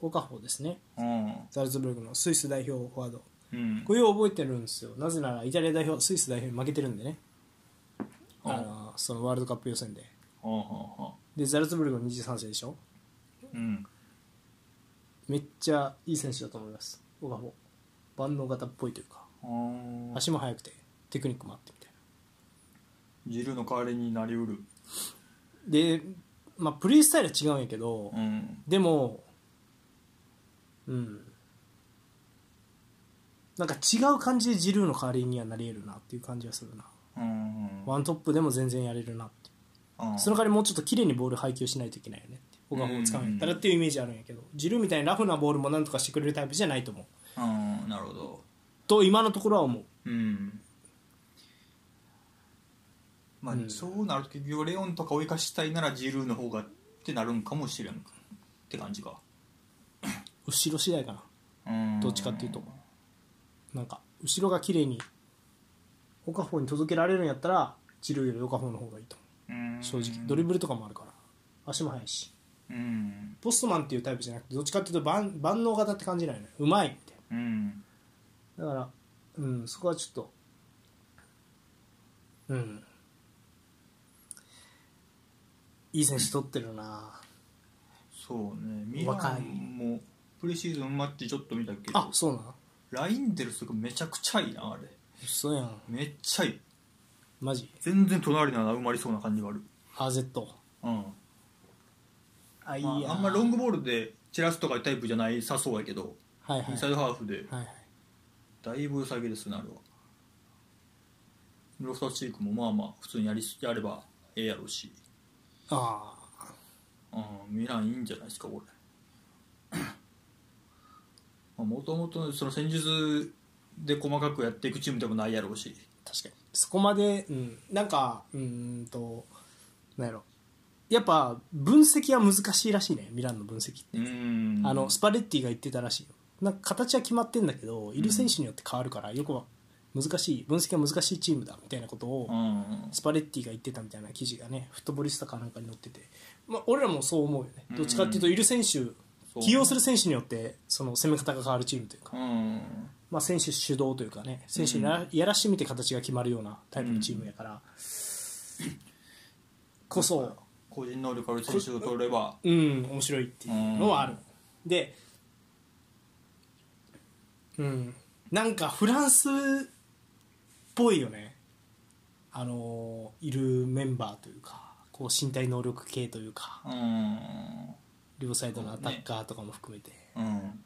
Speaker 1: どオカホですね
Speaker 2: うん
Speaker 1: ザルツブルクのスイス代表フォワード
Speaker 2: うん
Speaker 1: これを覚えてるんですよなぜならイタリア代表スイス代表に負けてるんでねあのそのワールドカップ予選で
Speaker 2: うんうん
Speaker 1: でザルツブルクの23歳でしょ
Speaker 2: うん
Speaker 1: めっちゃいい選手だと思いますオカホ万能型っぽいというか
Speaker 2: うん
Speaker 1: 足も速くてテクニックもあってみたいな
Speaker 2: ジルーの代わりになりうる
Speaker 1: で、まあ、プレイスタイルは違うんやけど、
Speaker 2: うん
Speaker 1: でもうんなんか違う感じでジルーの代わりにはなり得るなっていう感じはするな
Speaker 2: うん
Speaker 1: ワントップでも全然やれるなって
Speaker 2: うん
Speaker 1: その代わりもうちょっと綺麗にボール配球しないといけないよねってオカホを使うんやったらっていうイメージあるんやけどジルーみたいにラフなボールもなんとかしてくれるタイプじゃないと思う
Speaker 2: うんなるほど
Speaker 1: と今のところは思う
Speaker 2: うんまあ、
Speaker 1: うん
Speaker 2: そうなると結局レオンとかを生かしたいならジルーの方がってなるんかもしれんって感じか
Speaker 1: 後ろ次第かな
Speaker 2: うん
Speaker 1: どっちかっていうとなんか後ろが綺麗にオカホに届けられるんやったらジルーよりオカホの方がいいと思
Speaker 2: うん
Speaker 1: う正直ドリブルとかもあるから足も速いし
Speaker 2: うん
Speaker 1: ポストマンっていうタイプじゃなくてどっちかっていうと万万能型って感じなんよねうまいみたい
Speaker 2: うん
Speaker 1: なだから、うん、そこはちょっとうんいい選手取ってるな
Speaker 2: そうねミラ
Speaker 1: 若い
Speaker 2: ンもプレシーズンマッチちょっと見たけ
Speaker 1: あ
Speaker 2: ど
Speaker 1: そうなの
Speaker 2: ラインデルスがめちゃくちゃいいなあれ
Speaker 1: そうやん
Speaker 2: めっちゃいい
Speaker 1: マジ
Speaker 2: 全然隣なら埋まりそうな感じがある
Speaker 1: RZ
Speaker 2: うん
Speaker 1: あいいや
Speaker 2: まあ、あんまロングボールで散らすとかいうタイプじゃないさそうやけど、
Speaker 1: はいはい
Speaker 2: イン
Speaker 1: は
Speaker 2: サイドハーフで
Speaker 1: いはい
Speaker 2: だいぶ下げですなるわロフトチークもまあまあ普通にやりやればええやろうし、
Speaker 1: ああ
Speaker 2: うん、ミランいいんじゃないですかこ れもともと戦術で細かくやっていくチームでもないやろうし
Speaker 1: 確かにそこまで、うん、なんかうーんとなんやろやっぱ分析は難しいらしいねミランの分析って
Speaker 2: うん
Speaker 1: あのスパレッティが言ってたらしいよなんか形は決まってんだけどいる選手によって変わるからよくは難しい分析は難しいチームだみたいなこと
Speaker 2: う
Speaker 1: を
Speaker 2: ん
Speaker 1: スパレッティが言ってたみたいな記事がねフットボリスタかなんかに載ってて、まあ、俺らもそう思うよねどっちかっていうといる選手
Speaker 2: そう
Speaker 1: 起用する選手によってその攻め方が変わるチームというか
Speaker 2: う、ん
Speaker 1: まあ、選手主導というかね選手にやらやらしてみて形が決まるようなタイプのチームやから、こそ
Speaker 2: 個人能力ある選手を取れば
Speaker 1: うん面白いっていうのはある、でうんなんかフランスっぽいよねあのいるメンバーというかこう身体能力系というか
Speaker 2: うん
Speaker 1: 両サイドのアタッカーとかも含めて、
Speaker 2: うん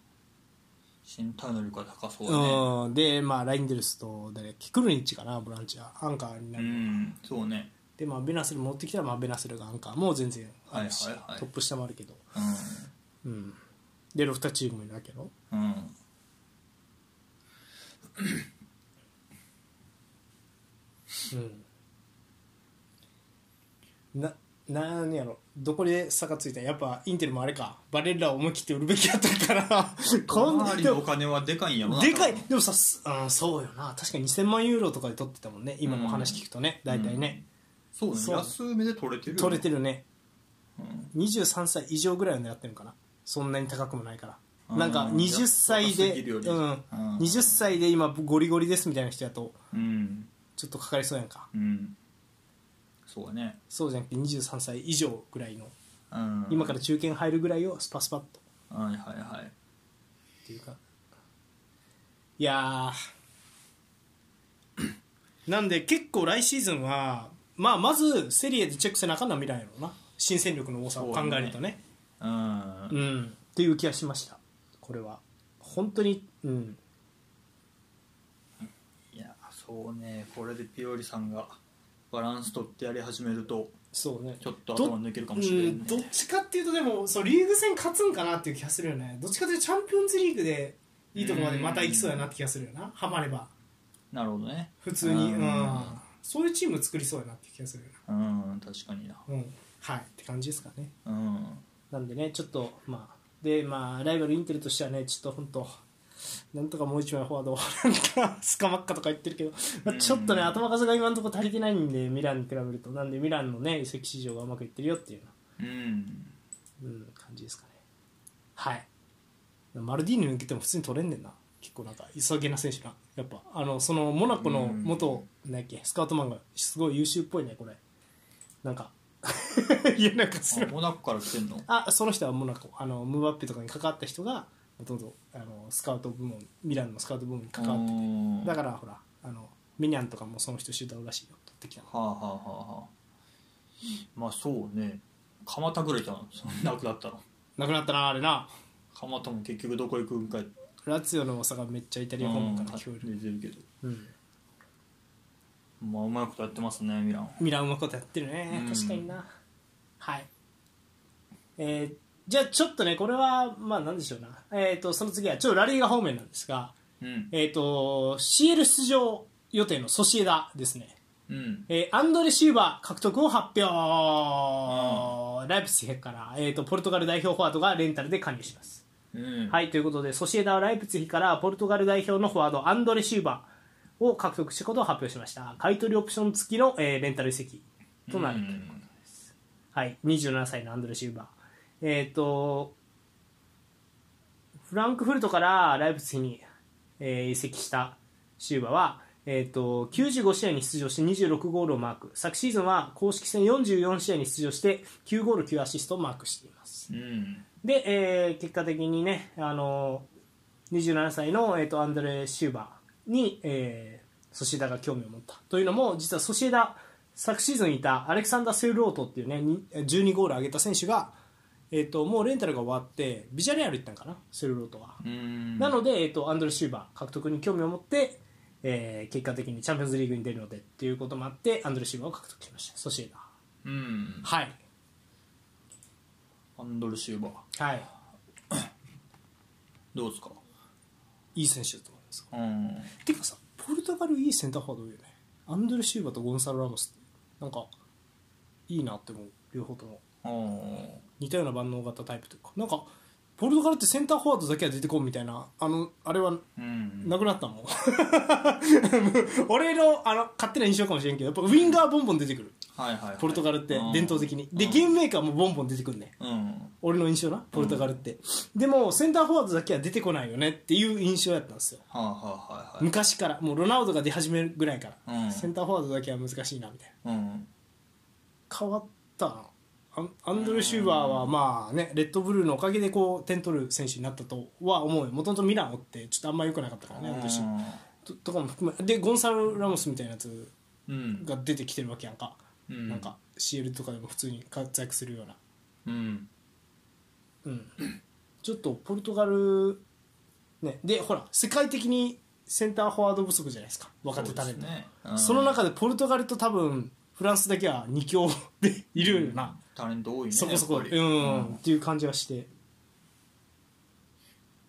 Speaker 2: 身体能力が高そうだね
Speaker 1: うんでまあラインデルスと誰だっけクルニッチかなボランチはアンカーにな
Speaker 2: う
Speaker 1: る、
Speaker 2: んそうね
Speaker 1: でまあベナセル持ってきたら、まあ、ベナセルがアンカーもう全然あるし、
Speaker 2: はいはいはい
Speaker 1: トップ下もあるけど、
Speaker 2: うん
Speaker 1: うん、でロフタチームもいるわけど
Speaker 2: うん
Speaker 1: ななんやろどこで差がついたんやっぱインテルもあれかバレッラを思い切って売るべきやったからこんな
Speaker 2: 周り
Speaker 1: で
Speaker 2: のお
Speaker 1: も
Speaker 2: 金はでかいんやろな
Speaker 1: でかい
Speaker 2: 多分
Speaker 1: でもさ、すうん、そうよな確かに2000万ユーロとかで取ってたもんね今のお話聞くとね、大体ね、
Speaker 2: そうね
Speaker 1: そう
Speaker 2: 安めで取れてるよね
Speaker 1: 取れてるね
Speaker 2: うん
Speaker 1: 23歳以上ぐらいを狙ってるのかなそんなに高くもないから
Speaker 2: うん
Speaker 1: なんか20歳
Speaker 2: 安
Speaker 1: で、
Speaker 2: すぎるより
Speaker 1: うん
Speaker 2: うん
Speaker 1: 20歳で今ゴリゴリですみたいな人やと
Speaker 2: うん
Speaker 1: ちょっとかかりそうやんか
Speaker 2: うんそうだね
Speaker 1: そうじゃなくて23歳以上ぐらいの
Speaker 2: うん
Speaker 1: 今から中堅入るぐらいをスパスパッと
Speaker 2: はいはいはい
Speaker 1: っていうかいやーなんで結構来シーズンは、まあ、まずセリエでチェックせなあかんな未来やろうな新戦力の多さを考えるとね
Speaker 2: うん
Speaker 1: うんっていう気がしましたこれは本当にうん
Speaker 2: いやそうねこれでピオリさんがバランス取ってやり始めると
Speaker 1: そうね
Speaker 2: ちょっと頭抜けるかもしれない、ね
Speaker 1: うん、どっちかっていうとでもそうリーグ戦勝つんかなっていう気がするよねどっちかというとチャンピオンズリーグでいいとこまでまた行きそうやなって気がするよなハマれば
Speaker 2: なるほどね
Speaker 1: 普通に
Speaker 2: う
Speaker 1: うんんそういうチーム作りそうやなって気がするよ
Speaker 2: うん確かにな
Speaker 1: なうんはいって感じですかね
Speaker 2: うん
Speaker 1: なんでねちょっとまあでまあライバルインテルとしてはねちょっと本当なんとかもう一枚フォワードをなんかスカマッカとか言ってるけど、まあ、ちょっとね
Speaker 2: うん
Speaker 1: 頭数が今のところ足りてないんでミランに比べるとなんでミランのね移籍市場がうまくいってるよっていう
Speaker 2: うん
Speaker 1: うん、感じですかねはいマルディーニ抜けても普通に取れんねんな結構なんか急げな選手なやっぱあのそのモナコの元なんやっけスカウトマンがすごい優秀っぽいねこれなんか いやなんかす
Speaker 2: あモナコから来てんの
Speaker 1: あその人はモナコあのムーバッペとかに関わった人がもともとあのスカウト部門ミランのスカウト部門に関わってて
Speaker 2: うん
Speaker 1: だからほらあのミニャンとかもその人集団らしいよ取ってきたの
Speaker 2: はあはあはあはあまあそうね蒲田ぐらいじゃんそんなくなったら
Speaker 1: なくなったなあれな
Speaker 2: 蒲田も結局どこ行くんかい
Speaker 1: ラツィオの大阪めっちゃイタリア本部から聞こえる、
Speaker 2: 出てるけど
Speaker 1: うん
Speaker 2: まあうまいことやってますねミラン
Speaker 1: ミランうまいことやってるね、
Speaker 2: うん
Speaker 1: 確かになはいえーじゃあちょっとねこれはまあなんでしょうなえっ、とその次はちょっとラリーガ方面なんですが
Speaker 2: うん
Speaker 1: えっ、と CL 出場予定のソシエダですね、
Speaker 2: うん
Speaker 1: えーアンドレ・シューバー獲得を発表、ライプツィヒから、えー、とポルトガル代表フォワードがレンタルで加入します
Speaker 2: うん
Speaker 1: はい、ということで、ソシエダはライプツィヒからポルトガル代表のフォワード、アンドレ・シューバーを獲得したことを発表しました。買い取りオプション付きの、えーレンタル移籍となるということです。はい、27歳のアンドレ・シューバー。えっ、と、フランクフルトからライプツィヒに、えー移籍したシューバーは、えー、と95試合に出場して26ゴールをマーク昨シーズンは公式戦44試合に出場して9ゴール9アシストをマークしています
Speaker 2: うん
Speaker 1: で、えー結果的にね、あの27歳の、えー、とアンドレ・シューバーに、えーソシエダが興味を持ったというのも実はソシエダ昨シーズンいたアレクサンダー・セルロートっていうねに12ゴール上げた選手が、えー、ともうレンタルが終わってビジャレアル行ったんかなセルロートは、
Speaker 2: うん
Speaker 1: なので、えー、とアンドレ・シューバー獲得に興味を持って、えー結果的にチャンピオンズリーグに出るのでっていうこともあってアンドレ・シューバーを獲得しましたソシエダ
Speaker 2: うん
Speaker 1: はい
Speaker 2: アンドルシューバー
Speaker 1: はい
Speaker 2: どうですか
Speaker 1: いい選手だと思います
Speaker 2: うん
Speaker 1: てかさポルトガルいいセンターフォワード多いよねアンドレ・シューバとゴンサロ・ラモスってなんかいいなって思う両方とも
Speaker 2: うん
Speaker 1: 似たような万能型タイプというかなんかポルトガルってセンターフォワードだけは出てこんみたいなあのあれは
Speaker 2: うん
Speaker 1: なくなったもん俺のあの勝手な印象かもしれんけどやっぱウィンガーボンボン出てくる
Speaker 2: はいはいはい
Speaker 1: ポルトガルって
Speaker 2: うん
Speaker 1: 伝統的にで
Speaker 2: うん
Speaker 1: ゲームメーカーもボンボン出てくるね
Speaker 2: うん
Speaker 1: 俺の印象なポルトガルって、でもセンターフォワードだけは出てこないよねっていう印象やったんですよ
Speaker 2: はあはあはい
Speaker 1: 昔からもうロナウドが出始めるぐらいから、
Speaker 2: うん
Speaker 1: センターフォワードだけは難しいなみたいな
Speaker 2: はいうん
Speaker 1: 変わったなアンアンドレ・シューバーはまあねレッドブルーのおかげでこう点取る選手になったとは思うよもともとミランおってちょっとあんま良くなかったからねアンドレ・シューバーととかも含めでゴンサル・ラモスみたいなやつ
Speaker 2: うん
Speaker 1: が出てきてるわけやんか、
Speaker 2: うん
Speaker 1: なんか CL とかでも普通に活躍するような
Speaker 2: うん
Speaker 1: うん、ちょっとポルトガル、ね、でほら世界的にセンターフォワード不足じゃないですか若手タレント
Speaker 2: そうですねう
Speaker 1: そ,、
Speaker 2: ん
Speaker 1: の中でポルトガルと多分フランスだけは2強でいるよな、
Speaker 2: タレント多いね
Speaker 1: そこそこ
Speaker 2: やっ
Speaker 1: う
Speaker 2: ぱ
Speaker 1: ん、
Speaker 2: り
Speaker 1: っていう感じがして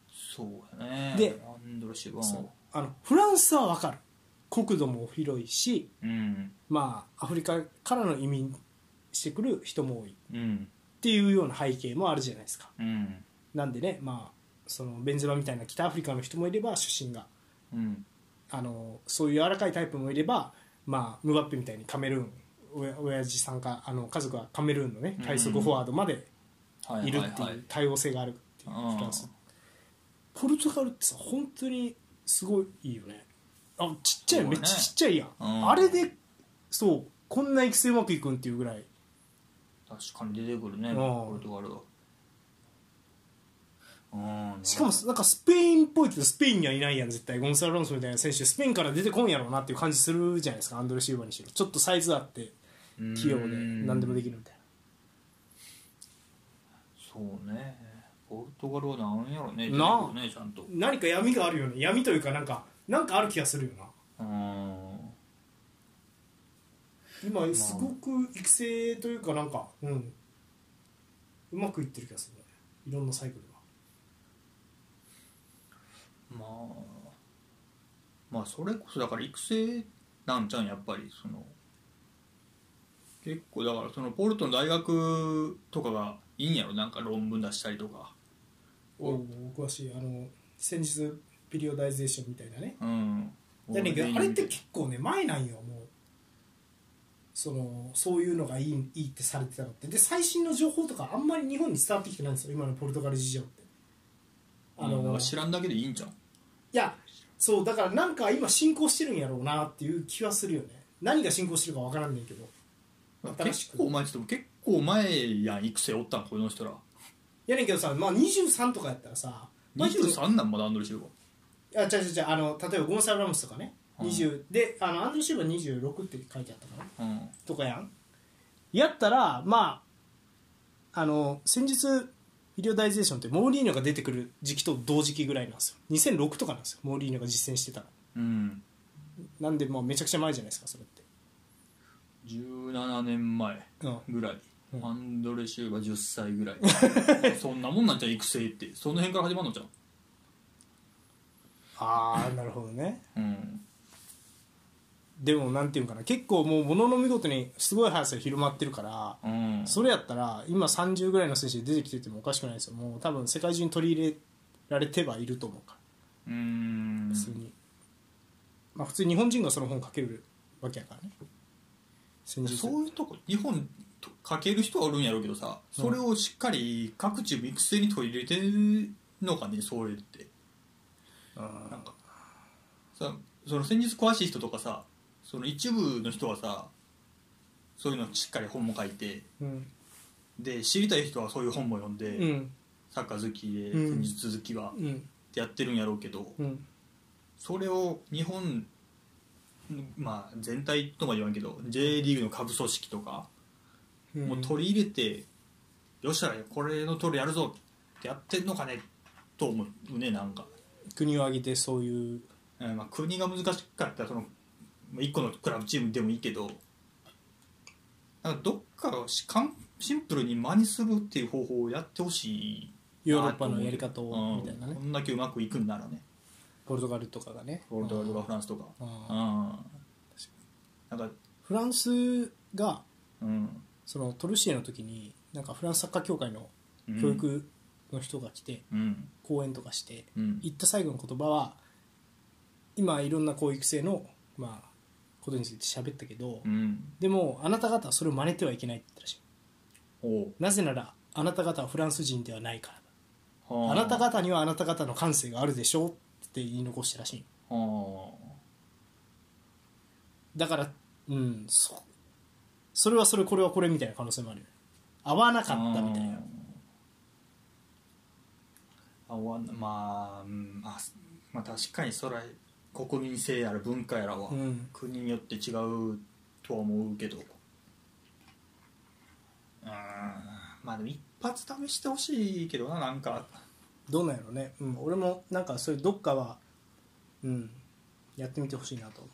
Speaker 2: そうやね
Speaker 1: で
Speaker 2: アンドルシューバ
Speaker 1: そ
Speaker 2: ー
Speaker 1: うあのフランスは分かる国土も広いし、
Speaker 2: うん
Speaker 1: まあ、アフリカからの移民してくる人も多いっ
Speaker 2: うん
Speaker 1: ていうような背景もあるじゃないですか
Speaker 2: うん
Speaker 1: なんでね、まあ、そのベンゼマみたいな北アフリカの人もいれば出身が
Speaker 2: うん
Speaker 1: あのそういう柔らかいタイプもいれば、まあ、ムバッペみたいにカメルーンおや親父さんかあの家族はカメルーンのね
Speaker 2: うん
Speaker 1: 快速フォワードまで
Speaker 2: はい
Speaker 1: るって
Speaker 2: はいはい
Speaker 1: いう多様性があるっていう
Speaker 2: うん
Speaker 1: フランスポルトガルってさ本当にすごいいいよねあちっちゃい
Speaker 2: そう
Speaker 1: め
Speaker 2: ね
Speaker 1: っちゃちっちゃいやん、
Speaker 2: うん
Speaker 1: あれでそうこんな育成うまくいくんっていうぐらい
Speaker 2: 確かに出てくるね
Speaker 1: うん
Speaker 2: ポルトガルはうん
Speaker 1: しかもなんかスペインっぽいけどスペインにはいないやん絶対ゴンサル・ロンソみたいな選手スペインから出てこんやろうなっていう感じするじゃないですかアンドレ・シーバーにしろちょっとサイズあって器用で何でもでき
Speaker 2: る
Speaker 1: るみたいな
Speaker 2: そうねポルトガルはなんやろね
Speaker 1: なあ
Speaker 2: 出てくるねちゃんと
Speaker 1: 何か闇があるよね闇というかなんかなんかある気がするよな
Speaker 2: うん
Speaker 1: 今すごく育成というかなんかうんうまくいってる気がするねいろんなサイクルが
Speaker 2: まあまあそれこそだから育成なんじゃんやっぱりその結構だからそのポルトの大学とかがいいんやろなんか論文出したりとか
Speaker 1: おお詳しいあの先日ピリオダイゼーションみたいなね
Speaker 2: うん
Speaker 1: だねんけどあれって結構ね前なんよもうそのそういうのがいいいいってされてたのってで最新の情報とかあんまり日本に伝わってきてないんですよ今のポルトガル事情ってあの、
Speaker 2: うんなんか
Speaker 1: い
Speaker 2: 知らんだけでいいんじゃん
Speaker 1: やそうだからなんか今進行してるんやろうなっていう気はするよね何が進行してるかわからんねんけど新し
Speaker 2: 結
Speaker 1: く
Speaker 2: 構前っつっても結構前やん育成おったんこの人ら
Speaker 1: やねんけどさ、まあ、23とかやったらさ
Speaker 2: 23なんまだアンドレシルバ
Speaker 1: あ違う違う違うあの例えばゴンサル・ラモスとかね
Speaker 2: うん
Speaker 1: 20、であのアンドレ・シルバー26って書いてあったかな
Speaker 2: うん
Speaker 1: とかやんやったらまああの先日医療ダイゼーションってモーリーニョが出てくる時期と同時期ぐらいなんですよ2006とかなんですよモーリーニョが実践してたら
Speaker 2: うん
Speaker 1: なんでもうめちゃくちゃ前じゃないですかそれって
Speaker 2: 17年前
Speaker 1: うん
Speaker 2: ぐらい、
Speaker 1: うん
Speaker 2: アンドレ・シューバー10歳ぐらい そんなもんなんじゃん育成ってその辺から始まるのじゃん
Speaker 1: ああなるほどね
Speaker 2: うん
Speaker 1: でもなんていうんかな結構もう物の見事にすごい速さで広まってるから
Speaker 2: うん
Speaker 1: それやったら今30ぐらいの選手で出てきててもおかしくないですよもう多分世界中に取り入れられてはいると思うから
Speaker 2: うーん
Speaker 1: 普通に、まあ普通に日本人がその本書けるわけやからね先日
Speaker 2: そういうとこ日本とかける人はおるんやろうけどさそれをしっかり各チーム育成に取り入れてるのかねそれって
Speaker 1: うん
Speaker 2: なんかさその先日詳しい人とかさその一部の人はさそういうのしっかり本も書いて
Speaker 1: うん
Speaker 2: で知りたい人はそういう本も読んで、
Speaker 1: うん
Speaker 2: サッカー好きで
Speaker 1: うん
Speaker 2: 戦術好きはっ
Speaker 1: うん
Speaker 2: てやってるんやろうけど、
Speaker 1: うん
Speaker 2: それを日本まあ全体とは言わんけど J リーグの下部組織とか
Speaker 1: うん
Speaker 2: もう取り入れて、よっしゃこれの通りやるぞってやってんのかねと思うねなんか、
Speaker 1: 国を挙げてそういう
Speaker 2: えーまあ、国が難しかったらその1個のクラブチームでもいいけどなんかどっかをしかんシンプルに真似するっていう方法をやってほしい
Speaker 1: ヨーロッパのやり方
Speaker 2: う
Speaker 1: を
Speaker 2: ん
Speaker 1: みたいなね
Speaker 2: こんだけうまくいくんならね
Speaker 1: ポルトガルとかがね
Speaker 2: ポルトガルとかフランスとか
Speaker 1: うん
Speaker 2: うんなんか
Speaker 1: フランスが
Speaker 2: うん
Speaker 1: そのトルシエの時になんかフランスサッカー協会の
Speaker 2: うん
Speaker 1: 教育の人が来て
Speaker 2: うん
Speaker 1: 講演とかして
Speaker 2: うん
Speaker 1: 言った最後の言葉は今いろんなこう育成のまあことについて喋ったけど、
Speaker 2: うん
Speaker 1: でもあなた方はそれを真似てはいけないって言ったらしい
Speaker 2: おう
Speaker 1: なぜならあなた方はフランス人ではないからだ
Speaker 2: は
Speaker 1: あなた方にはあなた方の感性があるでしょうって言い残したらしい
Speaker 2: は
Speaker 1: だからうんそそれはそれこれはこれみたいな可能性もあるよね合わな
Speaker 2: あ
Speaker 1: かったみたいな
Speaker 2: あわなまあ、うん、あすまあ確かにそら国民性やら文化やらは、
Speaker 1: うん
Speaker 2: 国によって違うとは思うけどうんまあでも一発試してほしいけどななんか
Speaker 1: どうなんやろうね、うん、俺もなんかそういうどっかはうんやってみてほしいなと思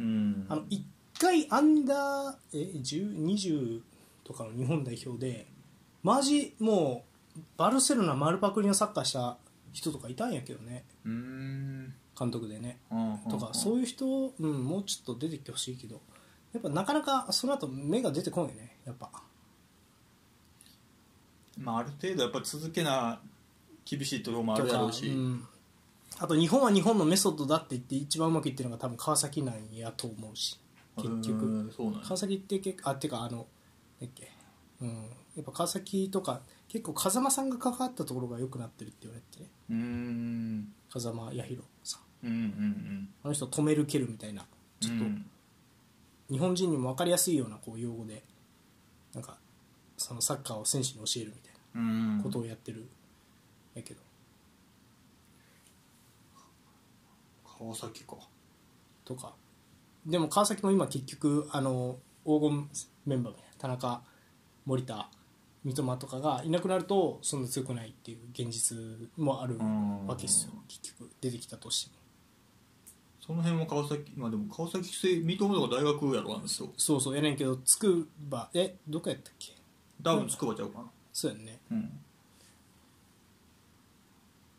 Speaker 1: う
Speaker 2: うん
Speaker 1: あの1回アンダーえ10 20とかの日本代表でマジもうバルセロナ丸パクリのサッカーした人とかいたんやけどね
Speaker 2: うん
Speaker 1: 監督でねと
Speaker 2: と
Speaker 1: かそういう人、うん、もうちょっと出てきてほしいけどやっぱなかなかその後目が出てこんよねやっぱ
Speaker 2: まあ、ある程度やっぱ続けな厳しいところもあるだろうし、
Speaker 1: とかうんあと日本は日本のメソッドだって言って一番うまくいってるのが多分川崎なんやと思うし結局
Speaker 2: うんそうなんや
Speaker 1: 川崎って結構あてかあのだっけうんやっぱ川崎とか結構風間さんが関わったところが良くなってるって言われてね
Speaker 2: うーん
Speaker 1: 風間彌弘さん
Speaker 2: うんうん
Speaker 1: あの人止める蹴るみたいな
Speaker 2: うん
Speaker 1: ちょっと
Speaker 2: うん
Speaker 1: 日本人にも分かりやすいようなこう用語でなんかそのサッカーを選手に教えるみたい
Speaker 2: うん
Speaker 1: なことをやってるやけど、
Speaker 2: 川崎か
Speaker 1: とかでも川崎も今結局あの黄金メンバーみたいな田中森田三笘とかがいなくなるとそんな強くないっていう現実もある
Speaker 2: ん
Speaker 1: わけですよ結局出てきたとしても
Speaker 2: その辺も川崎まあでも川崎生三笘とか大学やろあの人
Speaker 1: そうそうやねんけどつくばえどこやったっけ
Speaker 2: 多分筑波ちゃうかな
Speaker 1: そうやんね
Speaker 2: うん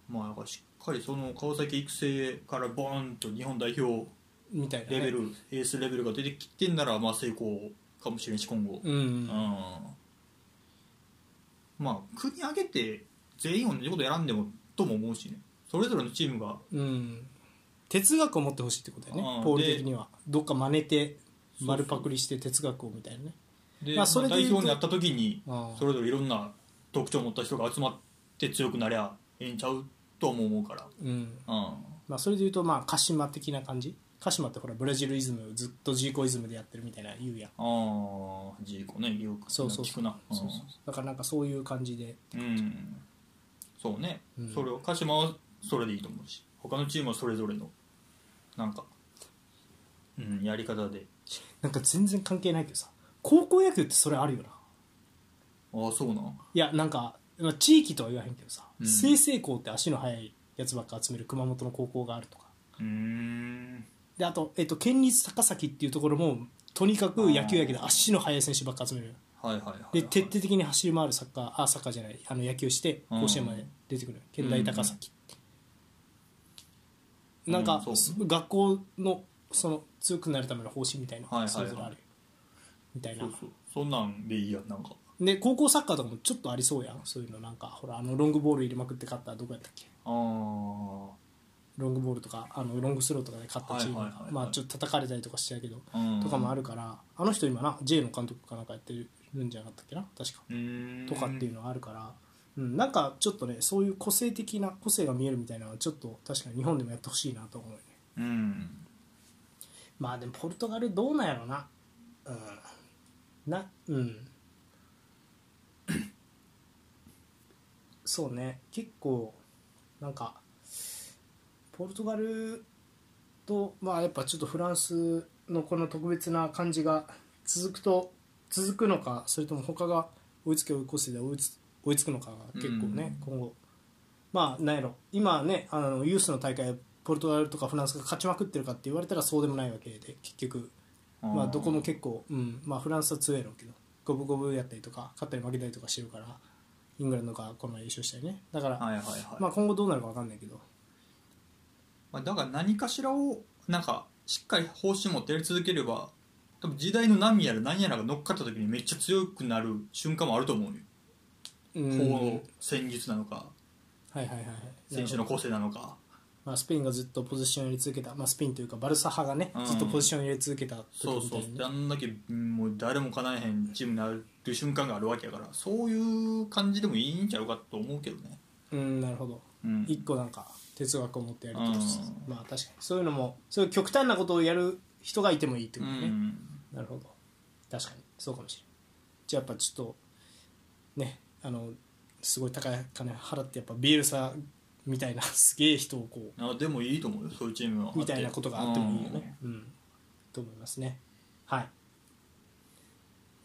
Speaker 2: まあなんかしっかりその川崎育成からボーンと日本代表
Speaker 1: みたいなね、
Speaker 2: レベル、エースレベルが出てきてんならまあ成功かもしれんし今後、
Speaker 1: うん、
Speaker 2: うんまあ国挙げて全員同じことやらんでもとも思うしねそれぞれのチームが
Speaker 1: うん、哲学を持ってほしいってことだよね
Speaker 2: ああ
Speaker 1: ポール的にはどっか真似て丸パクリして哲学をみたいなね
Speaker 2: で、
Speaker 1: まあそれで
Speaker 2: 代
Speaker 1: 言うと
Speaker 2: 表になった時に
Speaker 1: ああ
Speaker 2: それぞれいろんな特徴を持った人が集まって強くなりゃええんちゃうとも思うから、
Speaker 1: うん
Speaker 2: うん、
Speaker 1: まあ、それでいうとまあ鹿島的な感じ鹿島ってほらブラジルイズムずっとジーコイズムでやってるみたいな言うやん
Speaker 2: ああジーコねよく
Speaker 1: そうそう
Speaker 2: 聞くな
Speaker 1: そうそうだからなんかそういう感じで
Speaker 2: うんうんそうね、
Speaker 1: うん
Speaker 2: それを鹿島はそれでいいと思うし他のチームはそれぞれのなんかうんやり方で
Speaker 1: なんか全然関係ないけどさ高校野球ってそれあるよな
Speaker 2: ああそうなん
Speaker 1: いやなんか、まあ、地域とは言わへんけどさ
Speaker 2: うん
Speaker 1: 済々校って足の速いやつばっか集める熊本の高校があるとか
Speaker 2: うーん
Speaker 1: であと、えっと、県立高崎っていうところもとにかく野球やけど足の速い選手ばっか集めるよ
Speaker 2: はいはいはい、はい、
Speaker 1: で徹底的に走り回るサッカーあサッカーじゃないあの野球して
Speaker 2: うん
Speaker 1: 甲子園まで出てくる県大高崎って、
Speaker 2: うん
Speaker 1: なんか、
Speaker 2: そう
Speaker 1: す学校のその強くなるための方針みたいな、
Speaker 2: はいはいはい
Speaker 1: それぞれあるよみたいな
Speaker 2: そうそうそんなんでいいやんなんか
Speaker 1: で高校サッカーとかもちょっとありそうやんそういうのなんかほらあのロングボール入れまくって勝ったどこやったっけ
Speaker 2: ああ
Speaker 1: ロングボールとかあのロングスローとかで勝ったチームが、
Speaker 2: はいはいはいはい
Speaker 1: まあちょっと叩かれたりとかしてたけど、
Speaker 2: うん
Speaker 1: とかもあるからあの人今な J の監督かなんかやってるんじゃなかったっけな確か
Speaker 2: うーん
Speaker 1: とかっていうのはあるから、うん、なんかちょっとねそういう個性的な個性が見えるみたいなのはちょっと確かに日本でもやってほしいなと思うよね
Speaker 2: うん
Speaker 1: まあでもポルトガルどうなんやろなうんなうん そうね結構なんかポルトガルとまあやっぱちょっとフランスのこの特別な感じが続くと続くのかそれとも他が追いつけ追い越せで追いつ追いつくのかが結構ね、今後まあなんやろ今ねあのユースの大会ポルトガルとかフランスが勝ちまくってるかって言われたらそうでもないわけで結局まあどこも結構、うんまあ、フランスは強いやろうけど五分五分やったりとか勝ったり負けたりとかしてるからイングランドがこの前優勝したりねだから、
Speaker 2: はいはいはい、
Speaker 1: まあ、今後どうなるか分かんないけど
Speaker 2: まあ、だから何かしらをなんかしっかり方針持ってやり続ければ多分時代の波やら何やらが乗っかった時にめっちゃ強くなる瞬間もあると思うよ、
Speaker 1: うん
Speaker 2: こう戦術なのか
Speaker 1: はいはいはい
Speaker 2: 選手の個性なのか
Speaker 1: まあ、スペインがずっとポジションを入れ続けた、まあ、スペインというかバルサ派がね、
Speaker 2: うん
Speaker 1: ずっとポジションを入れ続けた時
Speaker 2: そう
Speaker 1: みた
Speaker 2: そう
Speaker 1: いに
Speaker 2: であんだけうんもう誰もかなえへんチームになる瞬間があるわけやからそういう感じでもいいんちゃうかと思うけどね、
Speaker 1: うんなるほど
Speaker 2: うん、
Speaker 1: 一個なんか哲学を持ってやるとか、
Speaker 2: うん
Speaker 1: まあ確かにそういうのもそういう極端なことをやる人がいてもいいって
Speaker 2: う
Speaker 1: ことね、
Speaker 2: ん、
Speaker 1: なるほど確かにそうかもしれないじゃあやっぱちょっとねあのすごい高い金払ってやっぱビエルサみたいな すげえ人をこ
Speaker 2: あでもいいと思うよそういうチームはあっ
Speaker 1: う
Speaker 2: て
Speaker 1: みたいなことがあってもいいよねうん、と思いますねはい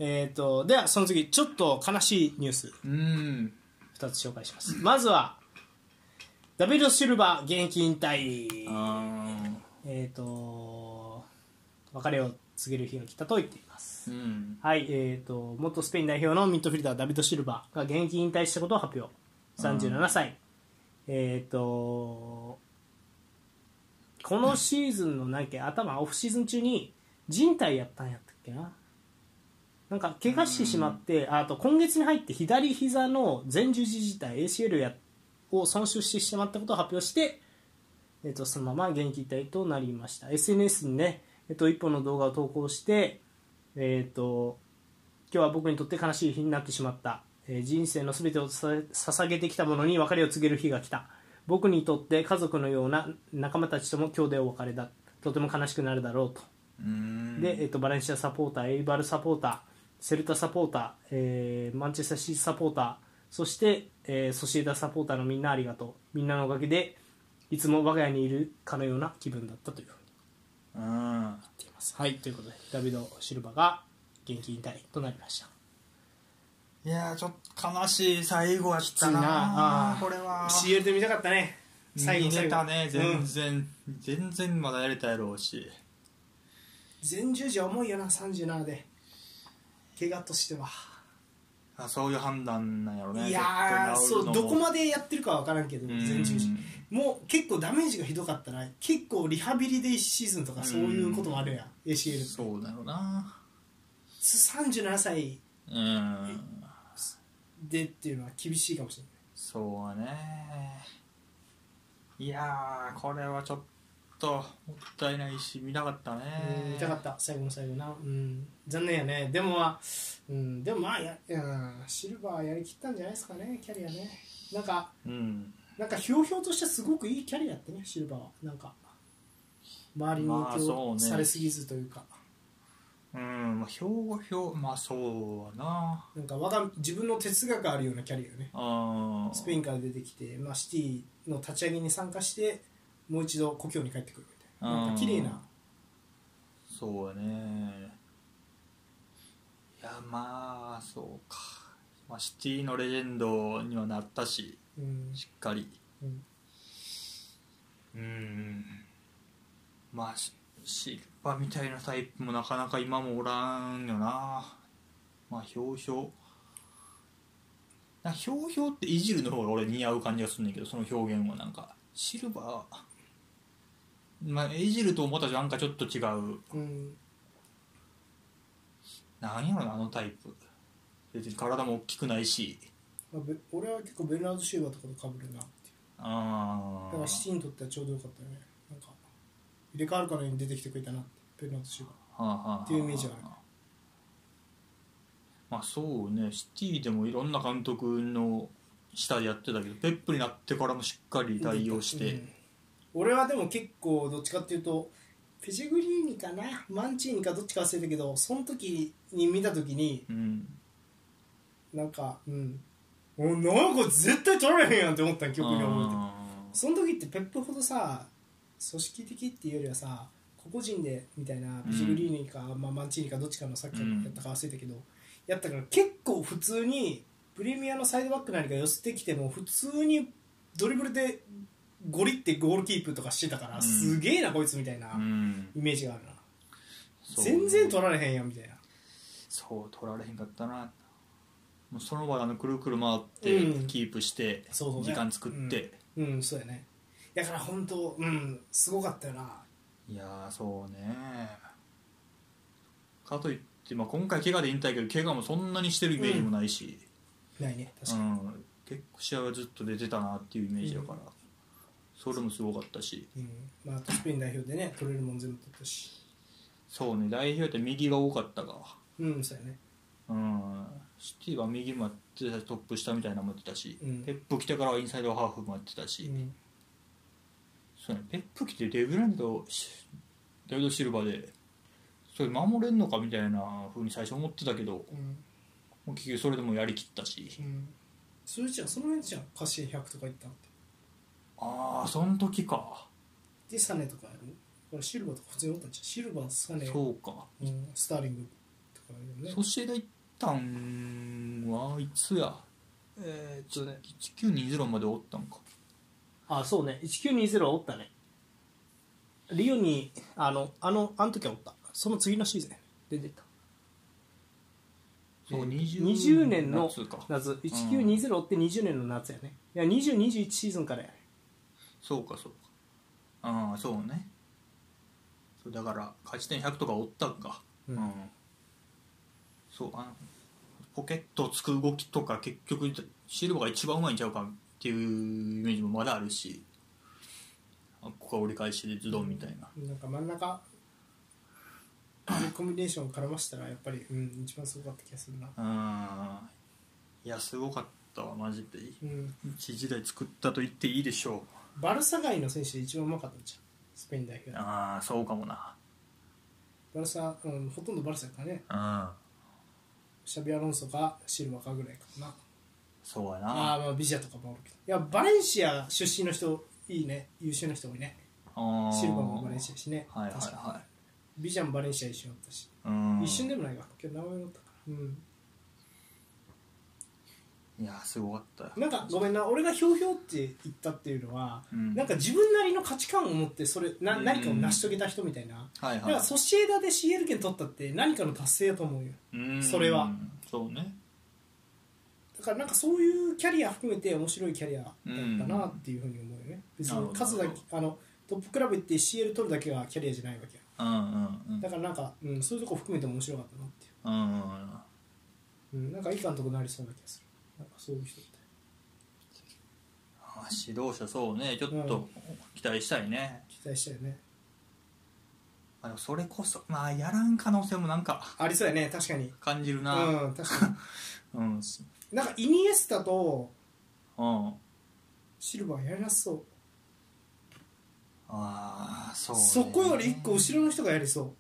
Speaker 1: えっ、とではその次ちょっと悲しいニュース
Speaker 2: うんうん
Speaker 1: 2つ紹介します まずはダビド・シルバ現役引退
Speaker 2: あ
Speaker 1: えっ、と別れを告げる日が来たと言っています
Speaker 2: ーうん
Speaker 1: はい、えー、と元スペイン代表のミッドフィルダーダビド・シルバが現役引退したことを発表37歳、えっ、とこのシーズンのなんか頭オフシーズン中に人体やったんやったっけななんか怪我してしまって、ああと今月に入って左膝の前十字靭帯 ACL やを損傷してしまったことを発表して、えっとそのまま現役引退となりました SNS にね、えっと一本の動画を投稿してえっ、と今日は僕にとって悲しい日になってしまった、えー人生の全てをさ捧げてきたものに別れを告げる日が来た僕にとって家族のような仲間たちとも今日でお別れだとても悲しくなるだろうと
Speaker 2: うん
Speaker 1: で、えっとバレンシアサポーターエイバルサポーターセルタサポーター、えーマンチェスターシティサポーターそして、えーソシエダサポーターのみんなありがとうみんなのおかげでいつも我が家にいるかのような気分だったというふうに
Speaker 2: うん
Speaker 1: 言っていますはいということでダビド・シルバが現役引退となりました
Speaker 2: いやーちょっと悲しい最後やった
Speaker 1: き
Speaker 2: な
Speaker 1: ついなあー
Speaker 2: これは
Speaker 1: CL で見たかったね最後
Speaker 2: 見れたね
Speaker 1: 最後
Speaker 2: 全然、全然まだやれたやろうし
Speaker 1: 全十字は重いよな37で怪我としては、
Speaker 2: あそういう判断なんやろうね
Speaker 1: いやー
Speaker 2: ち
Speaker 1: そ
Speaker 2: ょっと治るのも
Speaker 1: うどこまでやってるかは分からんけど
Speaker 2: うん
Speaker 1: 全十字もう結構ダメージがひどかったら結構リハビリで1シーズンとかそういうこともあるやん ACL って
Speaker 2: そうだろうな
Speaker 1: 37歳
Speaker 2: うん
Speaker 1: でっていうのは厳しいかもしれない
Speaker 2: そうねいやーこれはちょっともったいないし見なかったね
Speaker 1: うん痛かった最後の最後な、うん、残念やねでもまあ、うん、でもまあや、うん、シルバーやりきったんじゃないですかねキャリアねなんか
Speaker 2: うん
Speaker 1: なんかひょうひょうとしてすごくいいキャリアやってねシルバーはなんか周りに
Speaker 2: まあ
Speaker 1: 影
Speaker 2: そう
Speaker 1: 響
Speaker 2: ね
Speaker 1: されすぎずというか、
Speaker 2: うんまあひょうひょうまあそうはな
Speaker 1: なんか我が自分の哲学あるようなキャリアよね
Speaker 2: あ
Speaker 1: スペインから出てきて、まあ、シティの立ち上げに参加してもう一度故郷に帰ってくるみたいななんか綺麗な
Speaker 2: そうやねいやまあそうか、まあ、シティのレジェンドにはなったし
Speaker 1: うん
Speaker 2: しっかり
Speaker 1: うん
Speaker 2: うんまあシシルバみたいなタイプもなかなか今もおらんよなまあひょうひょうなんかひょうひょうっていじるの方が俺似合う感じがするんだけどその表現はなんかシルバーまあいじると思ったじゃなんかちょっと違う
Speaker 1: うん
Speaker 2: なんやろなあのタイプ別に体も大きくないし
Speaker 1: まあべ俺は結構ベルナード・シューバーとかとかぶるなっていう
Speaker 2: あ
Speaker 1: だからシテ
Speaker 2: ー
Speaker 1: ィにとってはちょうどよかったよねなんか入れ替わるかのように出てきてくれたなってベルナード・シューバ
Speaker 2: はあはあはあ
Speaker 1: っていうイメージはある
Speaker 2: まあそうねシティでもいろんな監督の下でやってたけどペップになってからもしっかり
Speaker 1: ー
Speaker 2: 対応して、
Speaker 1: うん俺はでも結構どっちかっていうとペジェグリーニかなマンチーニかどっちか忘れたけどその時に見た時に
Speaker 2: うん
Speaker 1: なんかうんおなんか絶対取られへんやんって思ったん記憶に覚えてるその時ってペップほどさ組織的っていうよりはさ個々人でみたいなビジグリーニか、まあ、マンチーニかどっちかのサッカーやったか忘れたけど、やったから結構普通にプレミアのサイドバック何か寄せてきても普通にドリブルでゴリってゴールキープとかしてたから、
Speaker 2: うん
Speaker 1: すげえなこいつみたいな
Speaker 2: あーうん
Speaker 1: イメージがあるな、
Speaker 2: そう
Speaker 1: 全然取られへんやんみたいな
Speaker 2: そう取られへんかったなもうその場であのくるくる回って
Speaker 1: うん
Speaker 2: キープして
Speaker 1: そうそうね
Speaker 2: 時間作って、
Speaker 1: うんそうやねだから本当うんすごかったよない
Speaker 2: やーそうねかといって、まあ、今回怪我で引退やけど怪我もそんなにしてるイメージもないし、
Speaker 1: ないね確か
Speaker 2: う
Speaker 1: に、
Speaker 2: ん、結構試合はずっと出てたなっていうイメージだから、それもすごかったし
Speaker 1: うんまあ、あとスペイン代表でね取れるもん全部取ったし
Speaker 2: そうね代表って右が多かったが、
Speaker 1: うんそうやね
Speaker 2: うん、シティは右もやってたしトップ下みたいなのもやってたし、
Speaker 1: うん
Speaker 2: ペップ来てからはインサイドハーフもやってたし、
Speaker 1: うん
Speaker 2: そうねペップ来てデブランドしデビッド・シルバーでそれ守れんのかみたいなふうに最初思ってたけども
Speaker 1: うん
Speaker 2: う結局それでもやりきったし、
Speaker 1: うんそれじゃんその辺じゃんカシエ100とかいったのって
Speaker 2: ああその時か、
Speaker 1: でサネとかやるこれシルバーとか普通におったんじゃんシルバーサネ
Speaker 2: そうか
Speaker 1: うん、スターリングとかやる
Speaker 2: ソ
Speaker 1: ね
Speaker 2: シエダ一旦はいつや
Speaker 1: えっとね
Speaker 2: 1920までおったんか
Speaker 1: あそうね1920はおったねリオにあのあのあの時はおったその次のシーズン出てた
Speaker 2: そう
Speaker 1: えー
Speaker 2: 20
Speaker 1: 20年の
Speaker 2: 夏か
Speaker 1: 夏1920おって20年の夏やねいや2021シーズンからやね
Speaker 2: そうかそうかああそうねそうだから勝ち点100とかおったんか
Speaker 1: う
Speaker 2: うんん、そうあのポケットをつく動きとか結局シルバーが一番うまいんちゃうかっていうイメージもまだあるしあここが折り返しでズドンみたいな
Speaker 1: なんか真ん中コンビネーションを絡ませたらやっぱり、うん、一番すごかった気がするな、
Speaker 2: うんいやすごかったわマジで
Speaker 1: うん、
Speaker 2: 一時代作ったと言っていいでしょ
Speaker 1: バルサ外の選手で一番うまかったんじゃんスペイン代
Speaker 2: う
Speaker 1: 表
Speaker 2: ああそうかもな
Speaker 1: バルサ、うん、ほとんどバルサやからね
Speaker 2: うん
Speaker 1: シャビアロンソかシルバかぐらいかな
Speaker 2: そうや
Speaker 1: あ
Speaker 2: な
Speaker 1: あまあビジャとかもおるけどいやバレンシア出身の人いいね優秀な人多いね
Speaker 2: あ
Speaker 1: シルバーもバレン
Speaker 2: シ
Speaker 1: シアやしね、
Speaker 2: はいはい
Speaker 1: 確か
Speaker 2: は
Speaker 1: ビジャンバレンシア一瞬あったし、
Speaker 2: いうん
Speaker 1: 一瞬でもないか今日名前だったからうん
Speaker 2: いやすごかったよ
Speaker 1: なんかごめんな俺がひょうひょうって言ったっていうのは、
Speaker 2: うん
Speaker 1: なんか自分なりの価値観を持ってそれな
Speaker 2: うん
Speaker 1: 何かを成し遂げた人みたいな、
Speaker 2: はい
Speaker 1: だか
Speaker 2: は
Speaker 1: ら
Speaker 2: い
Speaker 1: ソシエダで CL 権取ったって何かの達成やと思うよ
Speaker 2: うん
Speaker 1: それは
Speaker 2: そうね
Speaker 1: だからなんかそういうキャリア含めて面白いキャリアだったなっていうふうに思うよね別
Speaker 2: なる
Speaker 1: に
Speaker 2: ほど
Speaker 1: 数だけあのトップクラブ行って CL 取るだけがキャリアじゃないわけや
Speaker 2: うんうんうん
Speaker 1: だからなんか、うん、そういうとこ含めて面白かったなってい
Speaker 2: うんうんうん
Speaker 1: う、うん、なんかいい監督になりそうな気がするなんかそういう人って
Speaker 2: あ指導者そうねちょっと期待したいね、
Speaker 1: 期待したよね
Speaker 2: あでもそれこそまあやらん可能性もなんか
Speaker 1: ありそうやね確かに
Speaker 2: 感じる
Speaker 1: う
Speaker 2: なん
Speaker 1: 確かに
Speaker 2: うん、うん
Speaker 1: なんかイニエスタとシルバーやりなさそう
Speaker 2: ああそ
Speaker 1: そ,、
Speaker 2: う、ね、
Speaker 1: こより1個後ろの人がやりそ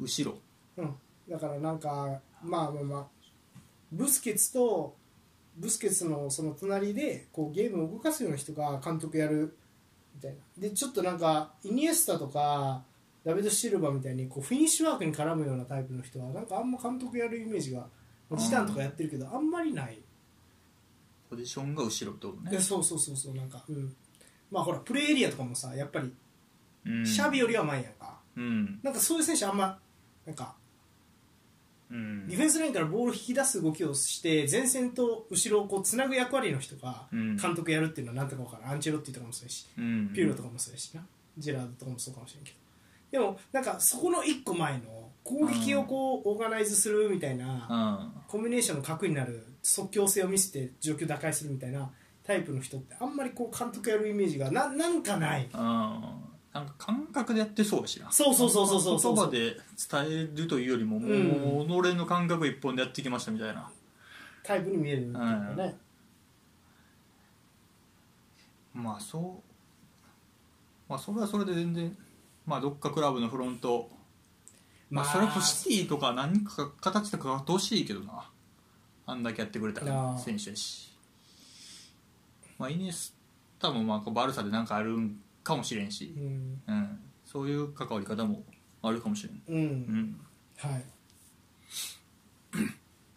Speaker 2: 後ろ
Speaker 1: う、うん、だからなんかまあまあまあブスケツとブスケツのその隣でこうゲームを動かすような人が監督やるみたいなでちょっとなんかイニエスタとかダビド・シルバーみたいにこうフィニッシュワークに絡むようなタイプの人はなんかあんま監督やるイメージが時短とかやってるけどあんまりない
Speaker 2: ポジションが後ろってこと
Speaker 1: い
Speaker 2: ね
Speaker 1: や、そうそうそうそうなんか、うん、まあほらプレーエリアとかもさやっぱり
Speaker 2: うん、
Speaker 1: シャビよりは前やんか、
Speaker 2: うん
Speaker 1: なんかそういう選手あんまなんか
Speaker 2: うん
Speaker 1: ディフェンスラインからボールを引き出す動きをして前線と後ろをこうつなぐ役割の人が
Speaker 2: うん
Speaker 1: 監督やるっていうのはなんとか分からんアンチェロッティとかもそうやし
Speaker 2: うん
Speaker 1: ピューロとかもそうやしなジェラードとかもそうかもしれんけどでもなんかそこの1個前の攻撃をこうオーガナイズするみたいな
Speaker 2: うん
Speaker 1: コンビネーションの核になる即興性を見せて状況打開するみたいなタイプの人ってあんまりこう監督やるイメージがななんかない
Speaker 2: うんなんか感覚でやってそうやしな
Speaker 1: そうそうそうそうそうそう
Speaker 2: 言葉で伝えるというよりももう、己の感覚一本でやってきましたみたいな
Speaker 1: タイプに見えるっていうかね、
Speaker 2: まあそうまあそれはそれで全然まあどっかクラブのフロントまあそれこそシティとか何か形とかがほしいけどなあんだけやってくれた
Speaker 1: なあ
Speaker 2: 選手やしまあイニエスタもまあバルサで何かあるんかもしれんし
Speaker 1: う、ん
Speaker 2: うん、そういう関わり方もあるかもしれん、
Speaker 1: うん、
Speaker 2: うん、
Speaker 1: はい。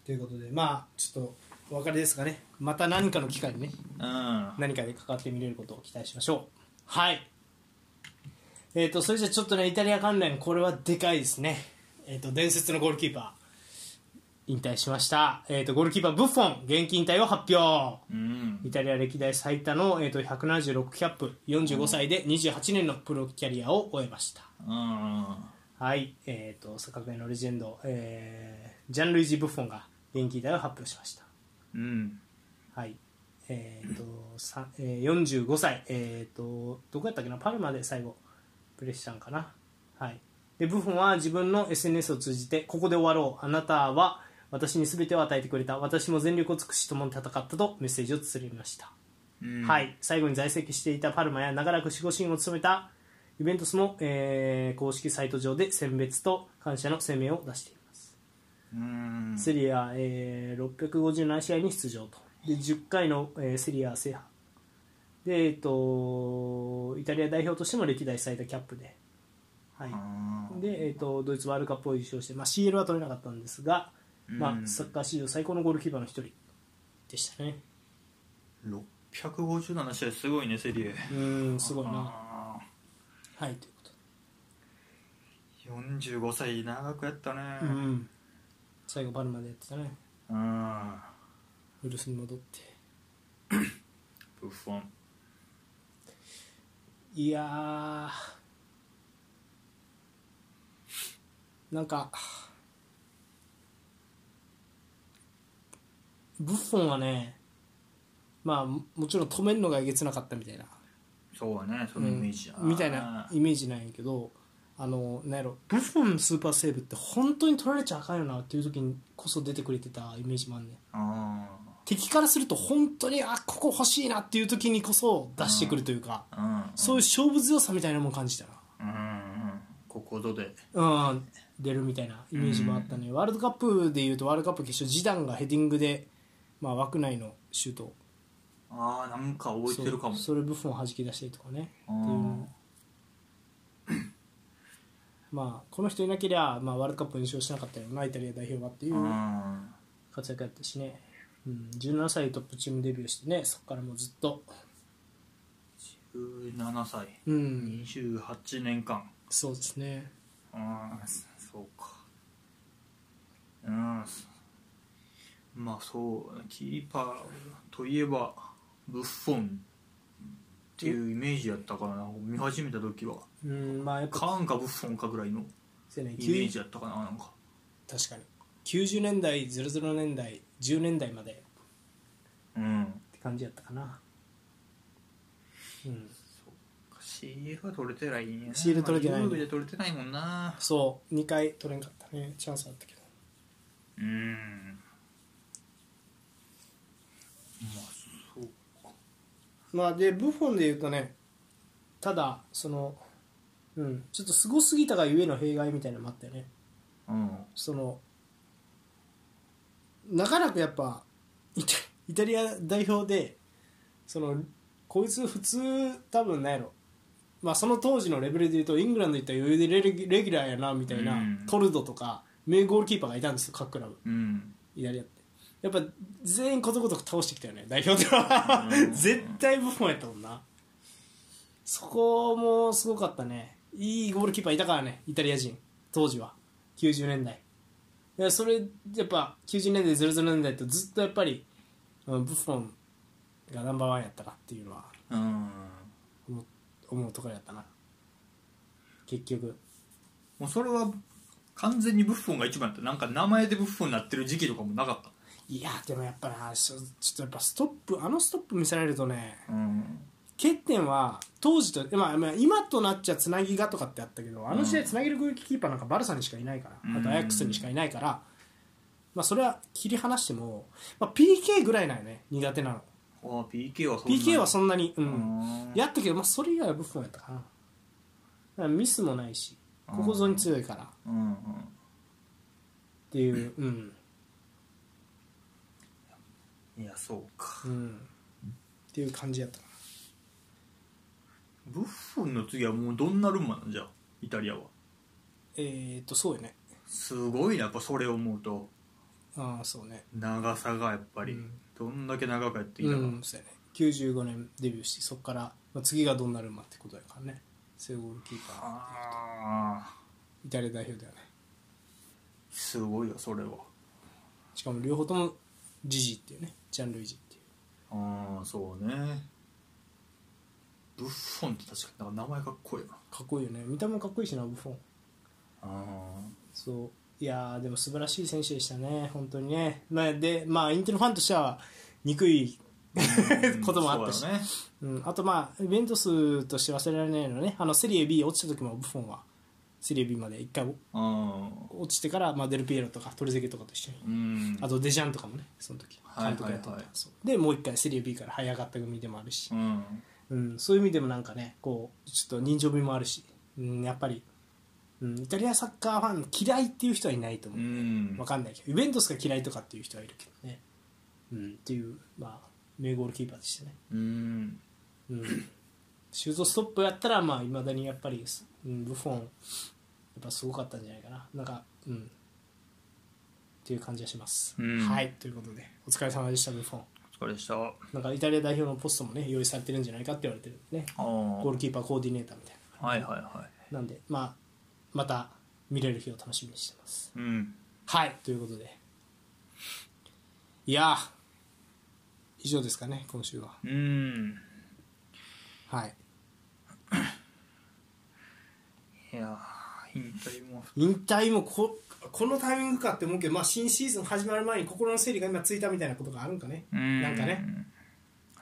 Speaker 1: ということで、まあ、ちょっとお別れですかね。また何かの機会にね、
Speaker 2: うん
Speaker 1: 何かで関わってみれることを期待しましょう。はい。えっ、と、それじゃちょっとね、イタリア関連、これはでかいですね。えっ、と、伝説のゴールキーパー、引退しました。えっ、と、ゴールキーパー、ブッフォン、現役引退を発表。
Speaker 2: うん
Speaker 1: イタリア歴代最多の、えー、と176キャップ45歳で28年のプロキャリアを終えました、
Speaker 2: うん
Speaker 1: はい、えー、とサッカー界のレジェンド、えージャン・ルイージ・ブッフォンが現役引退を発表しました、
Speaker 2: うん
Speaker 1: はいえーとさえー45歳、えー、とどこやったっけなパルマで最後プレッシャンかな、はい、でブッフォンは自分の SNS を通じてここで終わろうあなたは私に全てを与えてくれた私も全力を尽くし共に戦ったとメッセージを綴りました
Speaker 2: うん
Speaker 1: はい、最後に在籍していたパルマや長らく守護神を務めたユベントスも、えー公式サイト上で選別と感謝の声明を出しています、
Speaker 2: うん
Speaker 1: セリア、えー、657試合に出場とで10回の、えーセリア制覇で、えー、とイタリア代表としても歴代最多キャップで,、はい
Speaker 2: うん
Speaker 1: でえー、とドイツワールドカップを優勝して、まあ、CL は取れなかったんですが、まあ、
Speaker 2: うん
Speaker 1: サッカー史上最高のゴールキーパーの一人でしたね
Speaker 2: 657試合すごいねセリエ
Speaker 1: うんすごいな、
Speaker 2: あ
Speaker 1: はい、ということで
Speaker 2: ー45歳長くやったね
Speaker 1: うん、最後パルマでやってたね
Speaker 2: うん
Speaker 1: 古巣に戻って
Speaker 2: ブッフォン
Speaker 1: いやーなんかブッフォンはねまあももちろん止めるのがえげつなかったみたいな
Speaker 2: そうはねそのイメージや
Speaker 1: うんみたいなイメージなんやけどあのなんやろブッフォンのスーパーセーブって本当に取られちゃあかんよなっていう時にこそ出てくれてたイメージもあんねん
Speaker 2: あ
Speaker 1: 敵からすると本当にあここ欲しいなっていう時にこそ出してくるというか、
Speaker 2: ーうん
Speaker 1: そういう勝負強さみたいなのもん感じた
Speaker 2: うんうんここぞで
Speaker 1: な、うん、出るみたいなイメージもあったね、ワールドカップでいうとワールドカップ決勝ジダンがヘディングで、まあ、枠内のシュートを
Speaker 2: ああなんか覚えてるかも
Speaker 1: そうそれ部分を弾き出したりとかね
Speaker 2: あ
Speaker 1: っていうのを
Speaker 2: ー
Speaker 1: まあこの人いなけりゃ、まあ、ワールドカップ優勝しなかったよなイタリア代表はっていう
Speaker 2: あ
Speaker 1: 活躍やったしね、うん、17歳でトップチームデビューしてねそこからもうずっと
Speaker 2: ー17歳
Speaker 1: うん
Speaker 2: 28年間
Speaker 1: そうですね
Speaker 2: ああそうかうんまあそうキーパーといえばブッフォンっていうイメージやったからな見始めた時は
Speaker 1: うんまあやっぱ
Speaker 2: カーンかブッフォンかぐらいの
Speaker 1: そうやね
Speaker 2: イメー
Speaker 1: 90
Speaker 2: ジやったかななんか
Speaker 1: 確かに90年代00年代10年代までっ
Speaker 2: うん
Speaker 1: て感じやったかなうん
Speaker 2: シールが取れてないね
Speaker 1: シール取れてないね
Speaker 2: まあ UV で取れてないもんな
Speaker 1: そう2回取れんかったねチャンスあったけど
Speaker 2: うんまあそう
Speaker 1: まあでブフォンで言うとねただそのうんちょっとすごすぎたがゆえの弊害みたいなのもあったよね
Speaker 2: うん
Speaker 1: その長らくやっぱイタイタリア代表でそのこいつ普通多分なんやろまあその当時のレベルで言うとイングランド行ったら余裕でレギュレギュラーやなみたいな、
Speaker 2: うん
Speaker 1: トルドとか名ゴールキーパーがいたんですよ各クラブ
Speaker 2: うん
Speaker 1: イタリアってやっぱ全員ことごとく倒してきたよね代表では
Speaker 2: うん
Speaker 1: 絶対ブフォンやったもんなそこもすごかったねいいゴールキーパーいたからねイタリア人当時は90年代いやそれやっぱ90年代00年代とずっとやっぱりうんブフォンがナンバーワンやったなっていうのは
Speaker 2: うん
Speaker 1: 思う思うところやったな結局
Speaker 2: もうそれは完全にブッフォンが一番だったなんか名前でブッフォンになってる時期とかもなかっ
Speaker 1: いやでもやっぱなちょちょっとやっぱストップあのストップ見せられるとね
Speaker 2: たうん
Speaker 1: 欠点は当時と、まあ、まあ今となっちゃつなぎがとかってあったけどあの時代つなげるゴールキーパーなんかバルサにしかいないから、
Speaker 2: うん
Speaker 1: あとアヤックスにしかいないから、まあ、それは切り離しても、まあ、PK ぐらいなんよね苦手なの
Speaker 2: ああ PK はそ
Speaker 1: PK はそ
Speaker 2: ん
Speaker 1: んなに、う、
Speaker 2: なんうん
Speaker 1: やったけど、まあ、それ以外はブッフォンやったかなだからミスもないしここぞに強いからっ
Speaker 2: うんうん
Speaker 1: ていううん
Speaker 2: いやそうか
Speaker 1: うんっていう感じやったかな
Speaker 2: ブッフォンの次はもうドンナルンマなんじゃあイタリアは
Speaker 1: えー、っとそうよね
Speaker 2: すごいなやっぱそれを思うと
Speaker 1: ああそうね
Speaker 2: 長さがやっぱり、
Speaker 1: うん
Speaker 2: どんだけ長くやってき
Speaker 1: う
Speaker 2: たか、
Speaker 1: ん、そうやね95年デビューしてそこから、まあ、次がどんなルマってことやからねセーゴールキーパー
Speaker 2: ああ
Speaker 1: イタリア代表だよね
Speaker 2: すごいよそれは
Speaker 1: しかも両方ともジジイっていうねジャンルイジっていう
Speaker 2: ああそうねブッフォンって確かになんか名前かっこい いな
Speaker 1: かっこいいよね見た目もかっこいいしなブフォン
Speaker 2: ああ
Speaker 1: そういやーでも素晴らしい選手でしたね本当にね、まあ、でまあインテルファンとしては憎い、
Speaker 2: うん
Speaker 1: こともあったし
Speaker 2: そうだね
Speaker 1: うん、あとまあイベント数として忘れられないのはねあのセリエ B 落ちた時もブフォンはセリエ B まで一回
Speaker 2: うん
Speaker 1: 落ちてから、まあ、デルピエロとかトリゼケとかと一緒に
Speaker 2: うん
Speaker 1: あとデジャンとかもねその時
Speaker 2: はい
Speaker 1: 監督やってた、
Speaker 2: はいはい
Speaker 1: そうでもう一回セリエ B から這い上がった組でもあるし
Speaker 2: う、ん
Speaker 1: うん、そういう意味でもなんかねこうちょっと人情味もあるし、うん、やっぱり、うん、イタリアサッカーファン嫌いっていう人はいないと
Speaker 2: う
Speaker 1: 思う、
Speaker 2: ん
Speaker 1: わかんないけどイベントスが嫌いとかっていう人はいるけどね、うん、っていうまあ名ゴールキーパーでしたね、
Speaker 2: うん
Speaker 1: うん、シュートストップやったらまあいまだにやっぱり、うん、ブフォンやっぱすごかったんじゃないかななんかうんっていう感じがします、
Speaker 2: うん
Speaker 1: はいということでお疲れ様でしたブフォン
Speaker 2: お疲れでしたあ
Speaker 1: なんかイタリア代表のポストもね用意されてるんじゃないかって言われてるんでね
Speaker 2: あ
Speaker 1: ゴー
Speaker 2: は
Speaker 1: ルキーパーコーディネーターみたい
Speaker 2: いはいは
Speaker 1: ななんでまあまた見れる日を楽しみにしてます
Speaker 2: いうん
Speaker 1: はいということでいやー以上ですかね今週は
Speaker 2: うん
Speaker 1: はい
Speaker 2: いやー引退も
Speaker 1: 引退もここのタイミングかって思うけど、まあ、新シーズン始まる前に心の整理が今ついたみたいなことがあるんかね、
Speaker 2: うん
Speaker 1: なんかね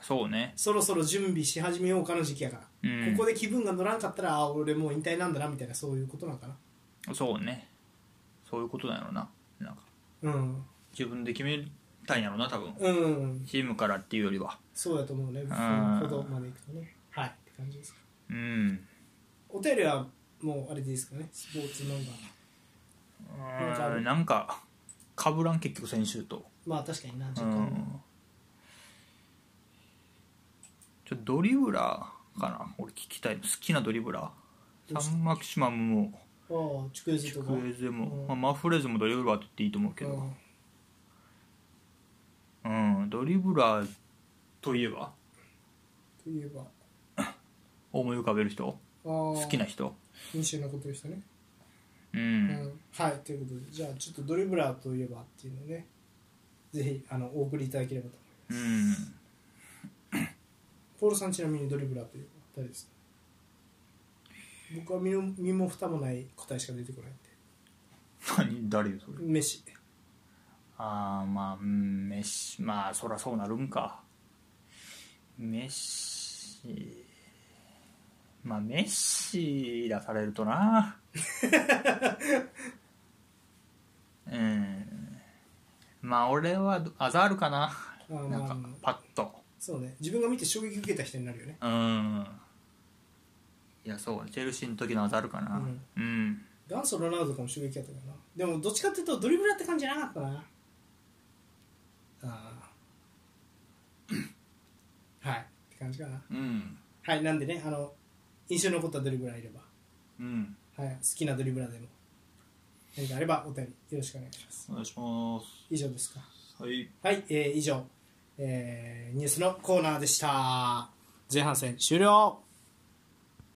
Speaker 2: そうね
Speaker 1: そろそろ準備し始めようかの時期やから、
Speaker 2: うん
Speaker 1: ここで気分が乗らんかったらあ俺もう引退なんだなみたいなそういうことなんかな
Speaker 2: そうねそういうことだろうななんか
Speaker 1: うん
Speaker 2: 自分で決めたいんやろうな多分
Speaker 1: うん
Speaker 2: チームからっていうよりは
Speaker 1: そうやと思うね、ほどまでいくとねはいって感じですか
Speaker 2: うん
Speaker 1: お便りはもうあれでいいですかねスポーツ漫画んかある
Speaker 2: なんかかぶらん結局先週と
Speaker 1: まあ確かにな
Speaker 2: う
Speaker 1: 時間、
Speaker 2: んちょドリブラーかな俺聞きたいの好きなドリブラーサンマキシマムも
Speaker 1: ああ竹
Speaker 2: チ
Speaker 1: 江と
Speaker 2: ク
Speaker 1: か
Speaker 2: エゼも、
Speaker 1: うん
Speaker 2: まあ、マフレーズもドリブラーって言っていいと思うけど、うん、ドリブラーといえば
Speaker 1: といえば
Speaker 2: 思い浮かべる人
Speaker 1: 好
Speaker 2: 好きな人
Speaker 1: 印象に残ってる人ね、
Speaker 2: うん、
Speaker 1: うん、はいということでじゃあちょっとドリブラーといえばっていうのをねぜひあのお送りいただければと思います
Speaker 2: うん、
Speaker 1: ポールさんちなみにドリブラーといえば誰ですか僕は身も身も蓋もない答えしか出てこないんで
Speaker 2: 何誰よそれ
Speaker 1: メッシ
Speaker 2: ああまあうんメッシまあそらそうなるんかメッシまあメッシ出されるとなうんまあ俺はアザールかな
Speaker 1: あー
Speaker 2: なん
Speaker 1: まあ
Speaker 2: かパッと
Speaker 1: そうね自分が見て衝撃受けた人になるよね
Speaker 2: うんいやそうチェルシーの時のアザールかな
Speaker 1: うん
Speaker 2: うん、
Speaker 1: 元祖ロナウドとかも衝撃だったからなでもどっちかっていうとドリブラーって感じじゃなかったなああ はいって感じかな
Speaker 2: うん
Speaker 1: はいなんでねあの印象に残ったドリブラーいれば、
Speaker 2: うん、
Speaker 1: はい、好きなドリブラーでも何かあればお便りよろしくお願いします
Speaker 2: お願いします
Speaker 1: 以上ですか
Speaker 2: はい
Speaker 1: はい、えー以上、えーニュースのコーナーでした前半戦終了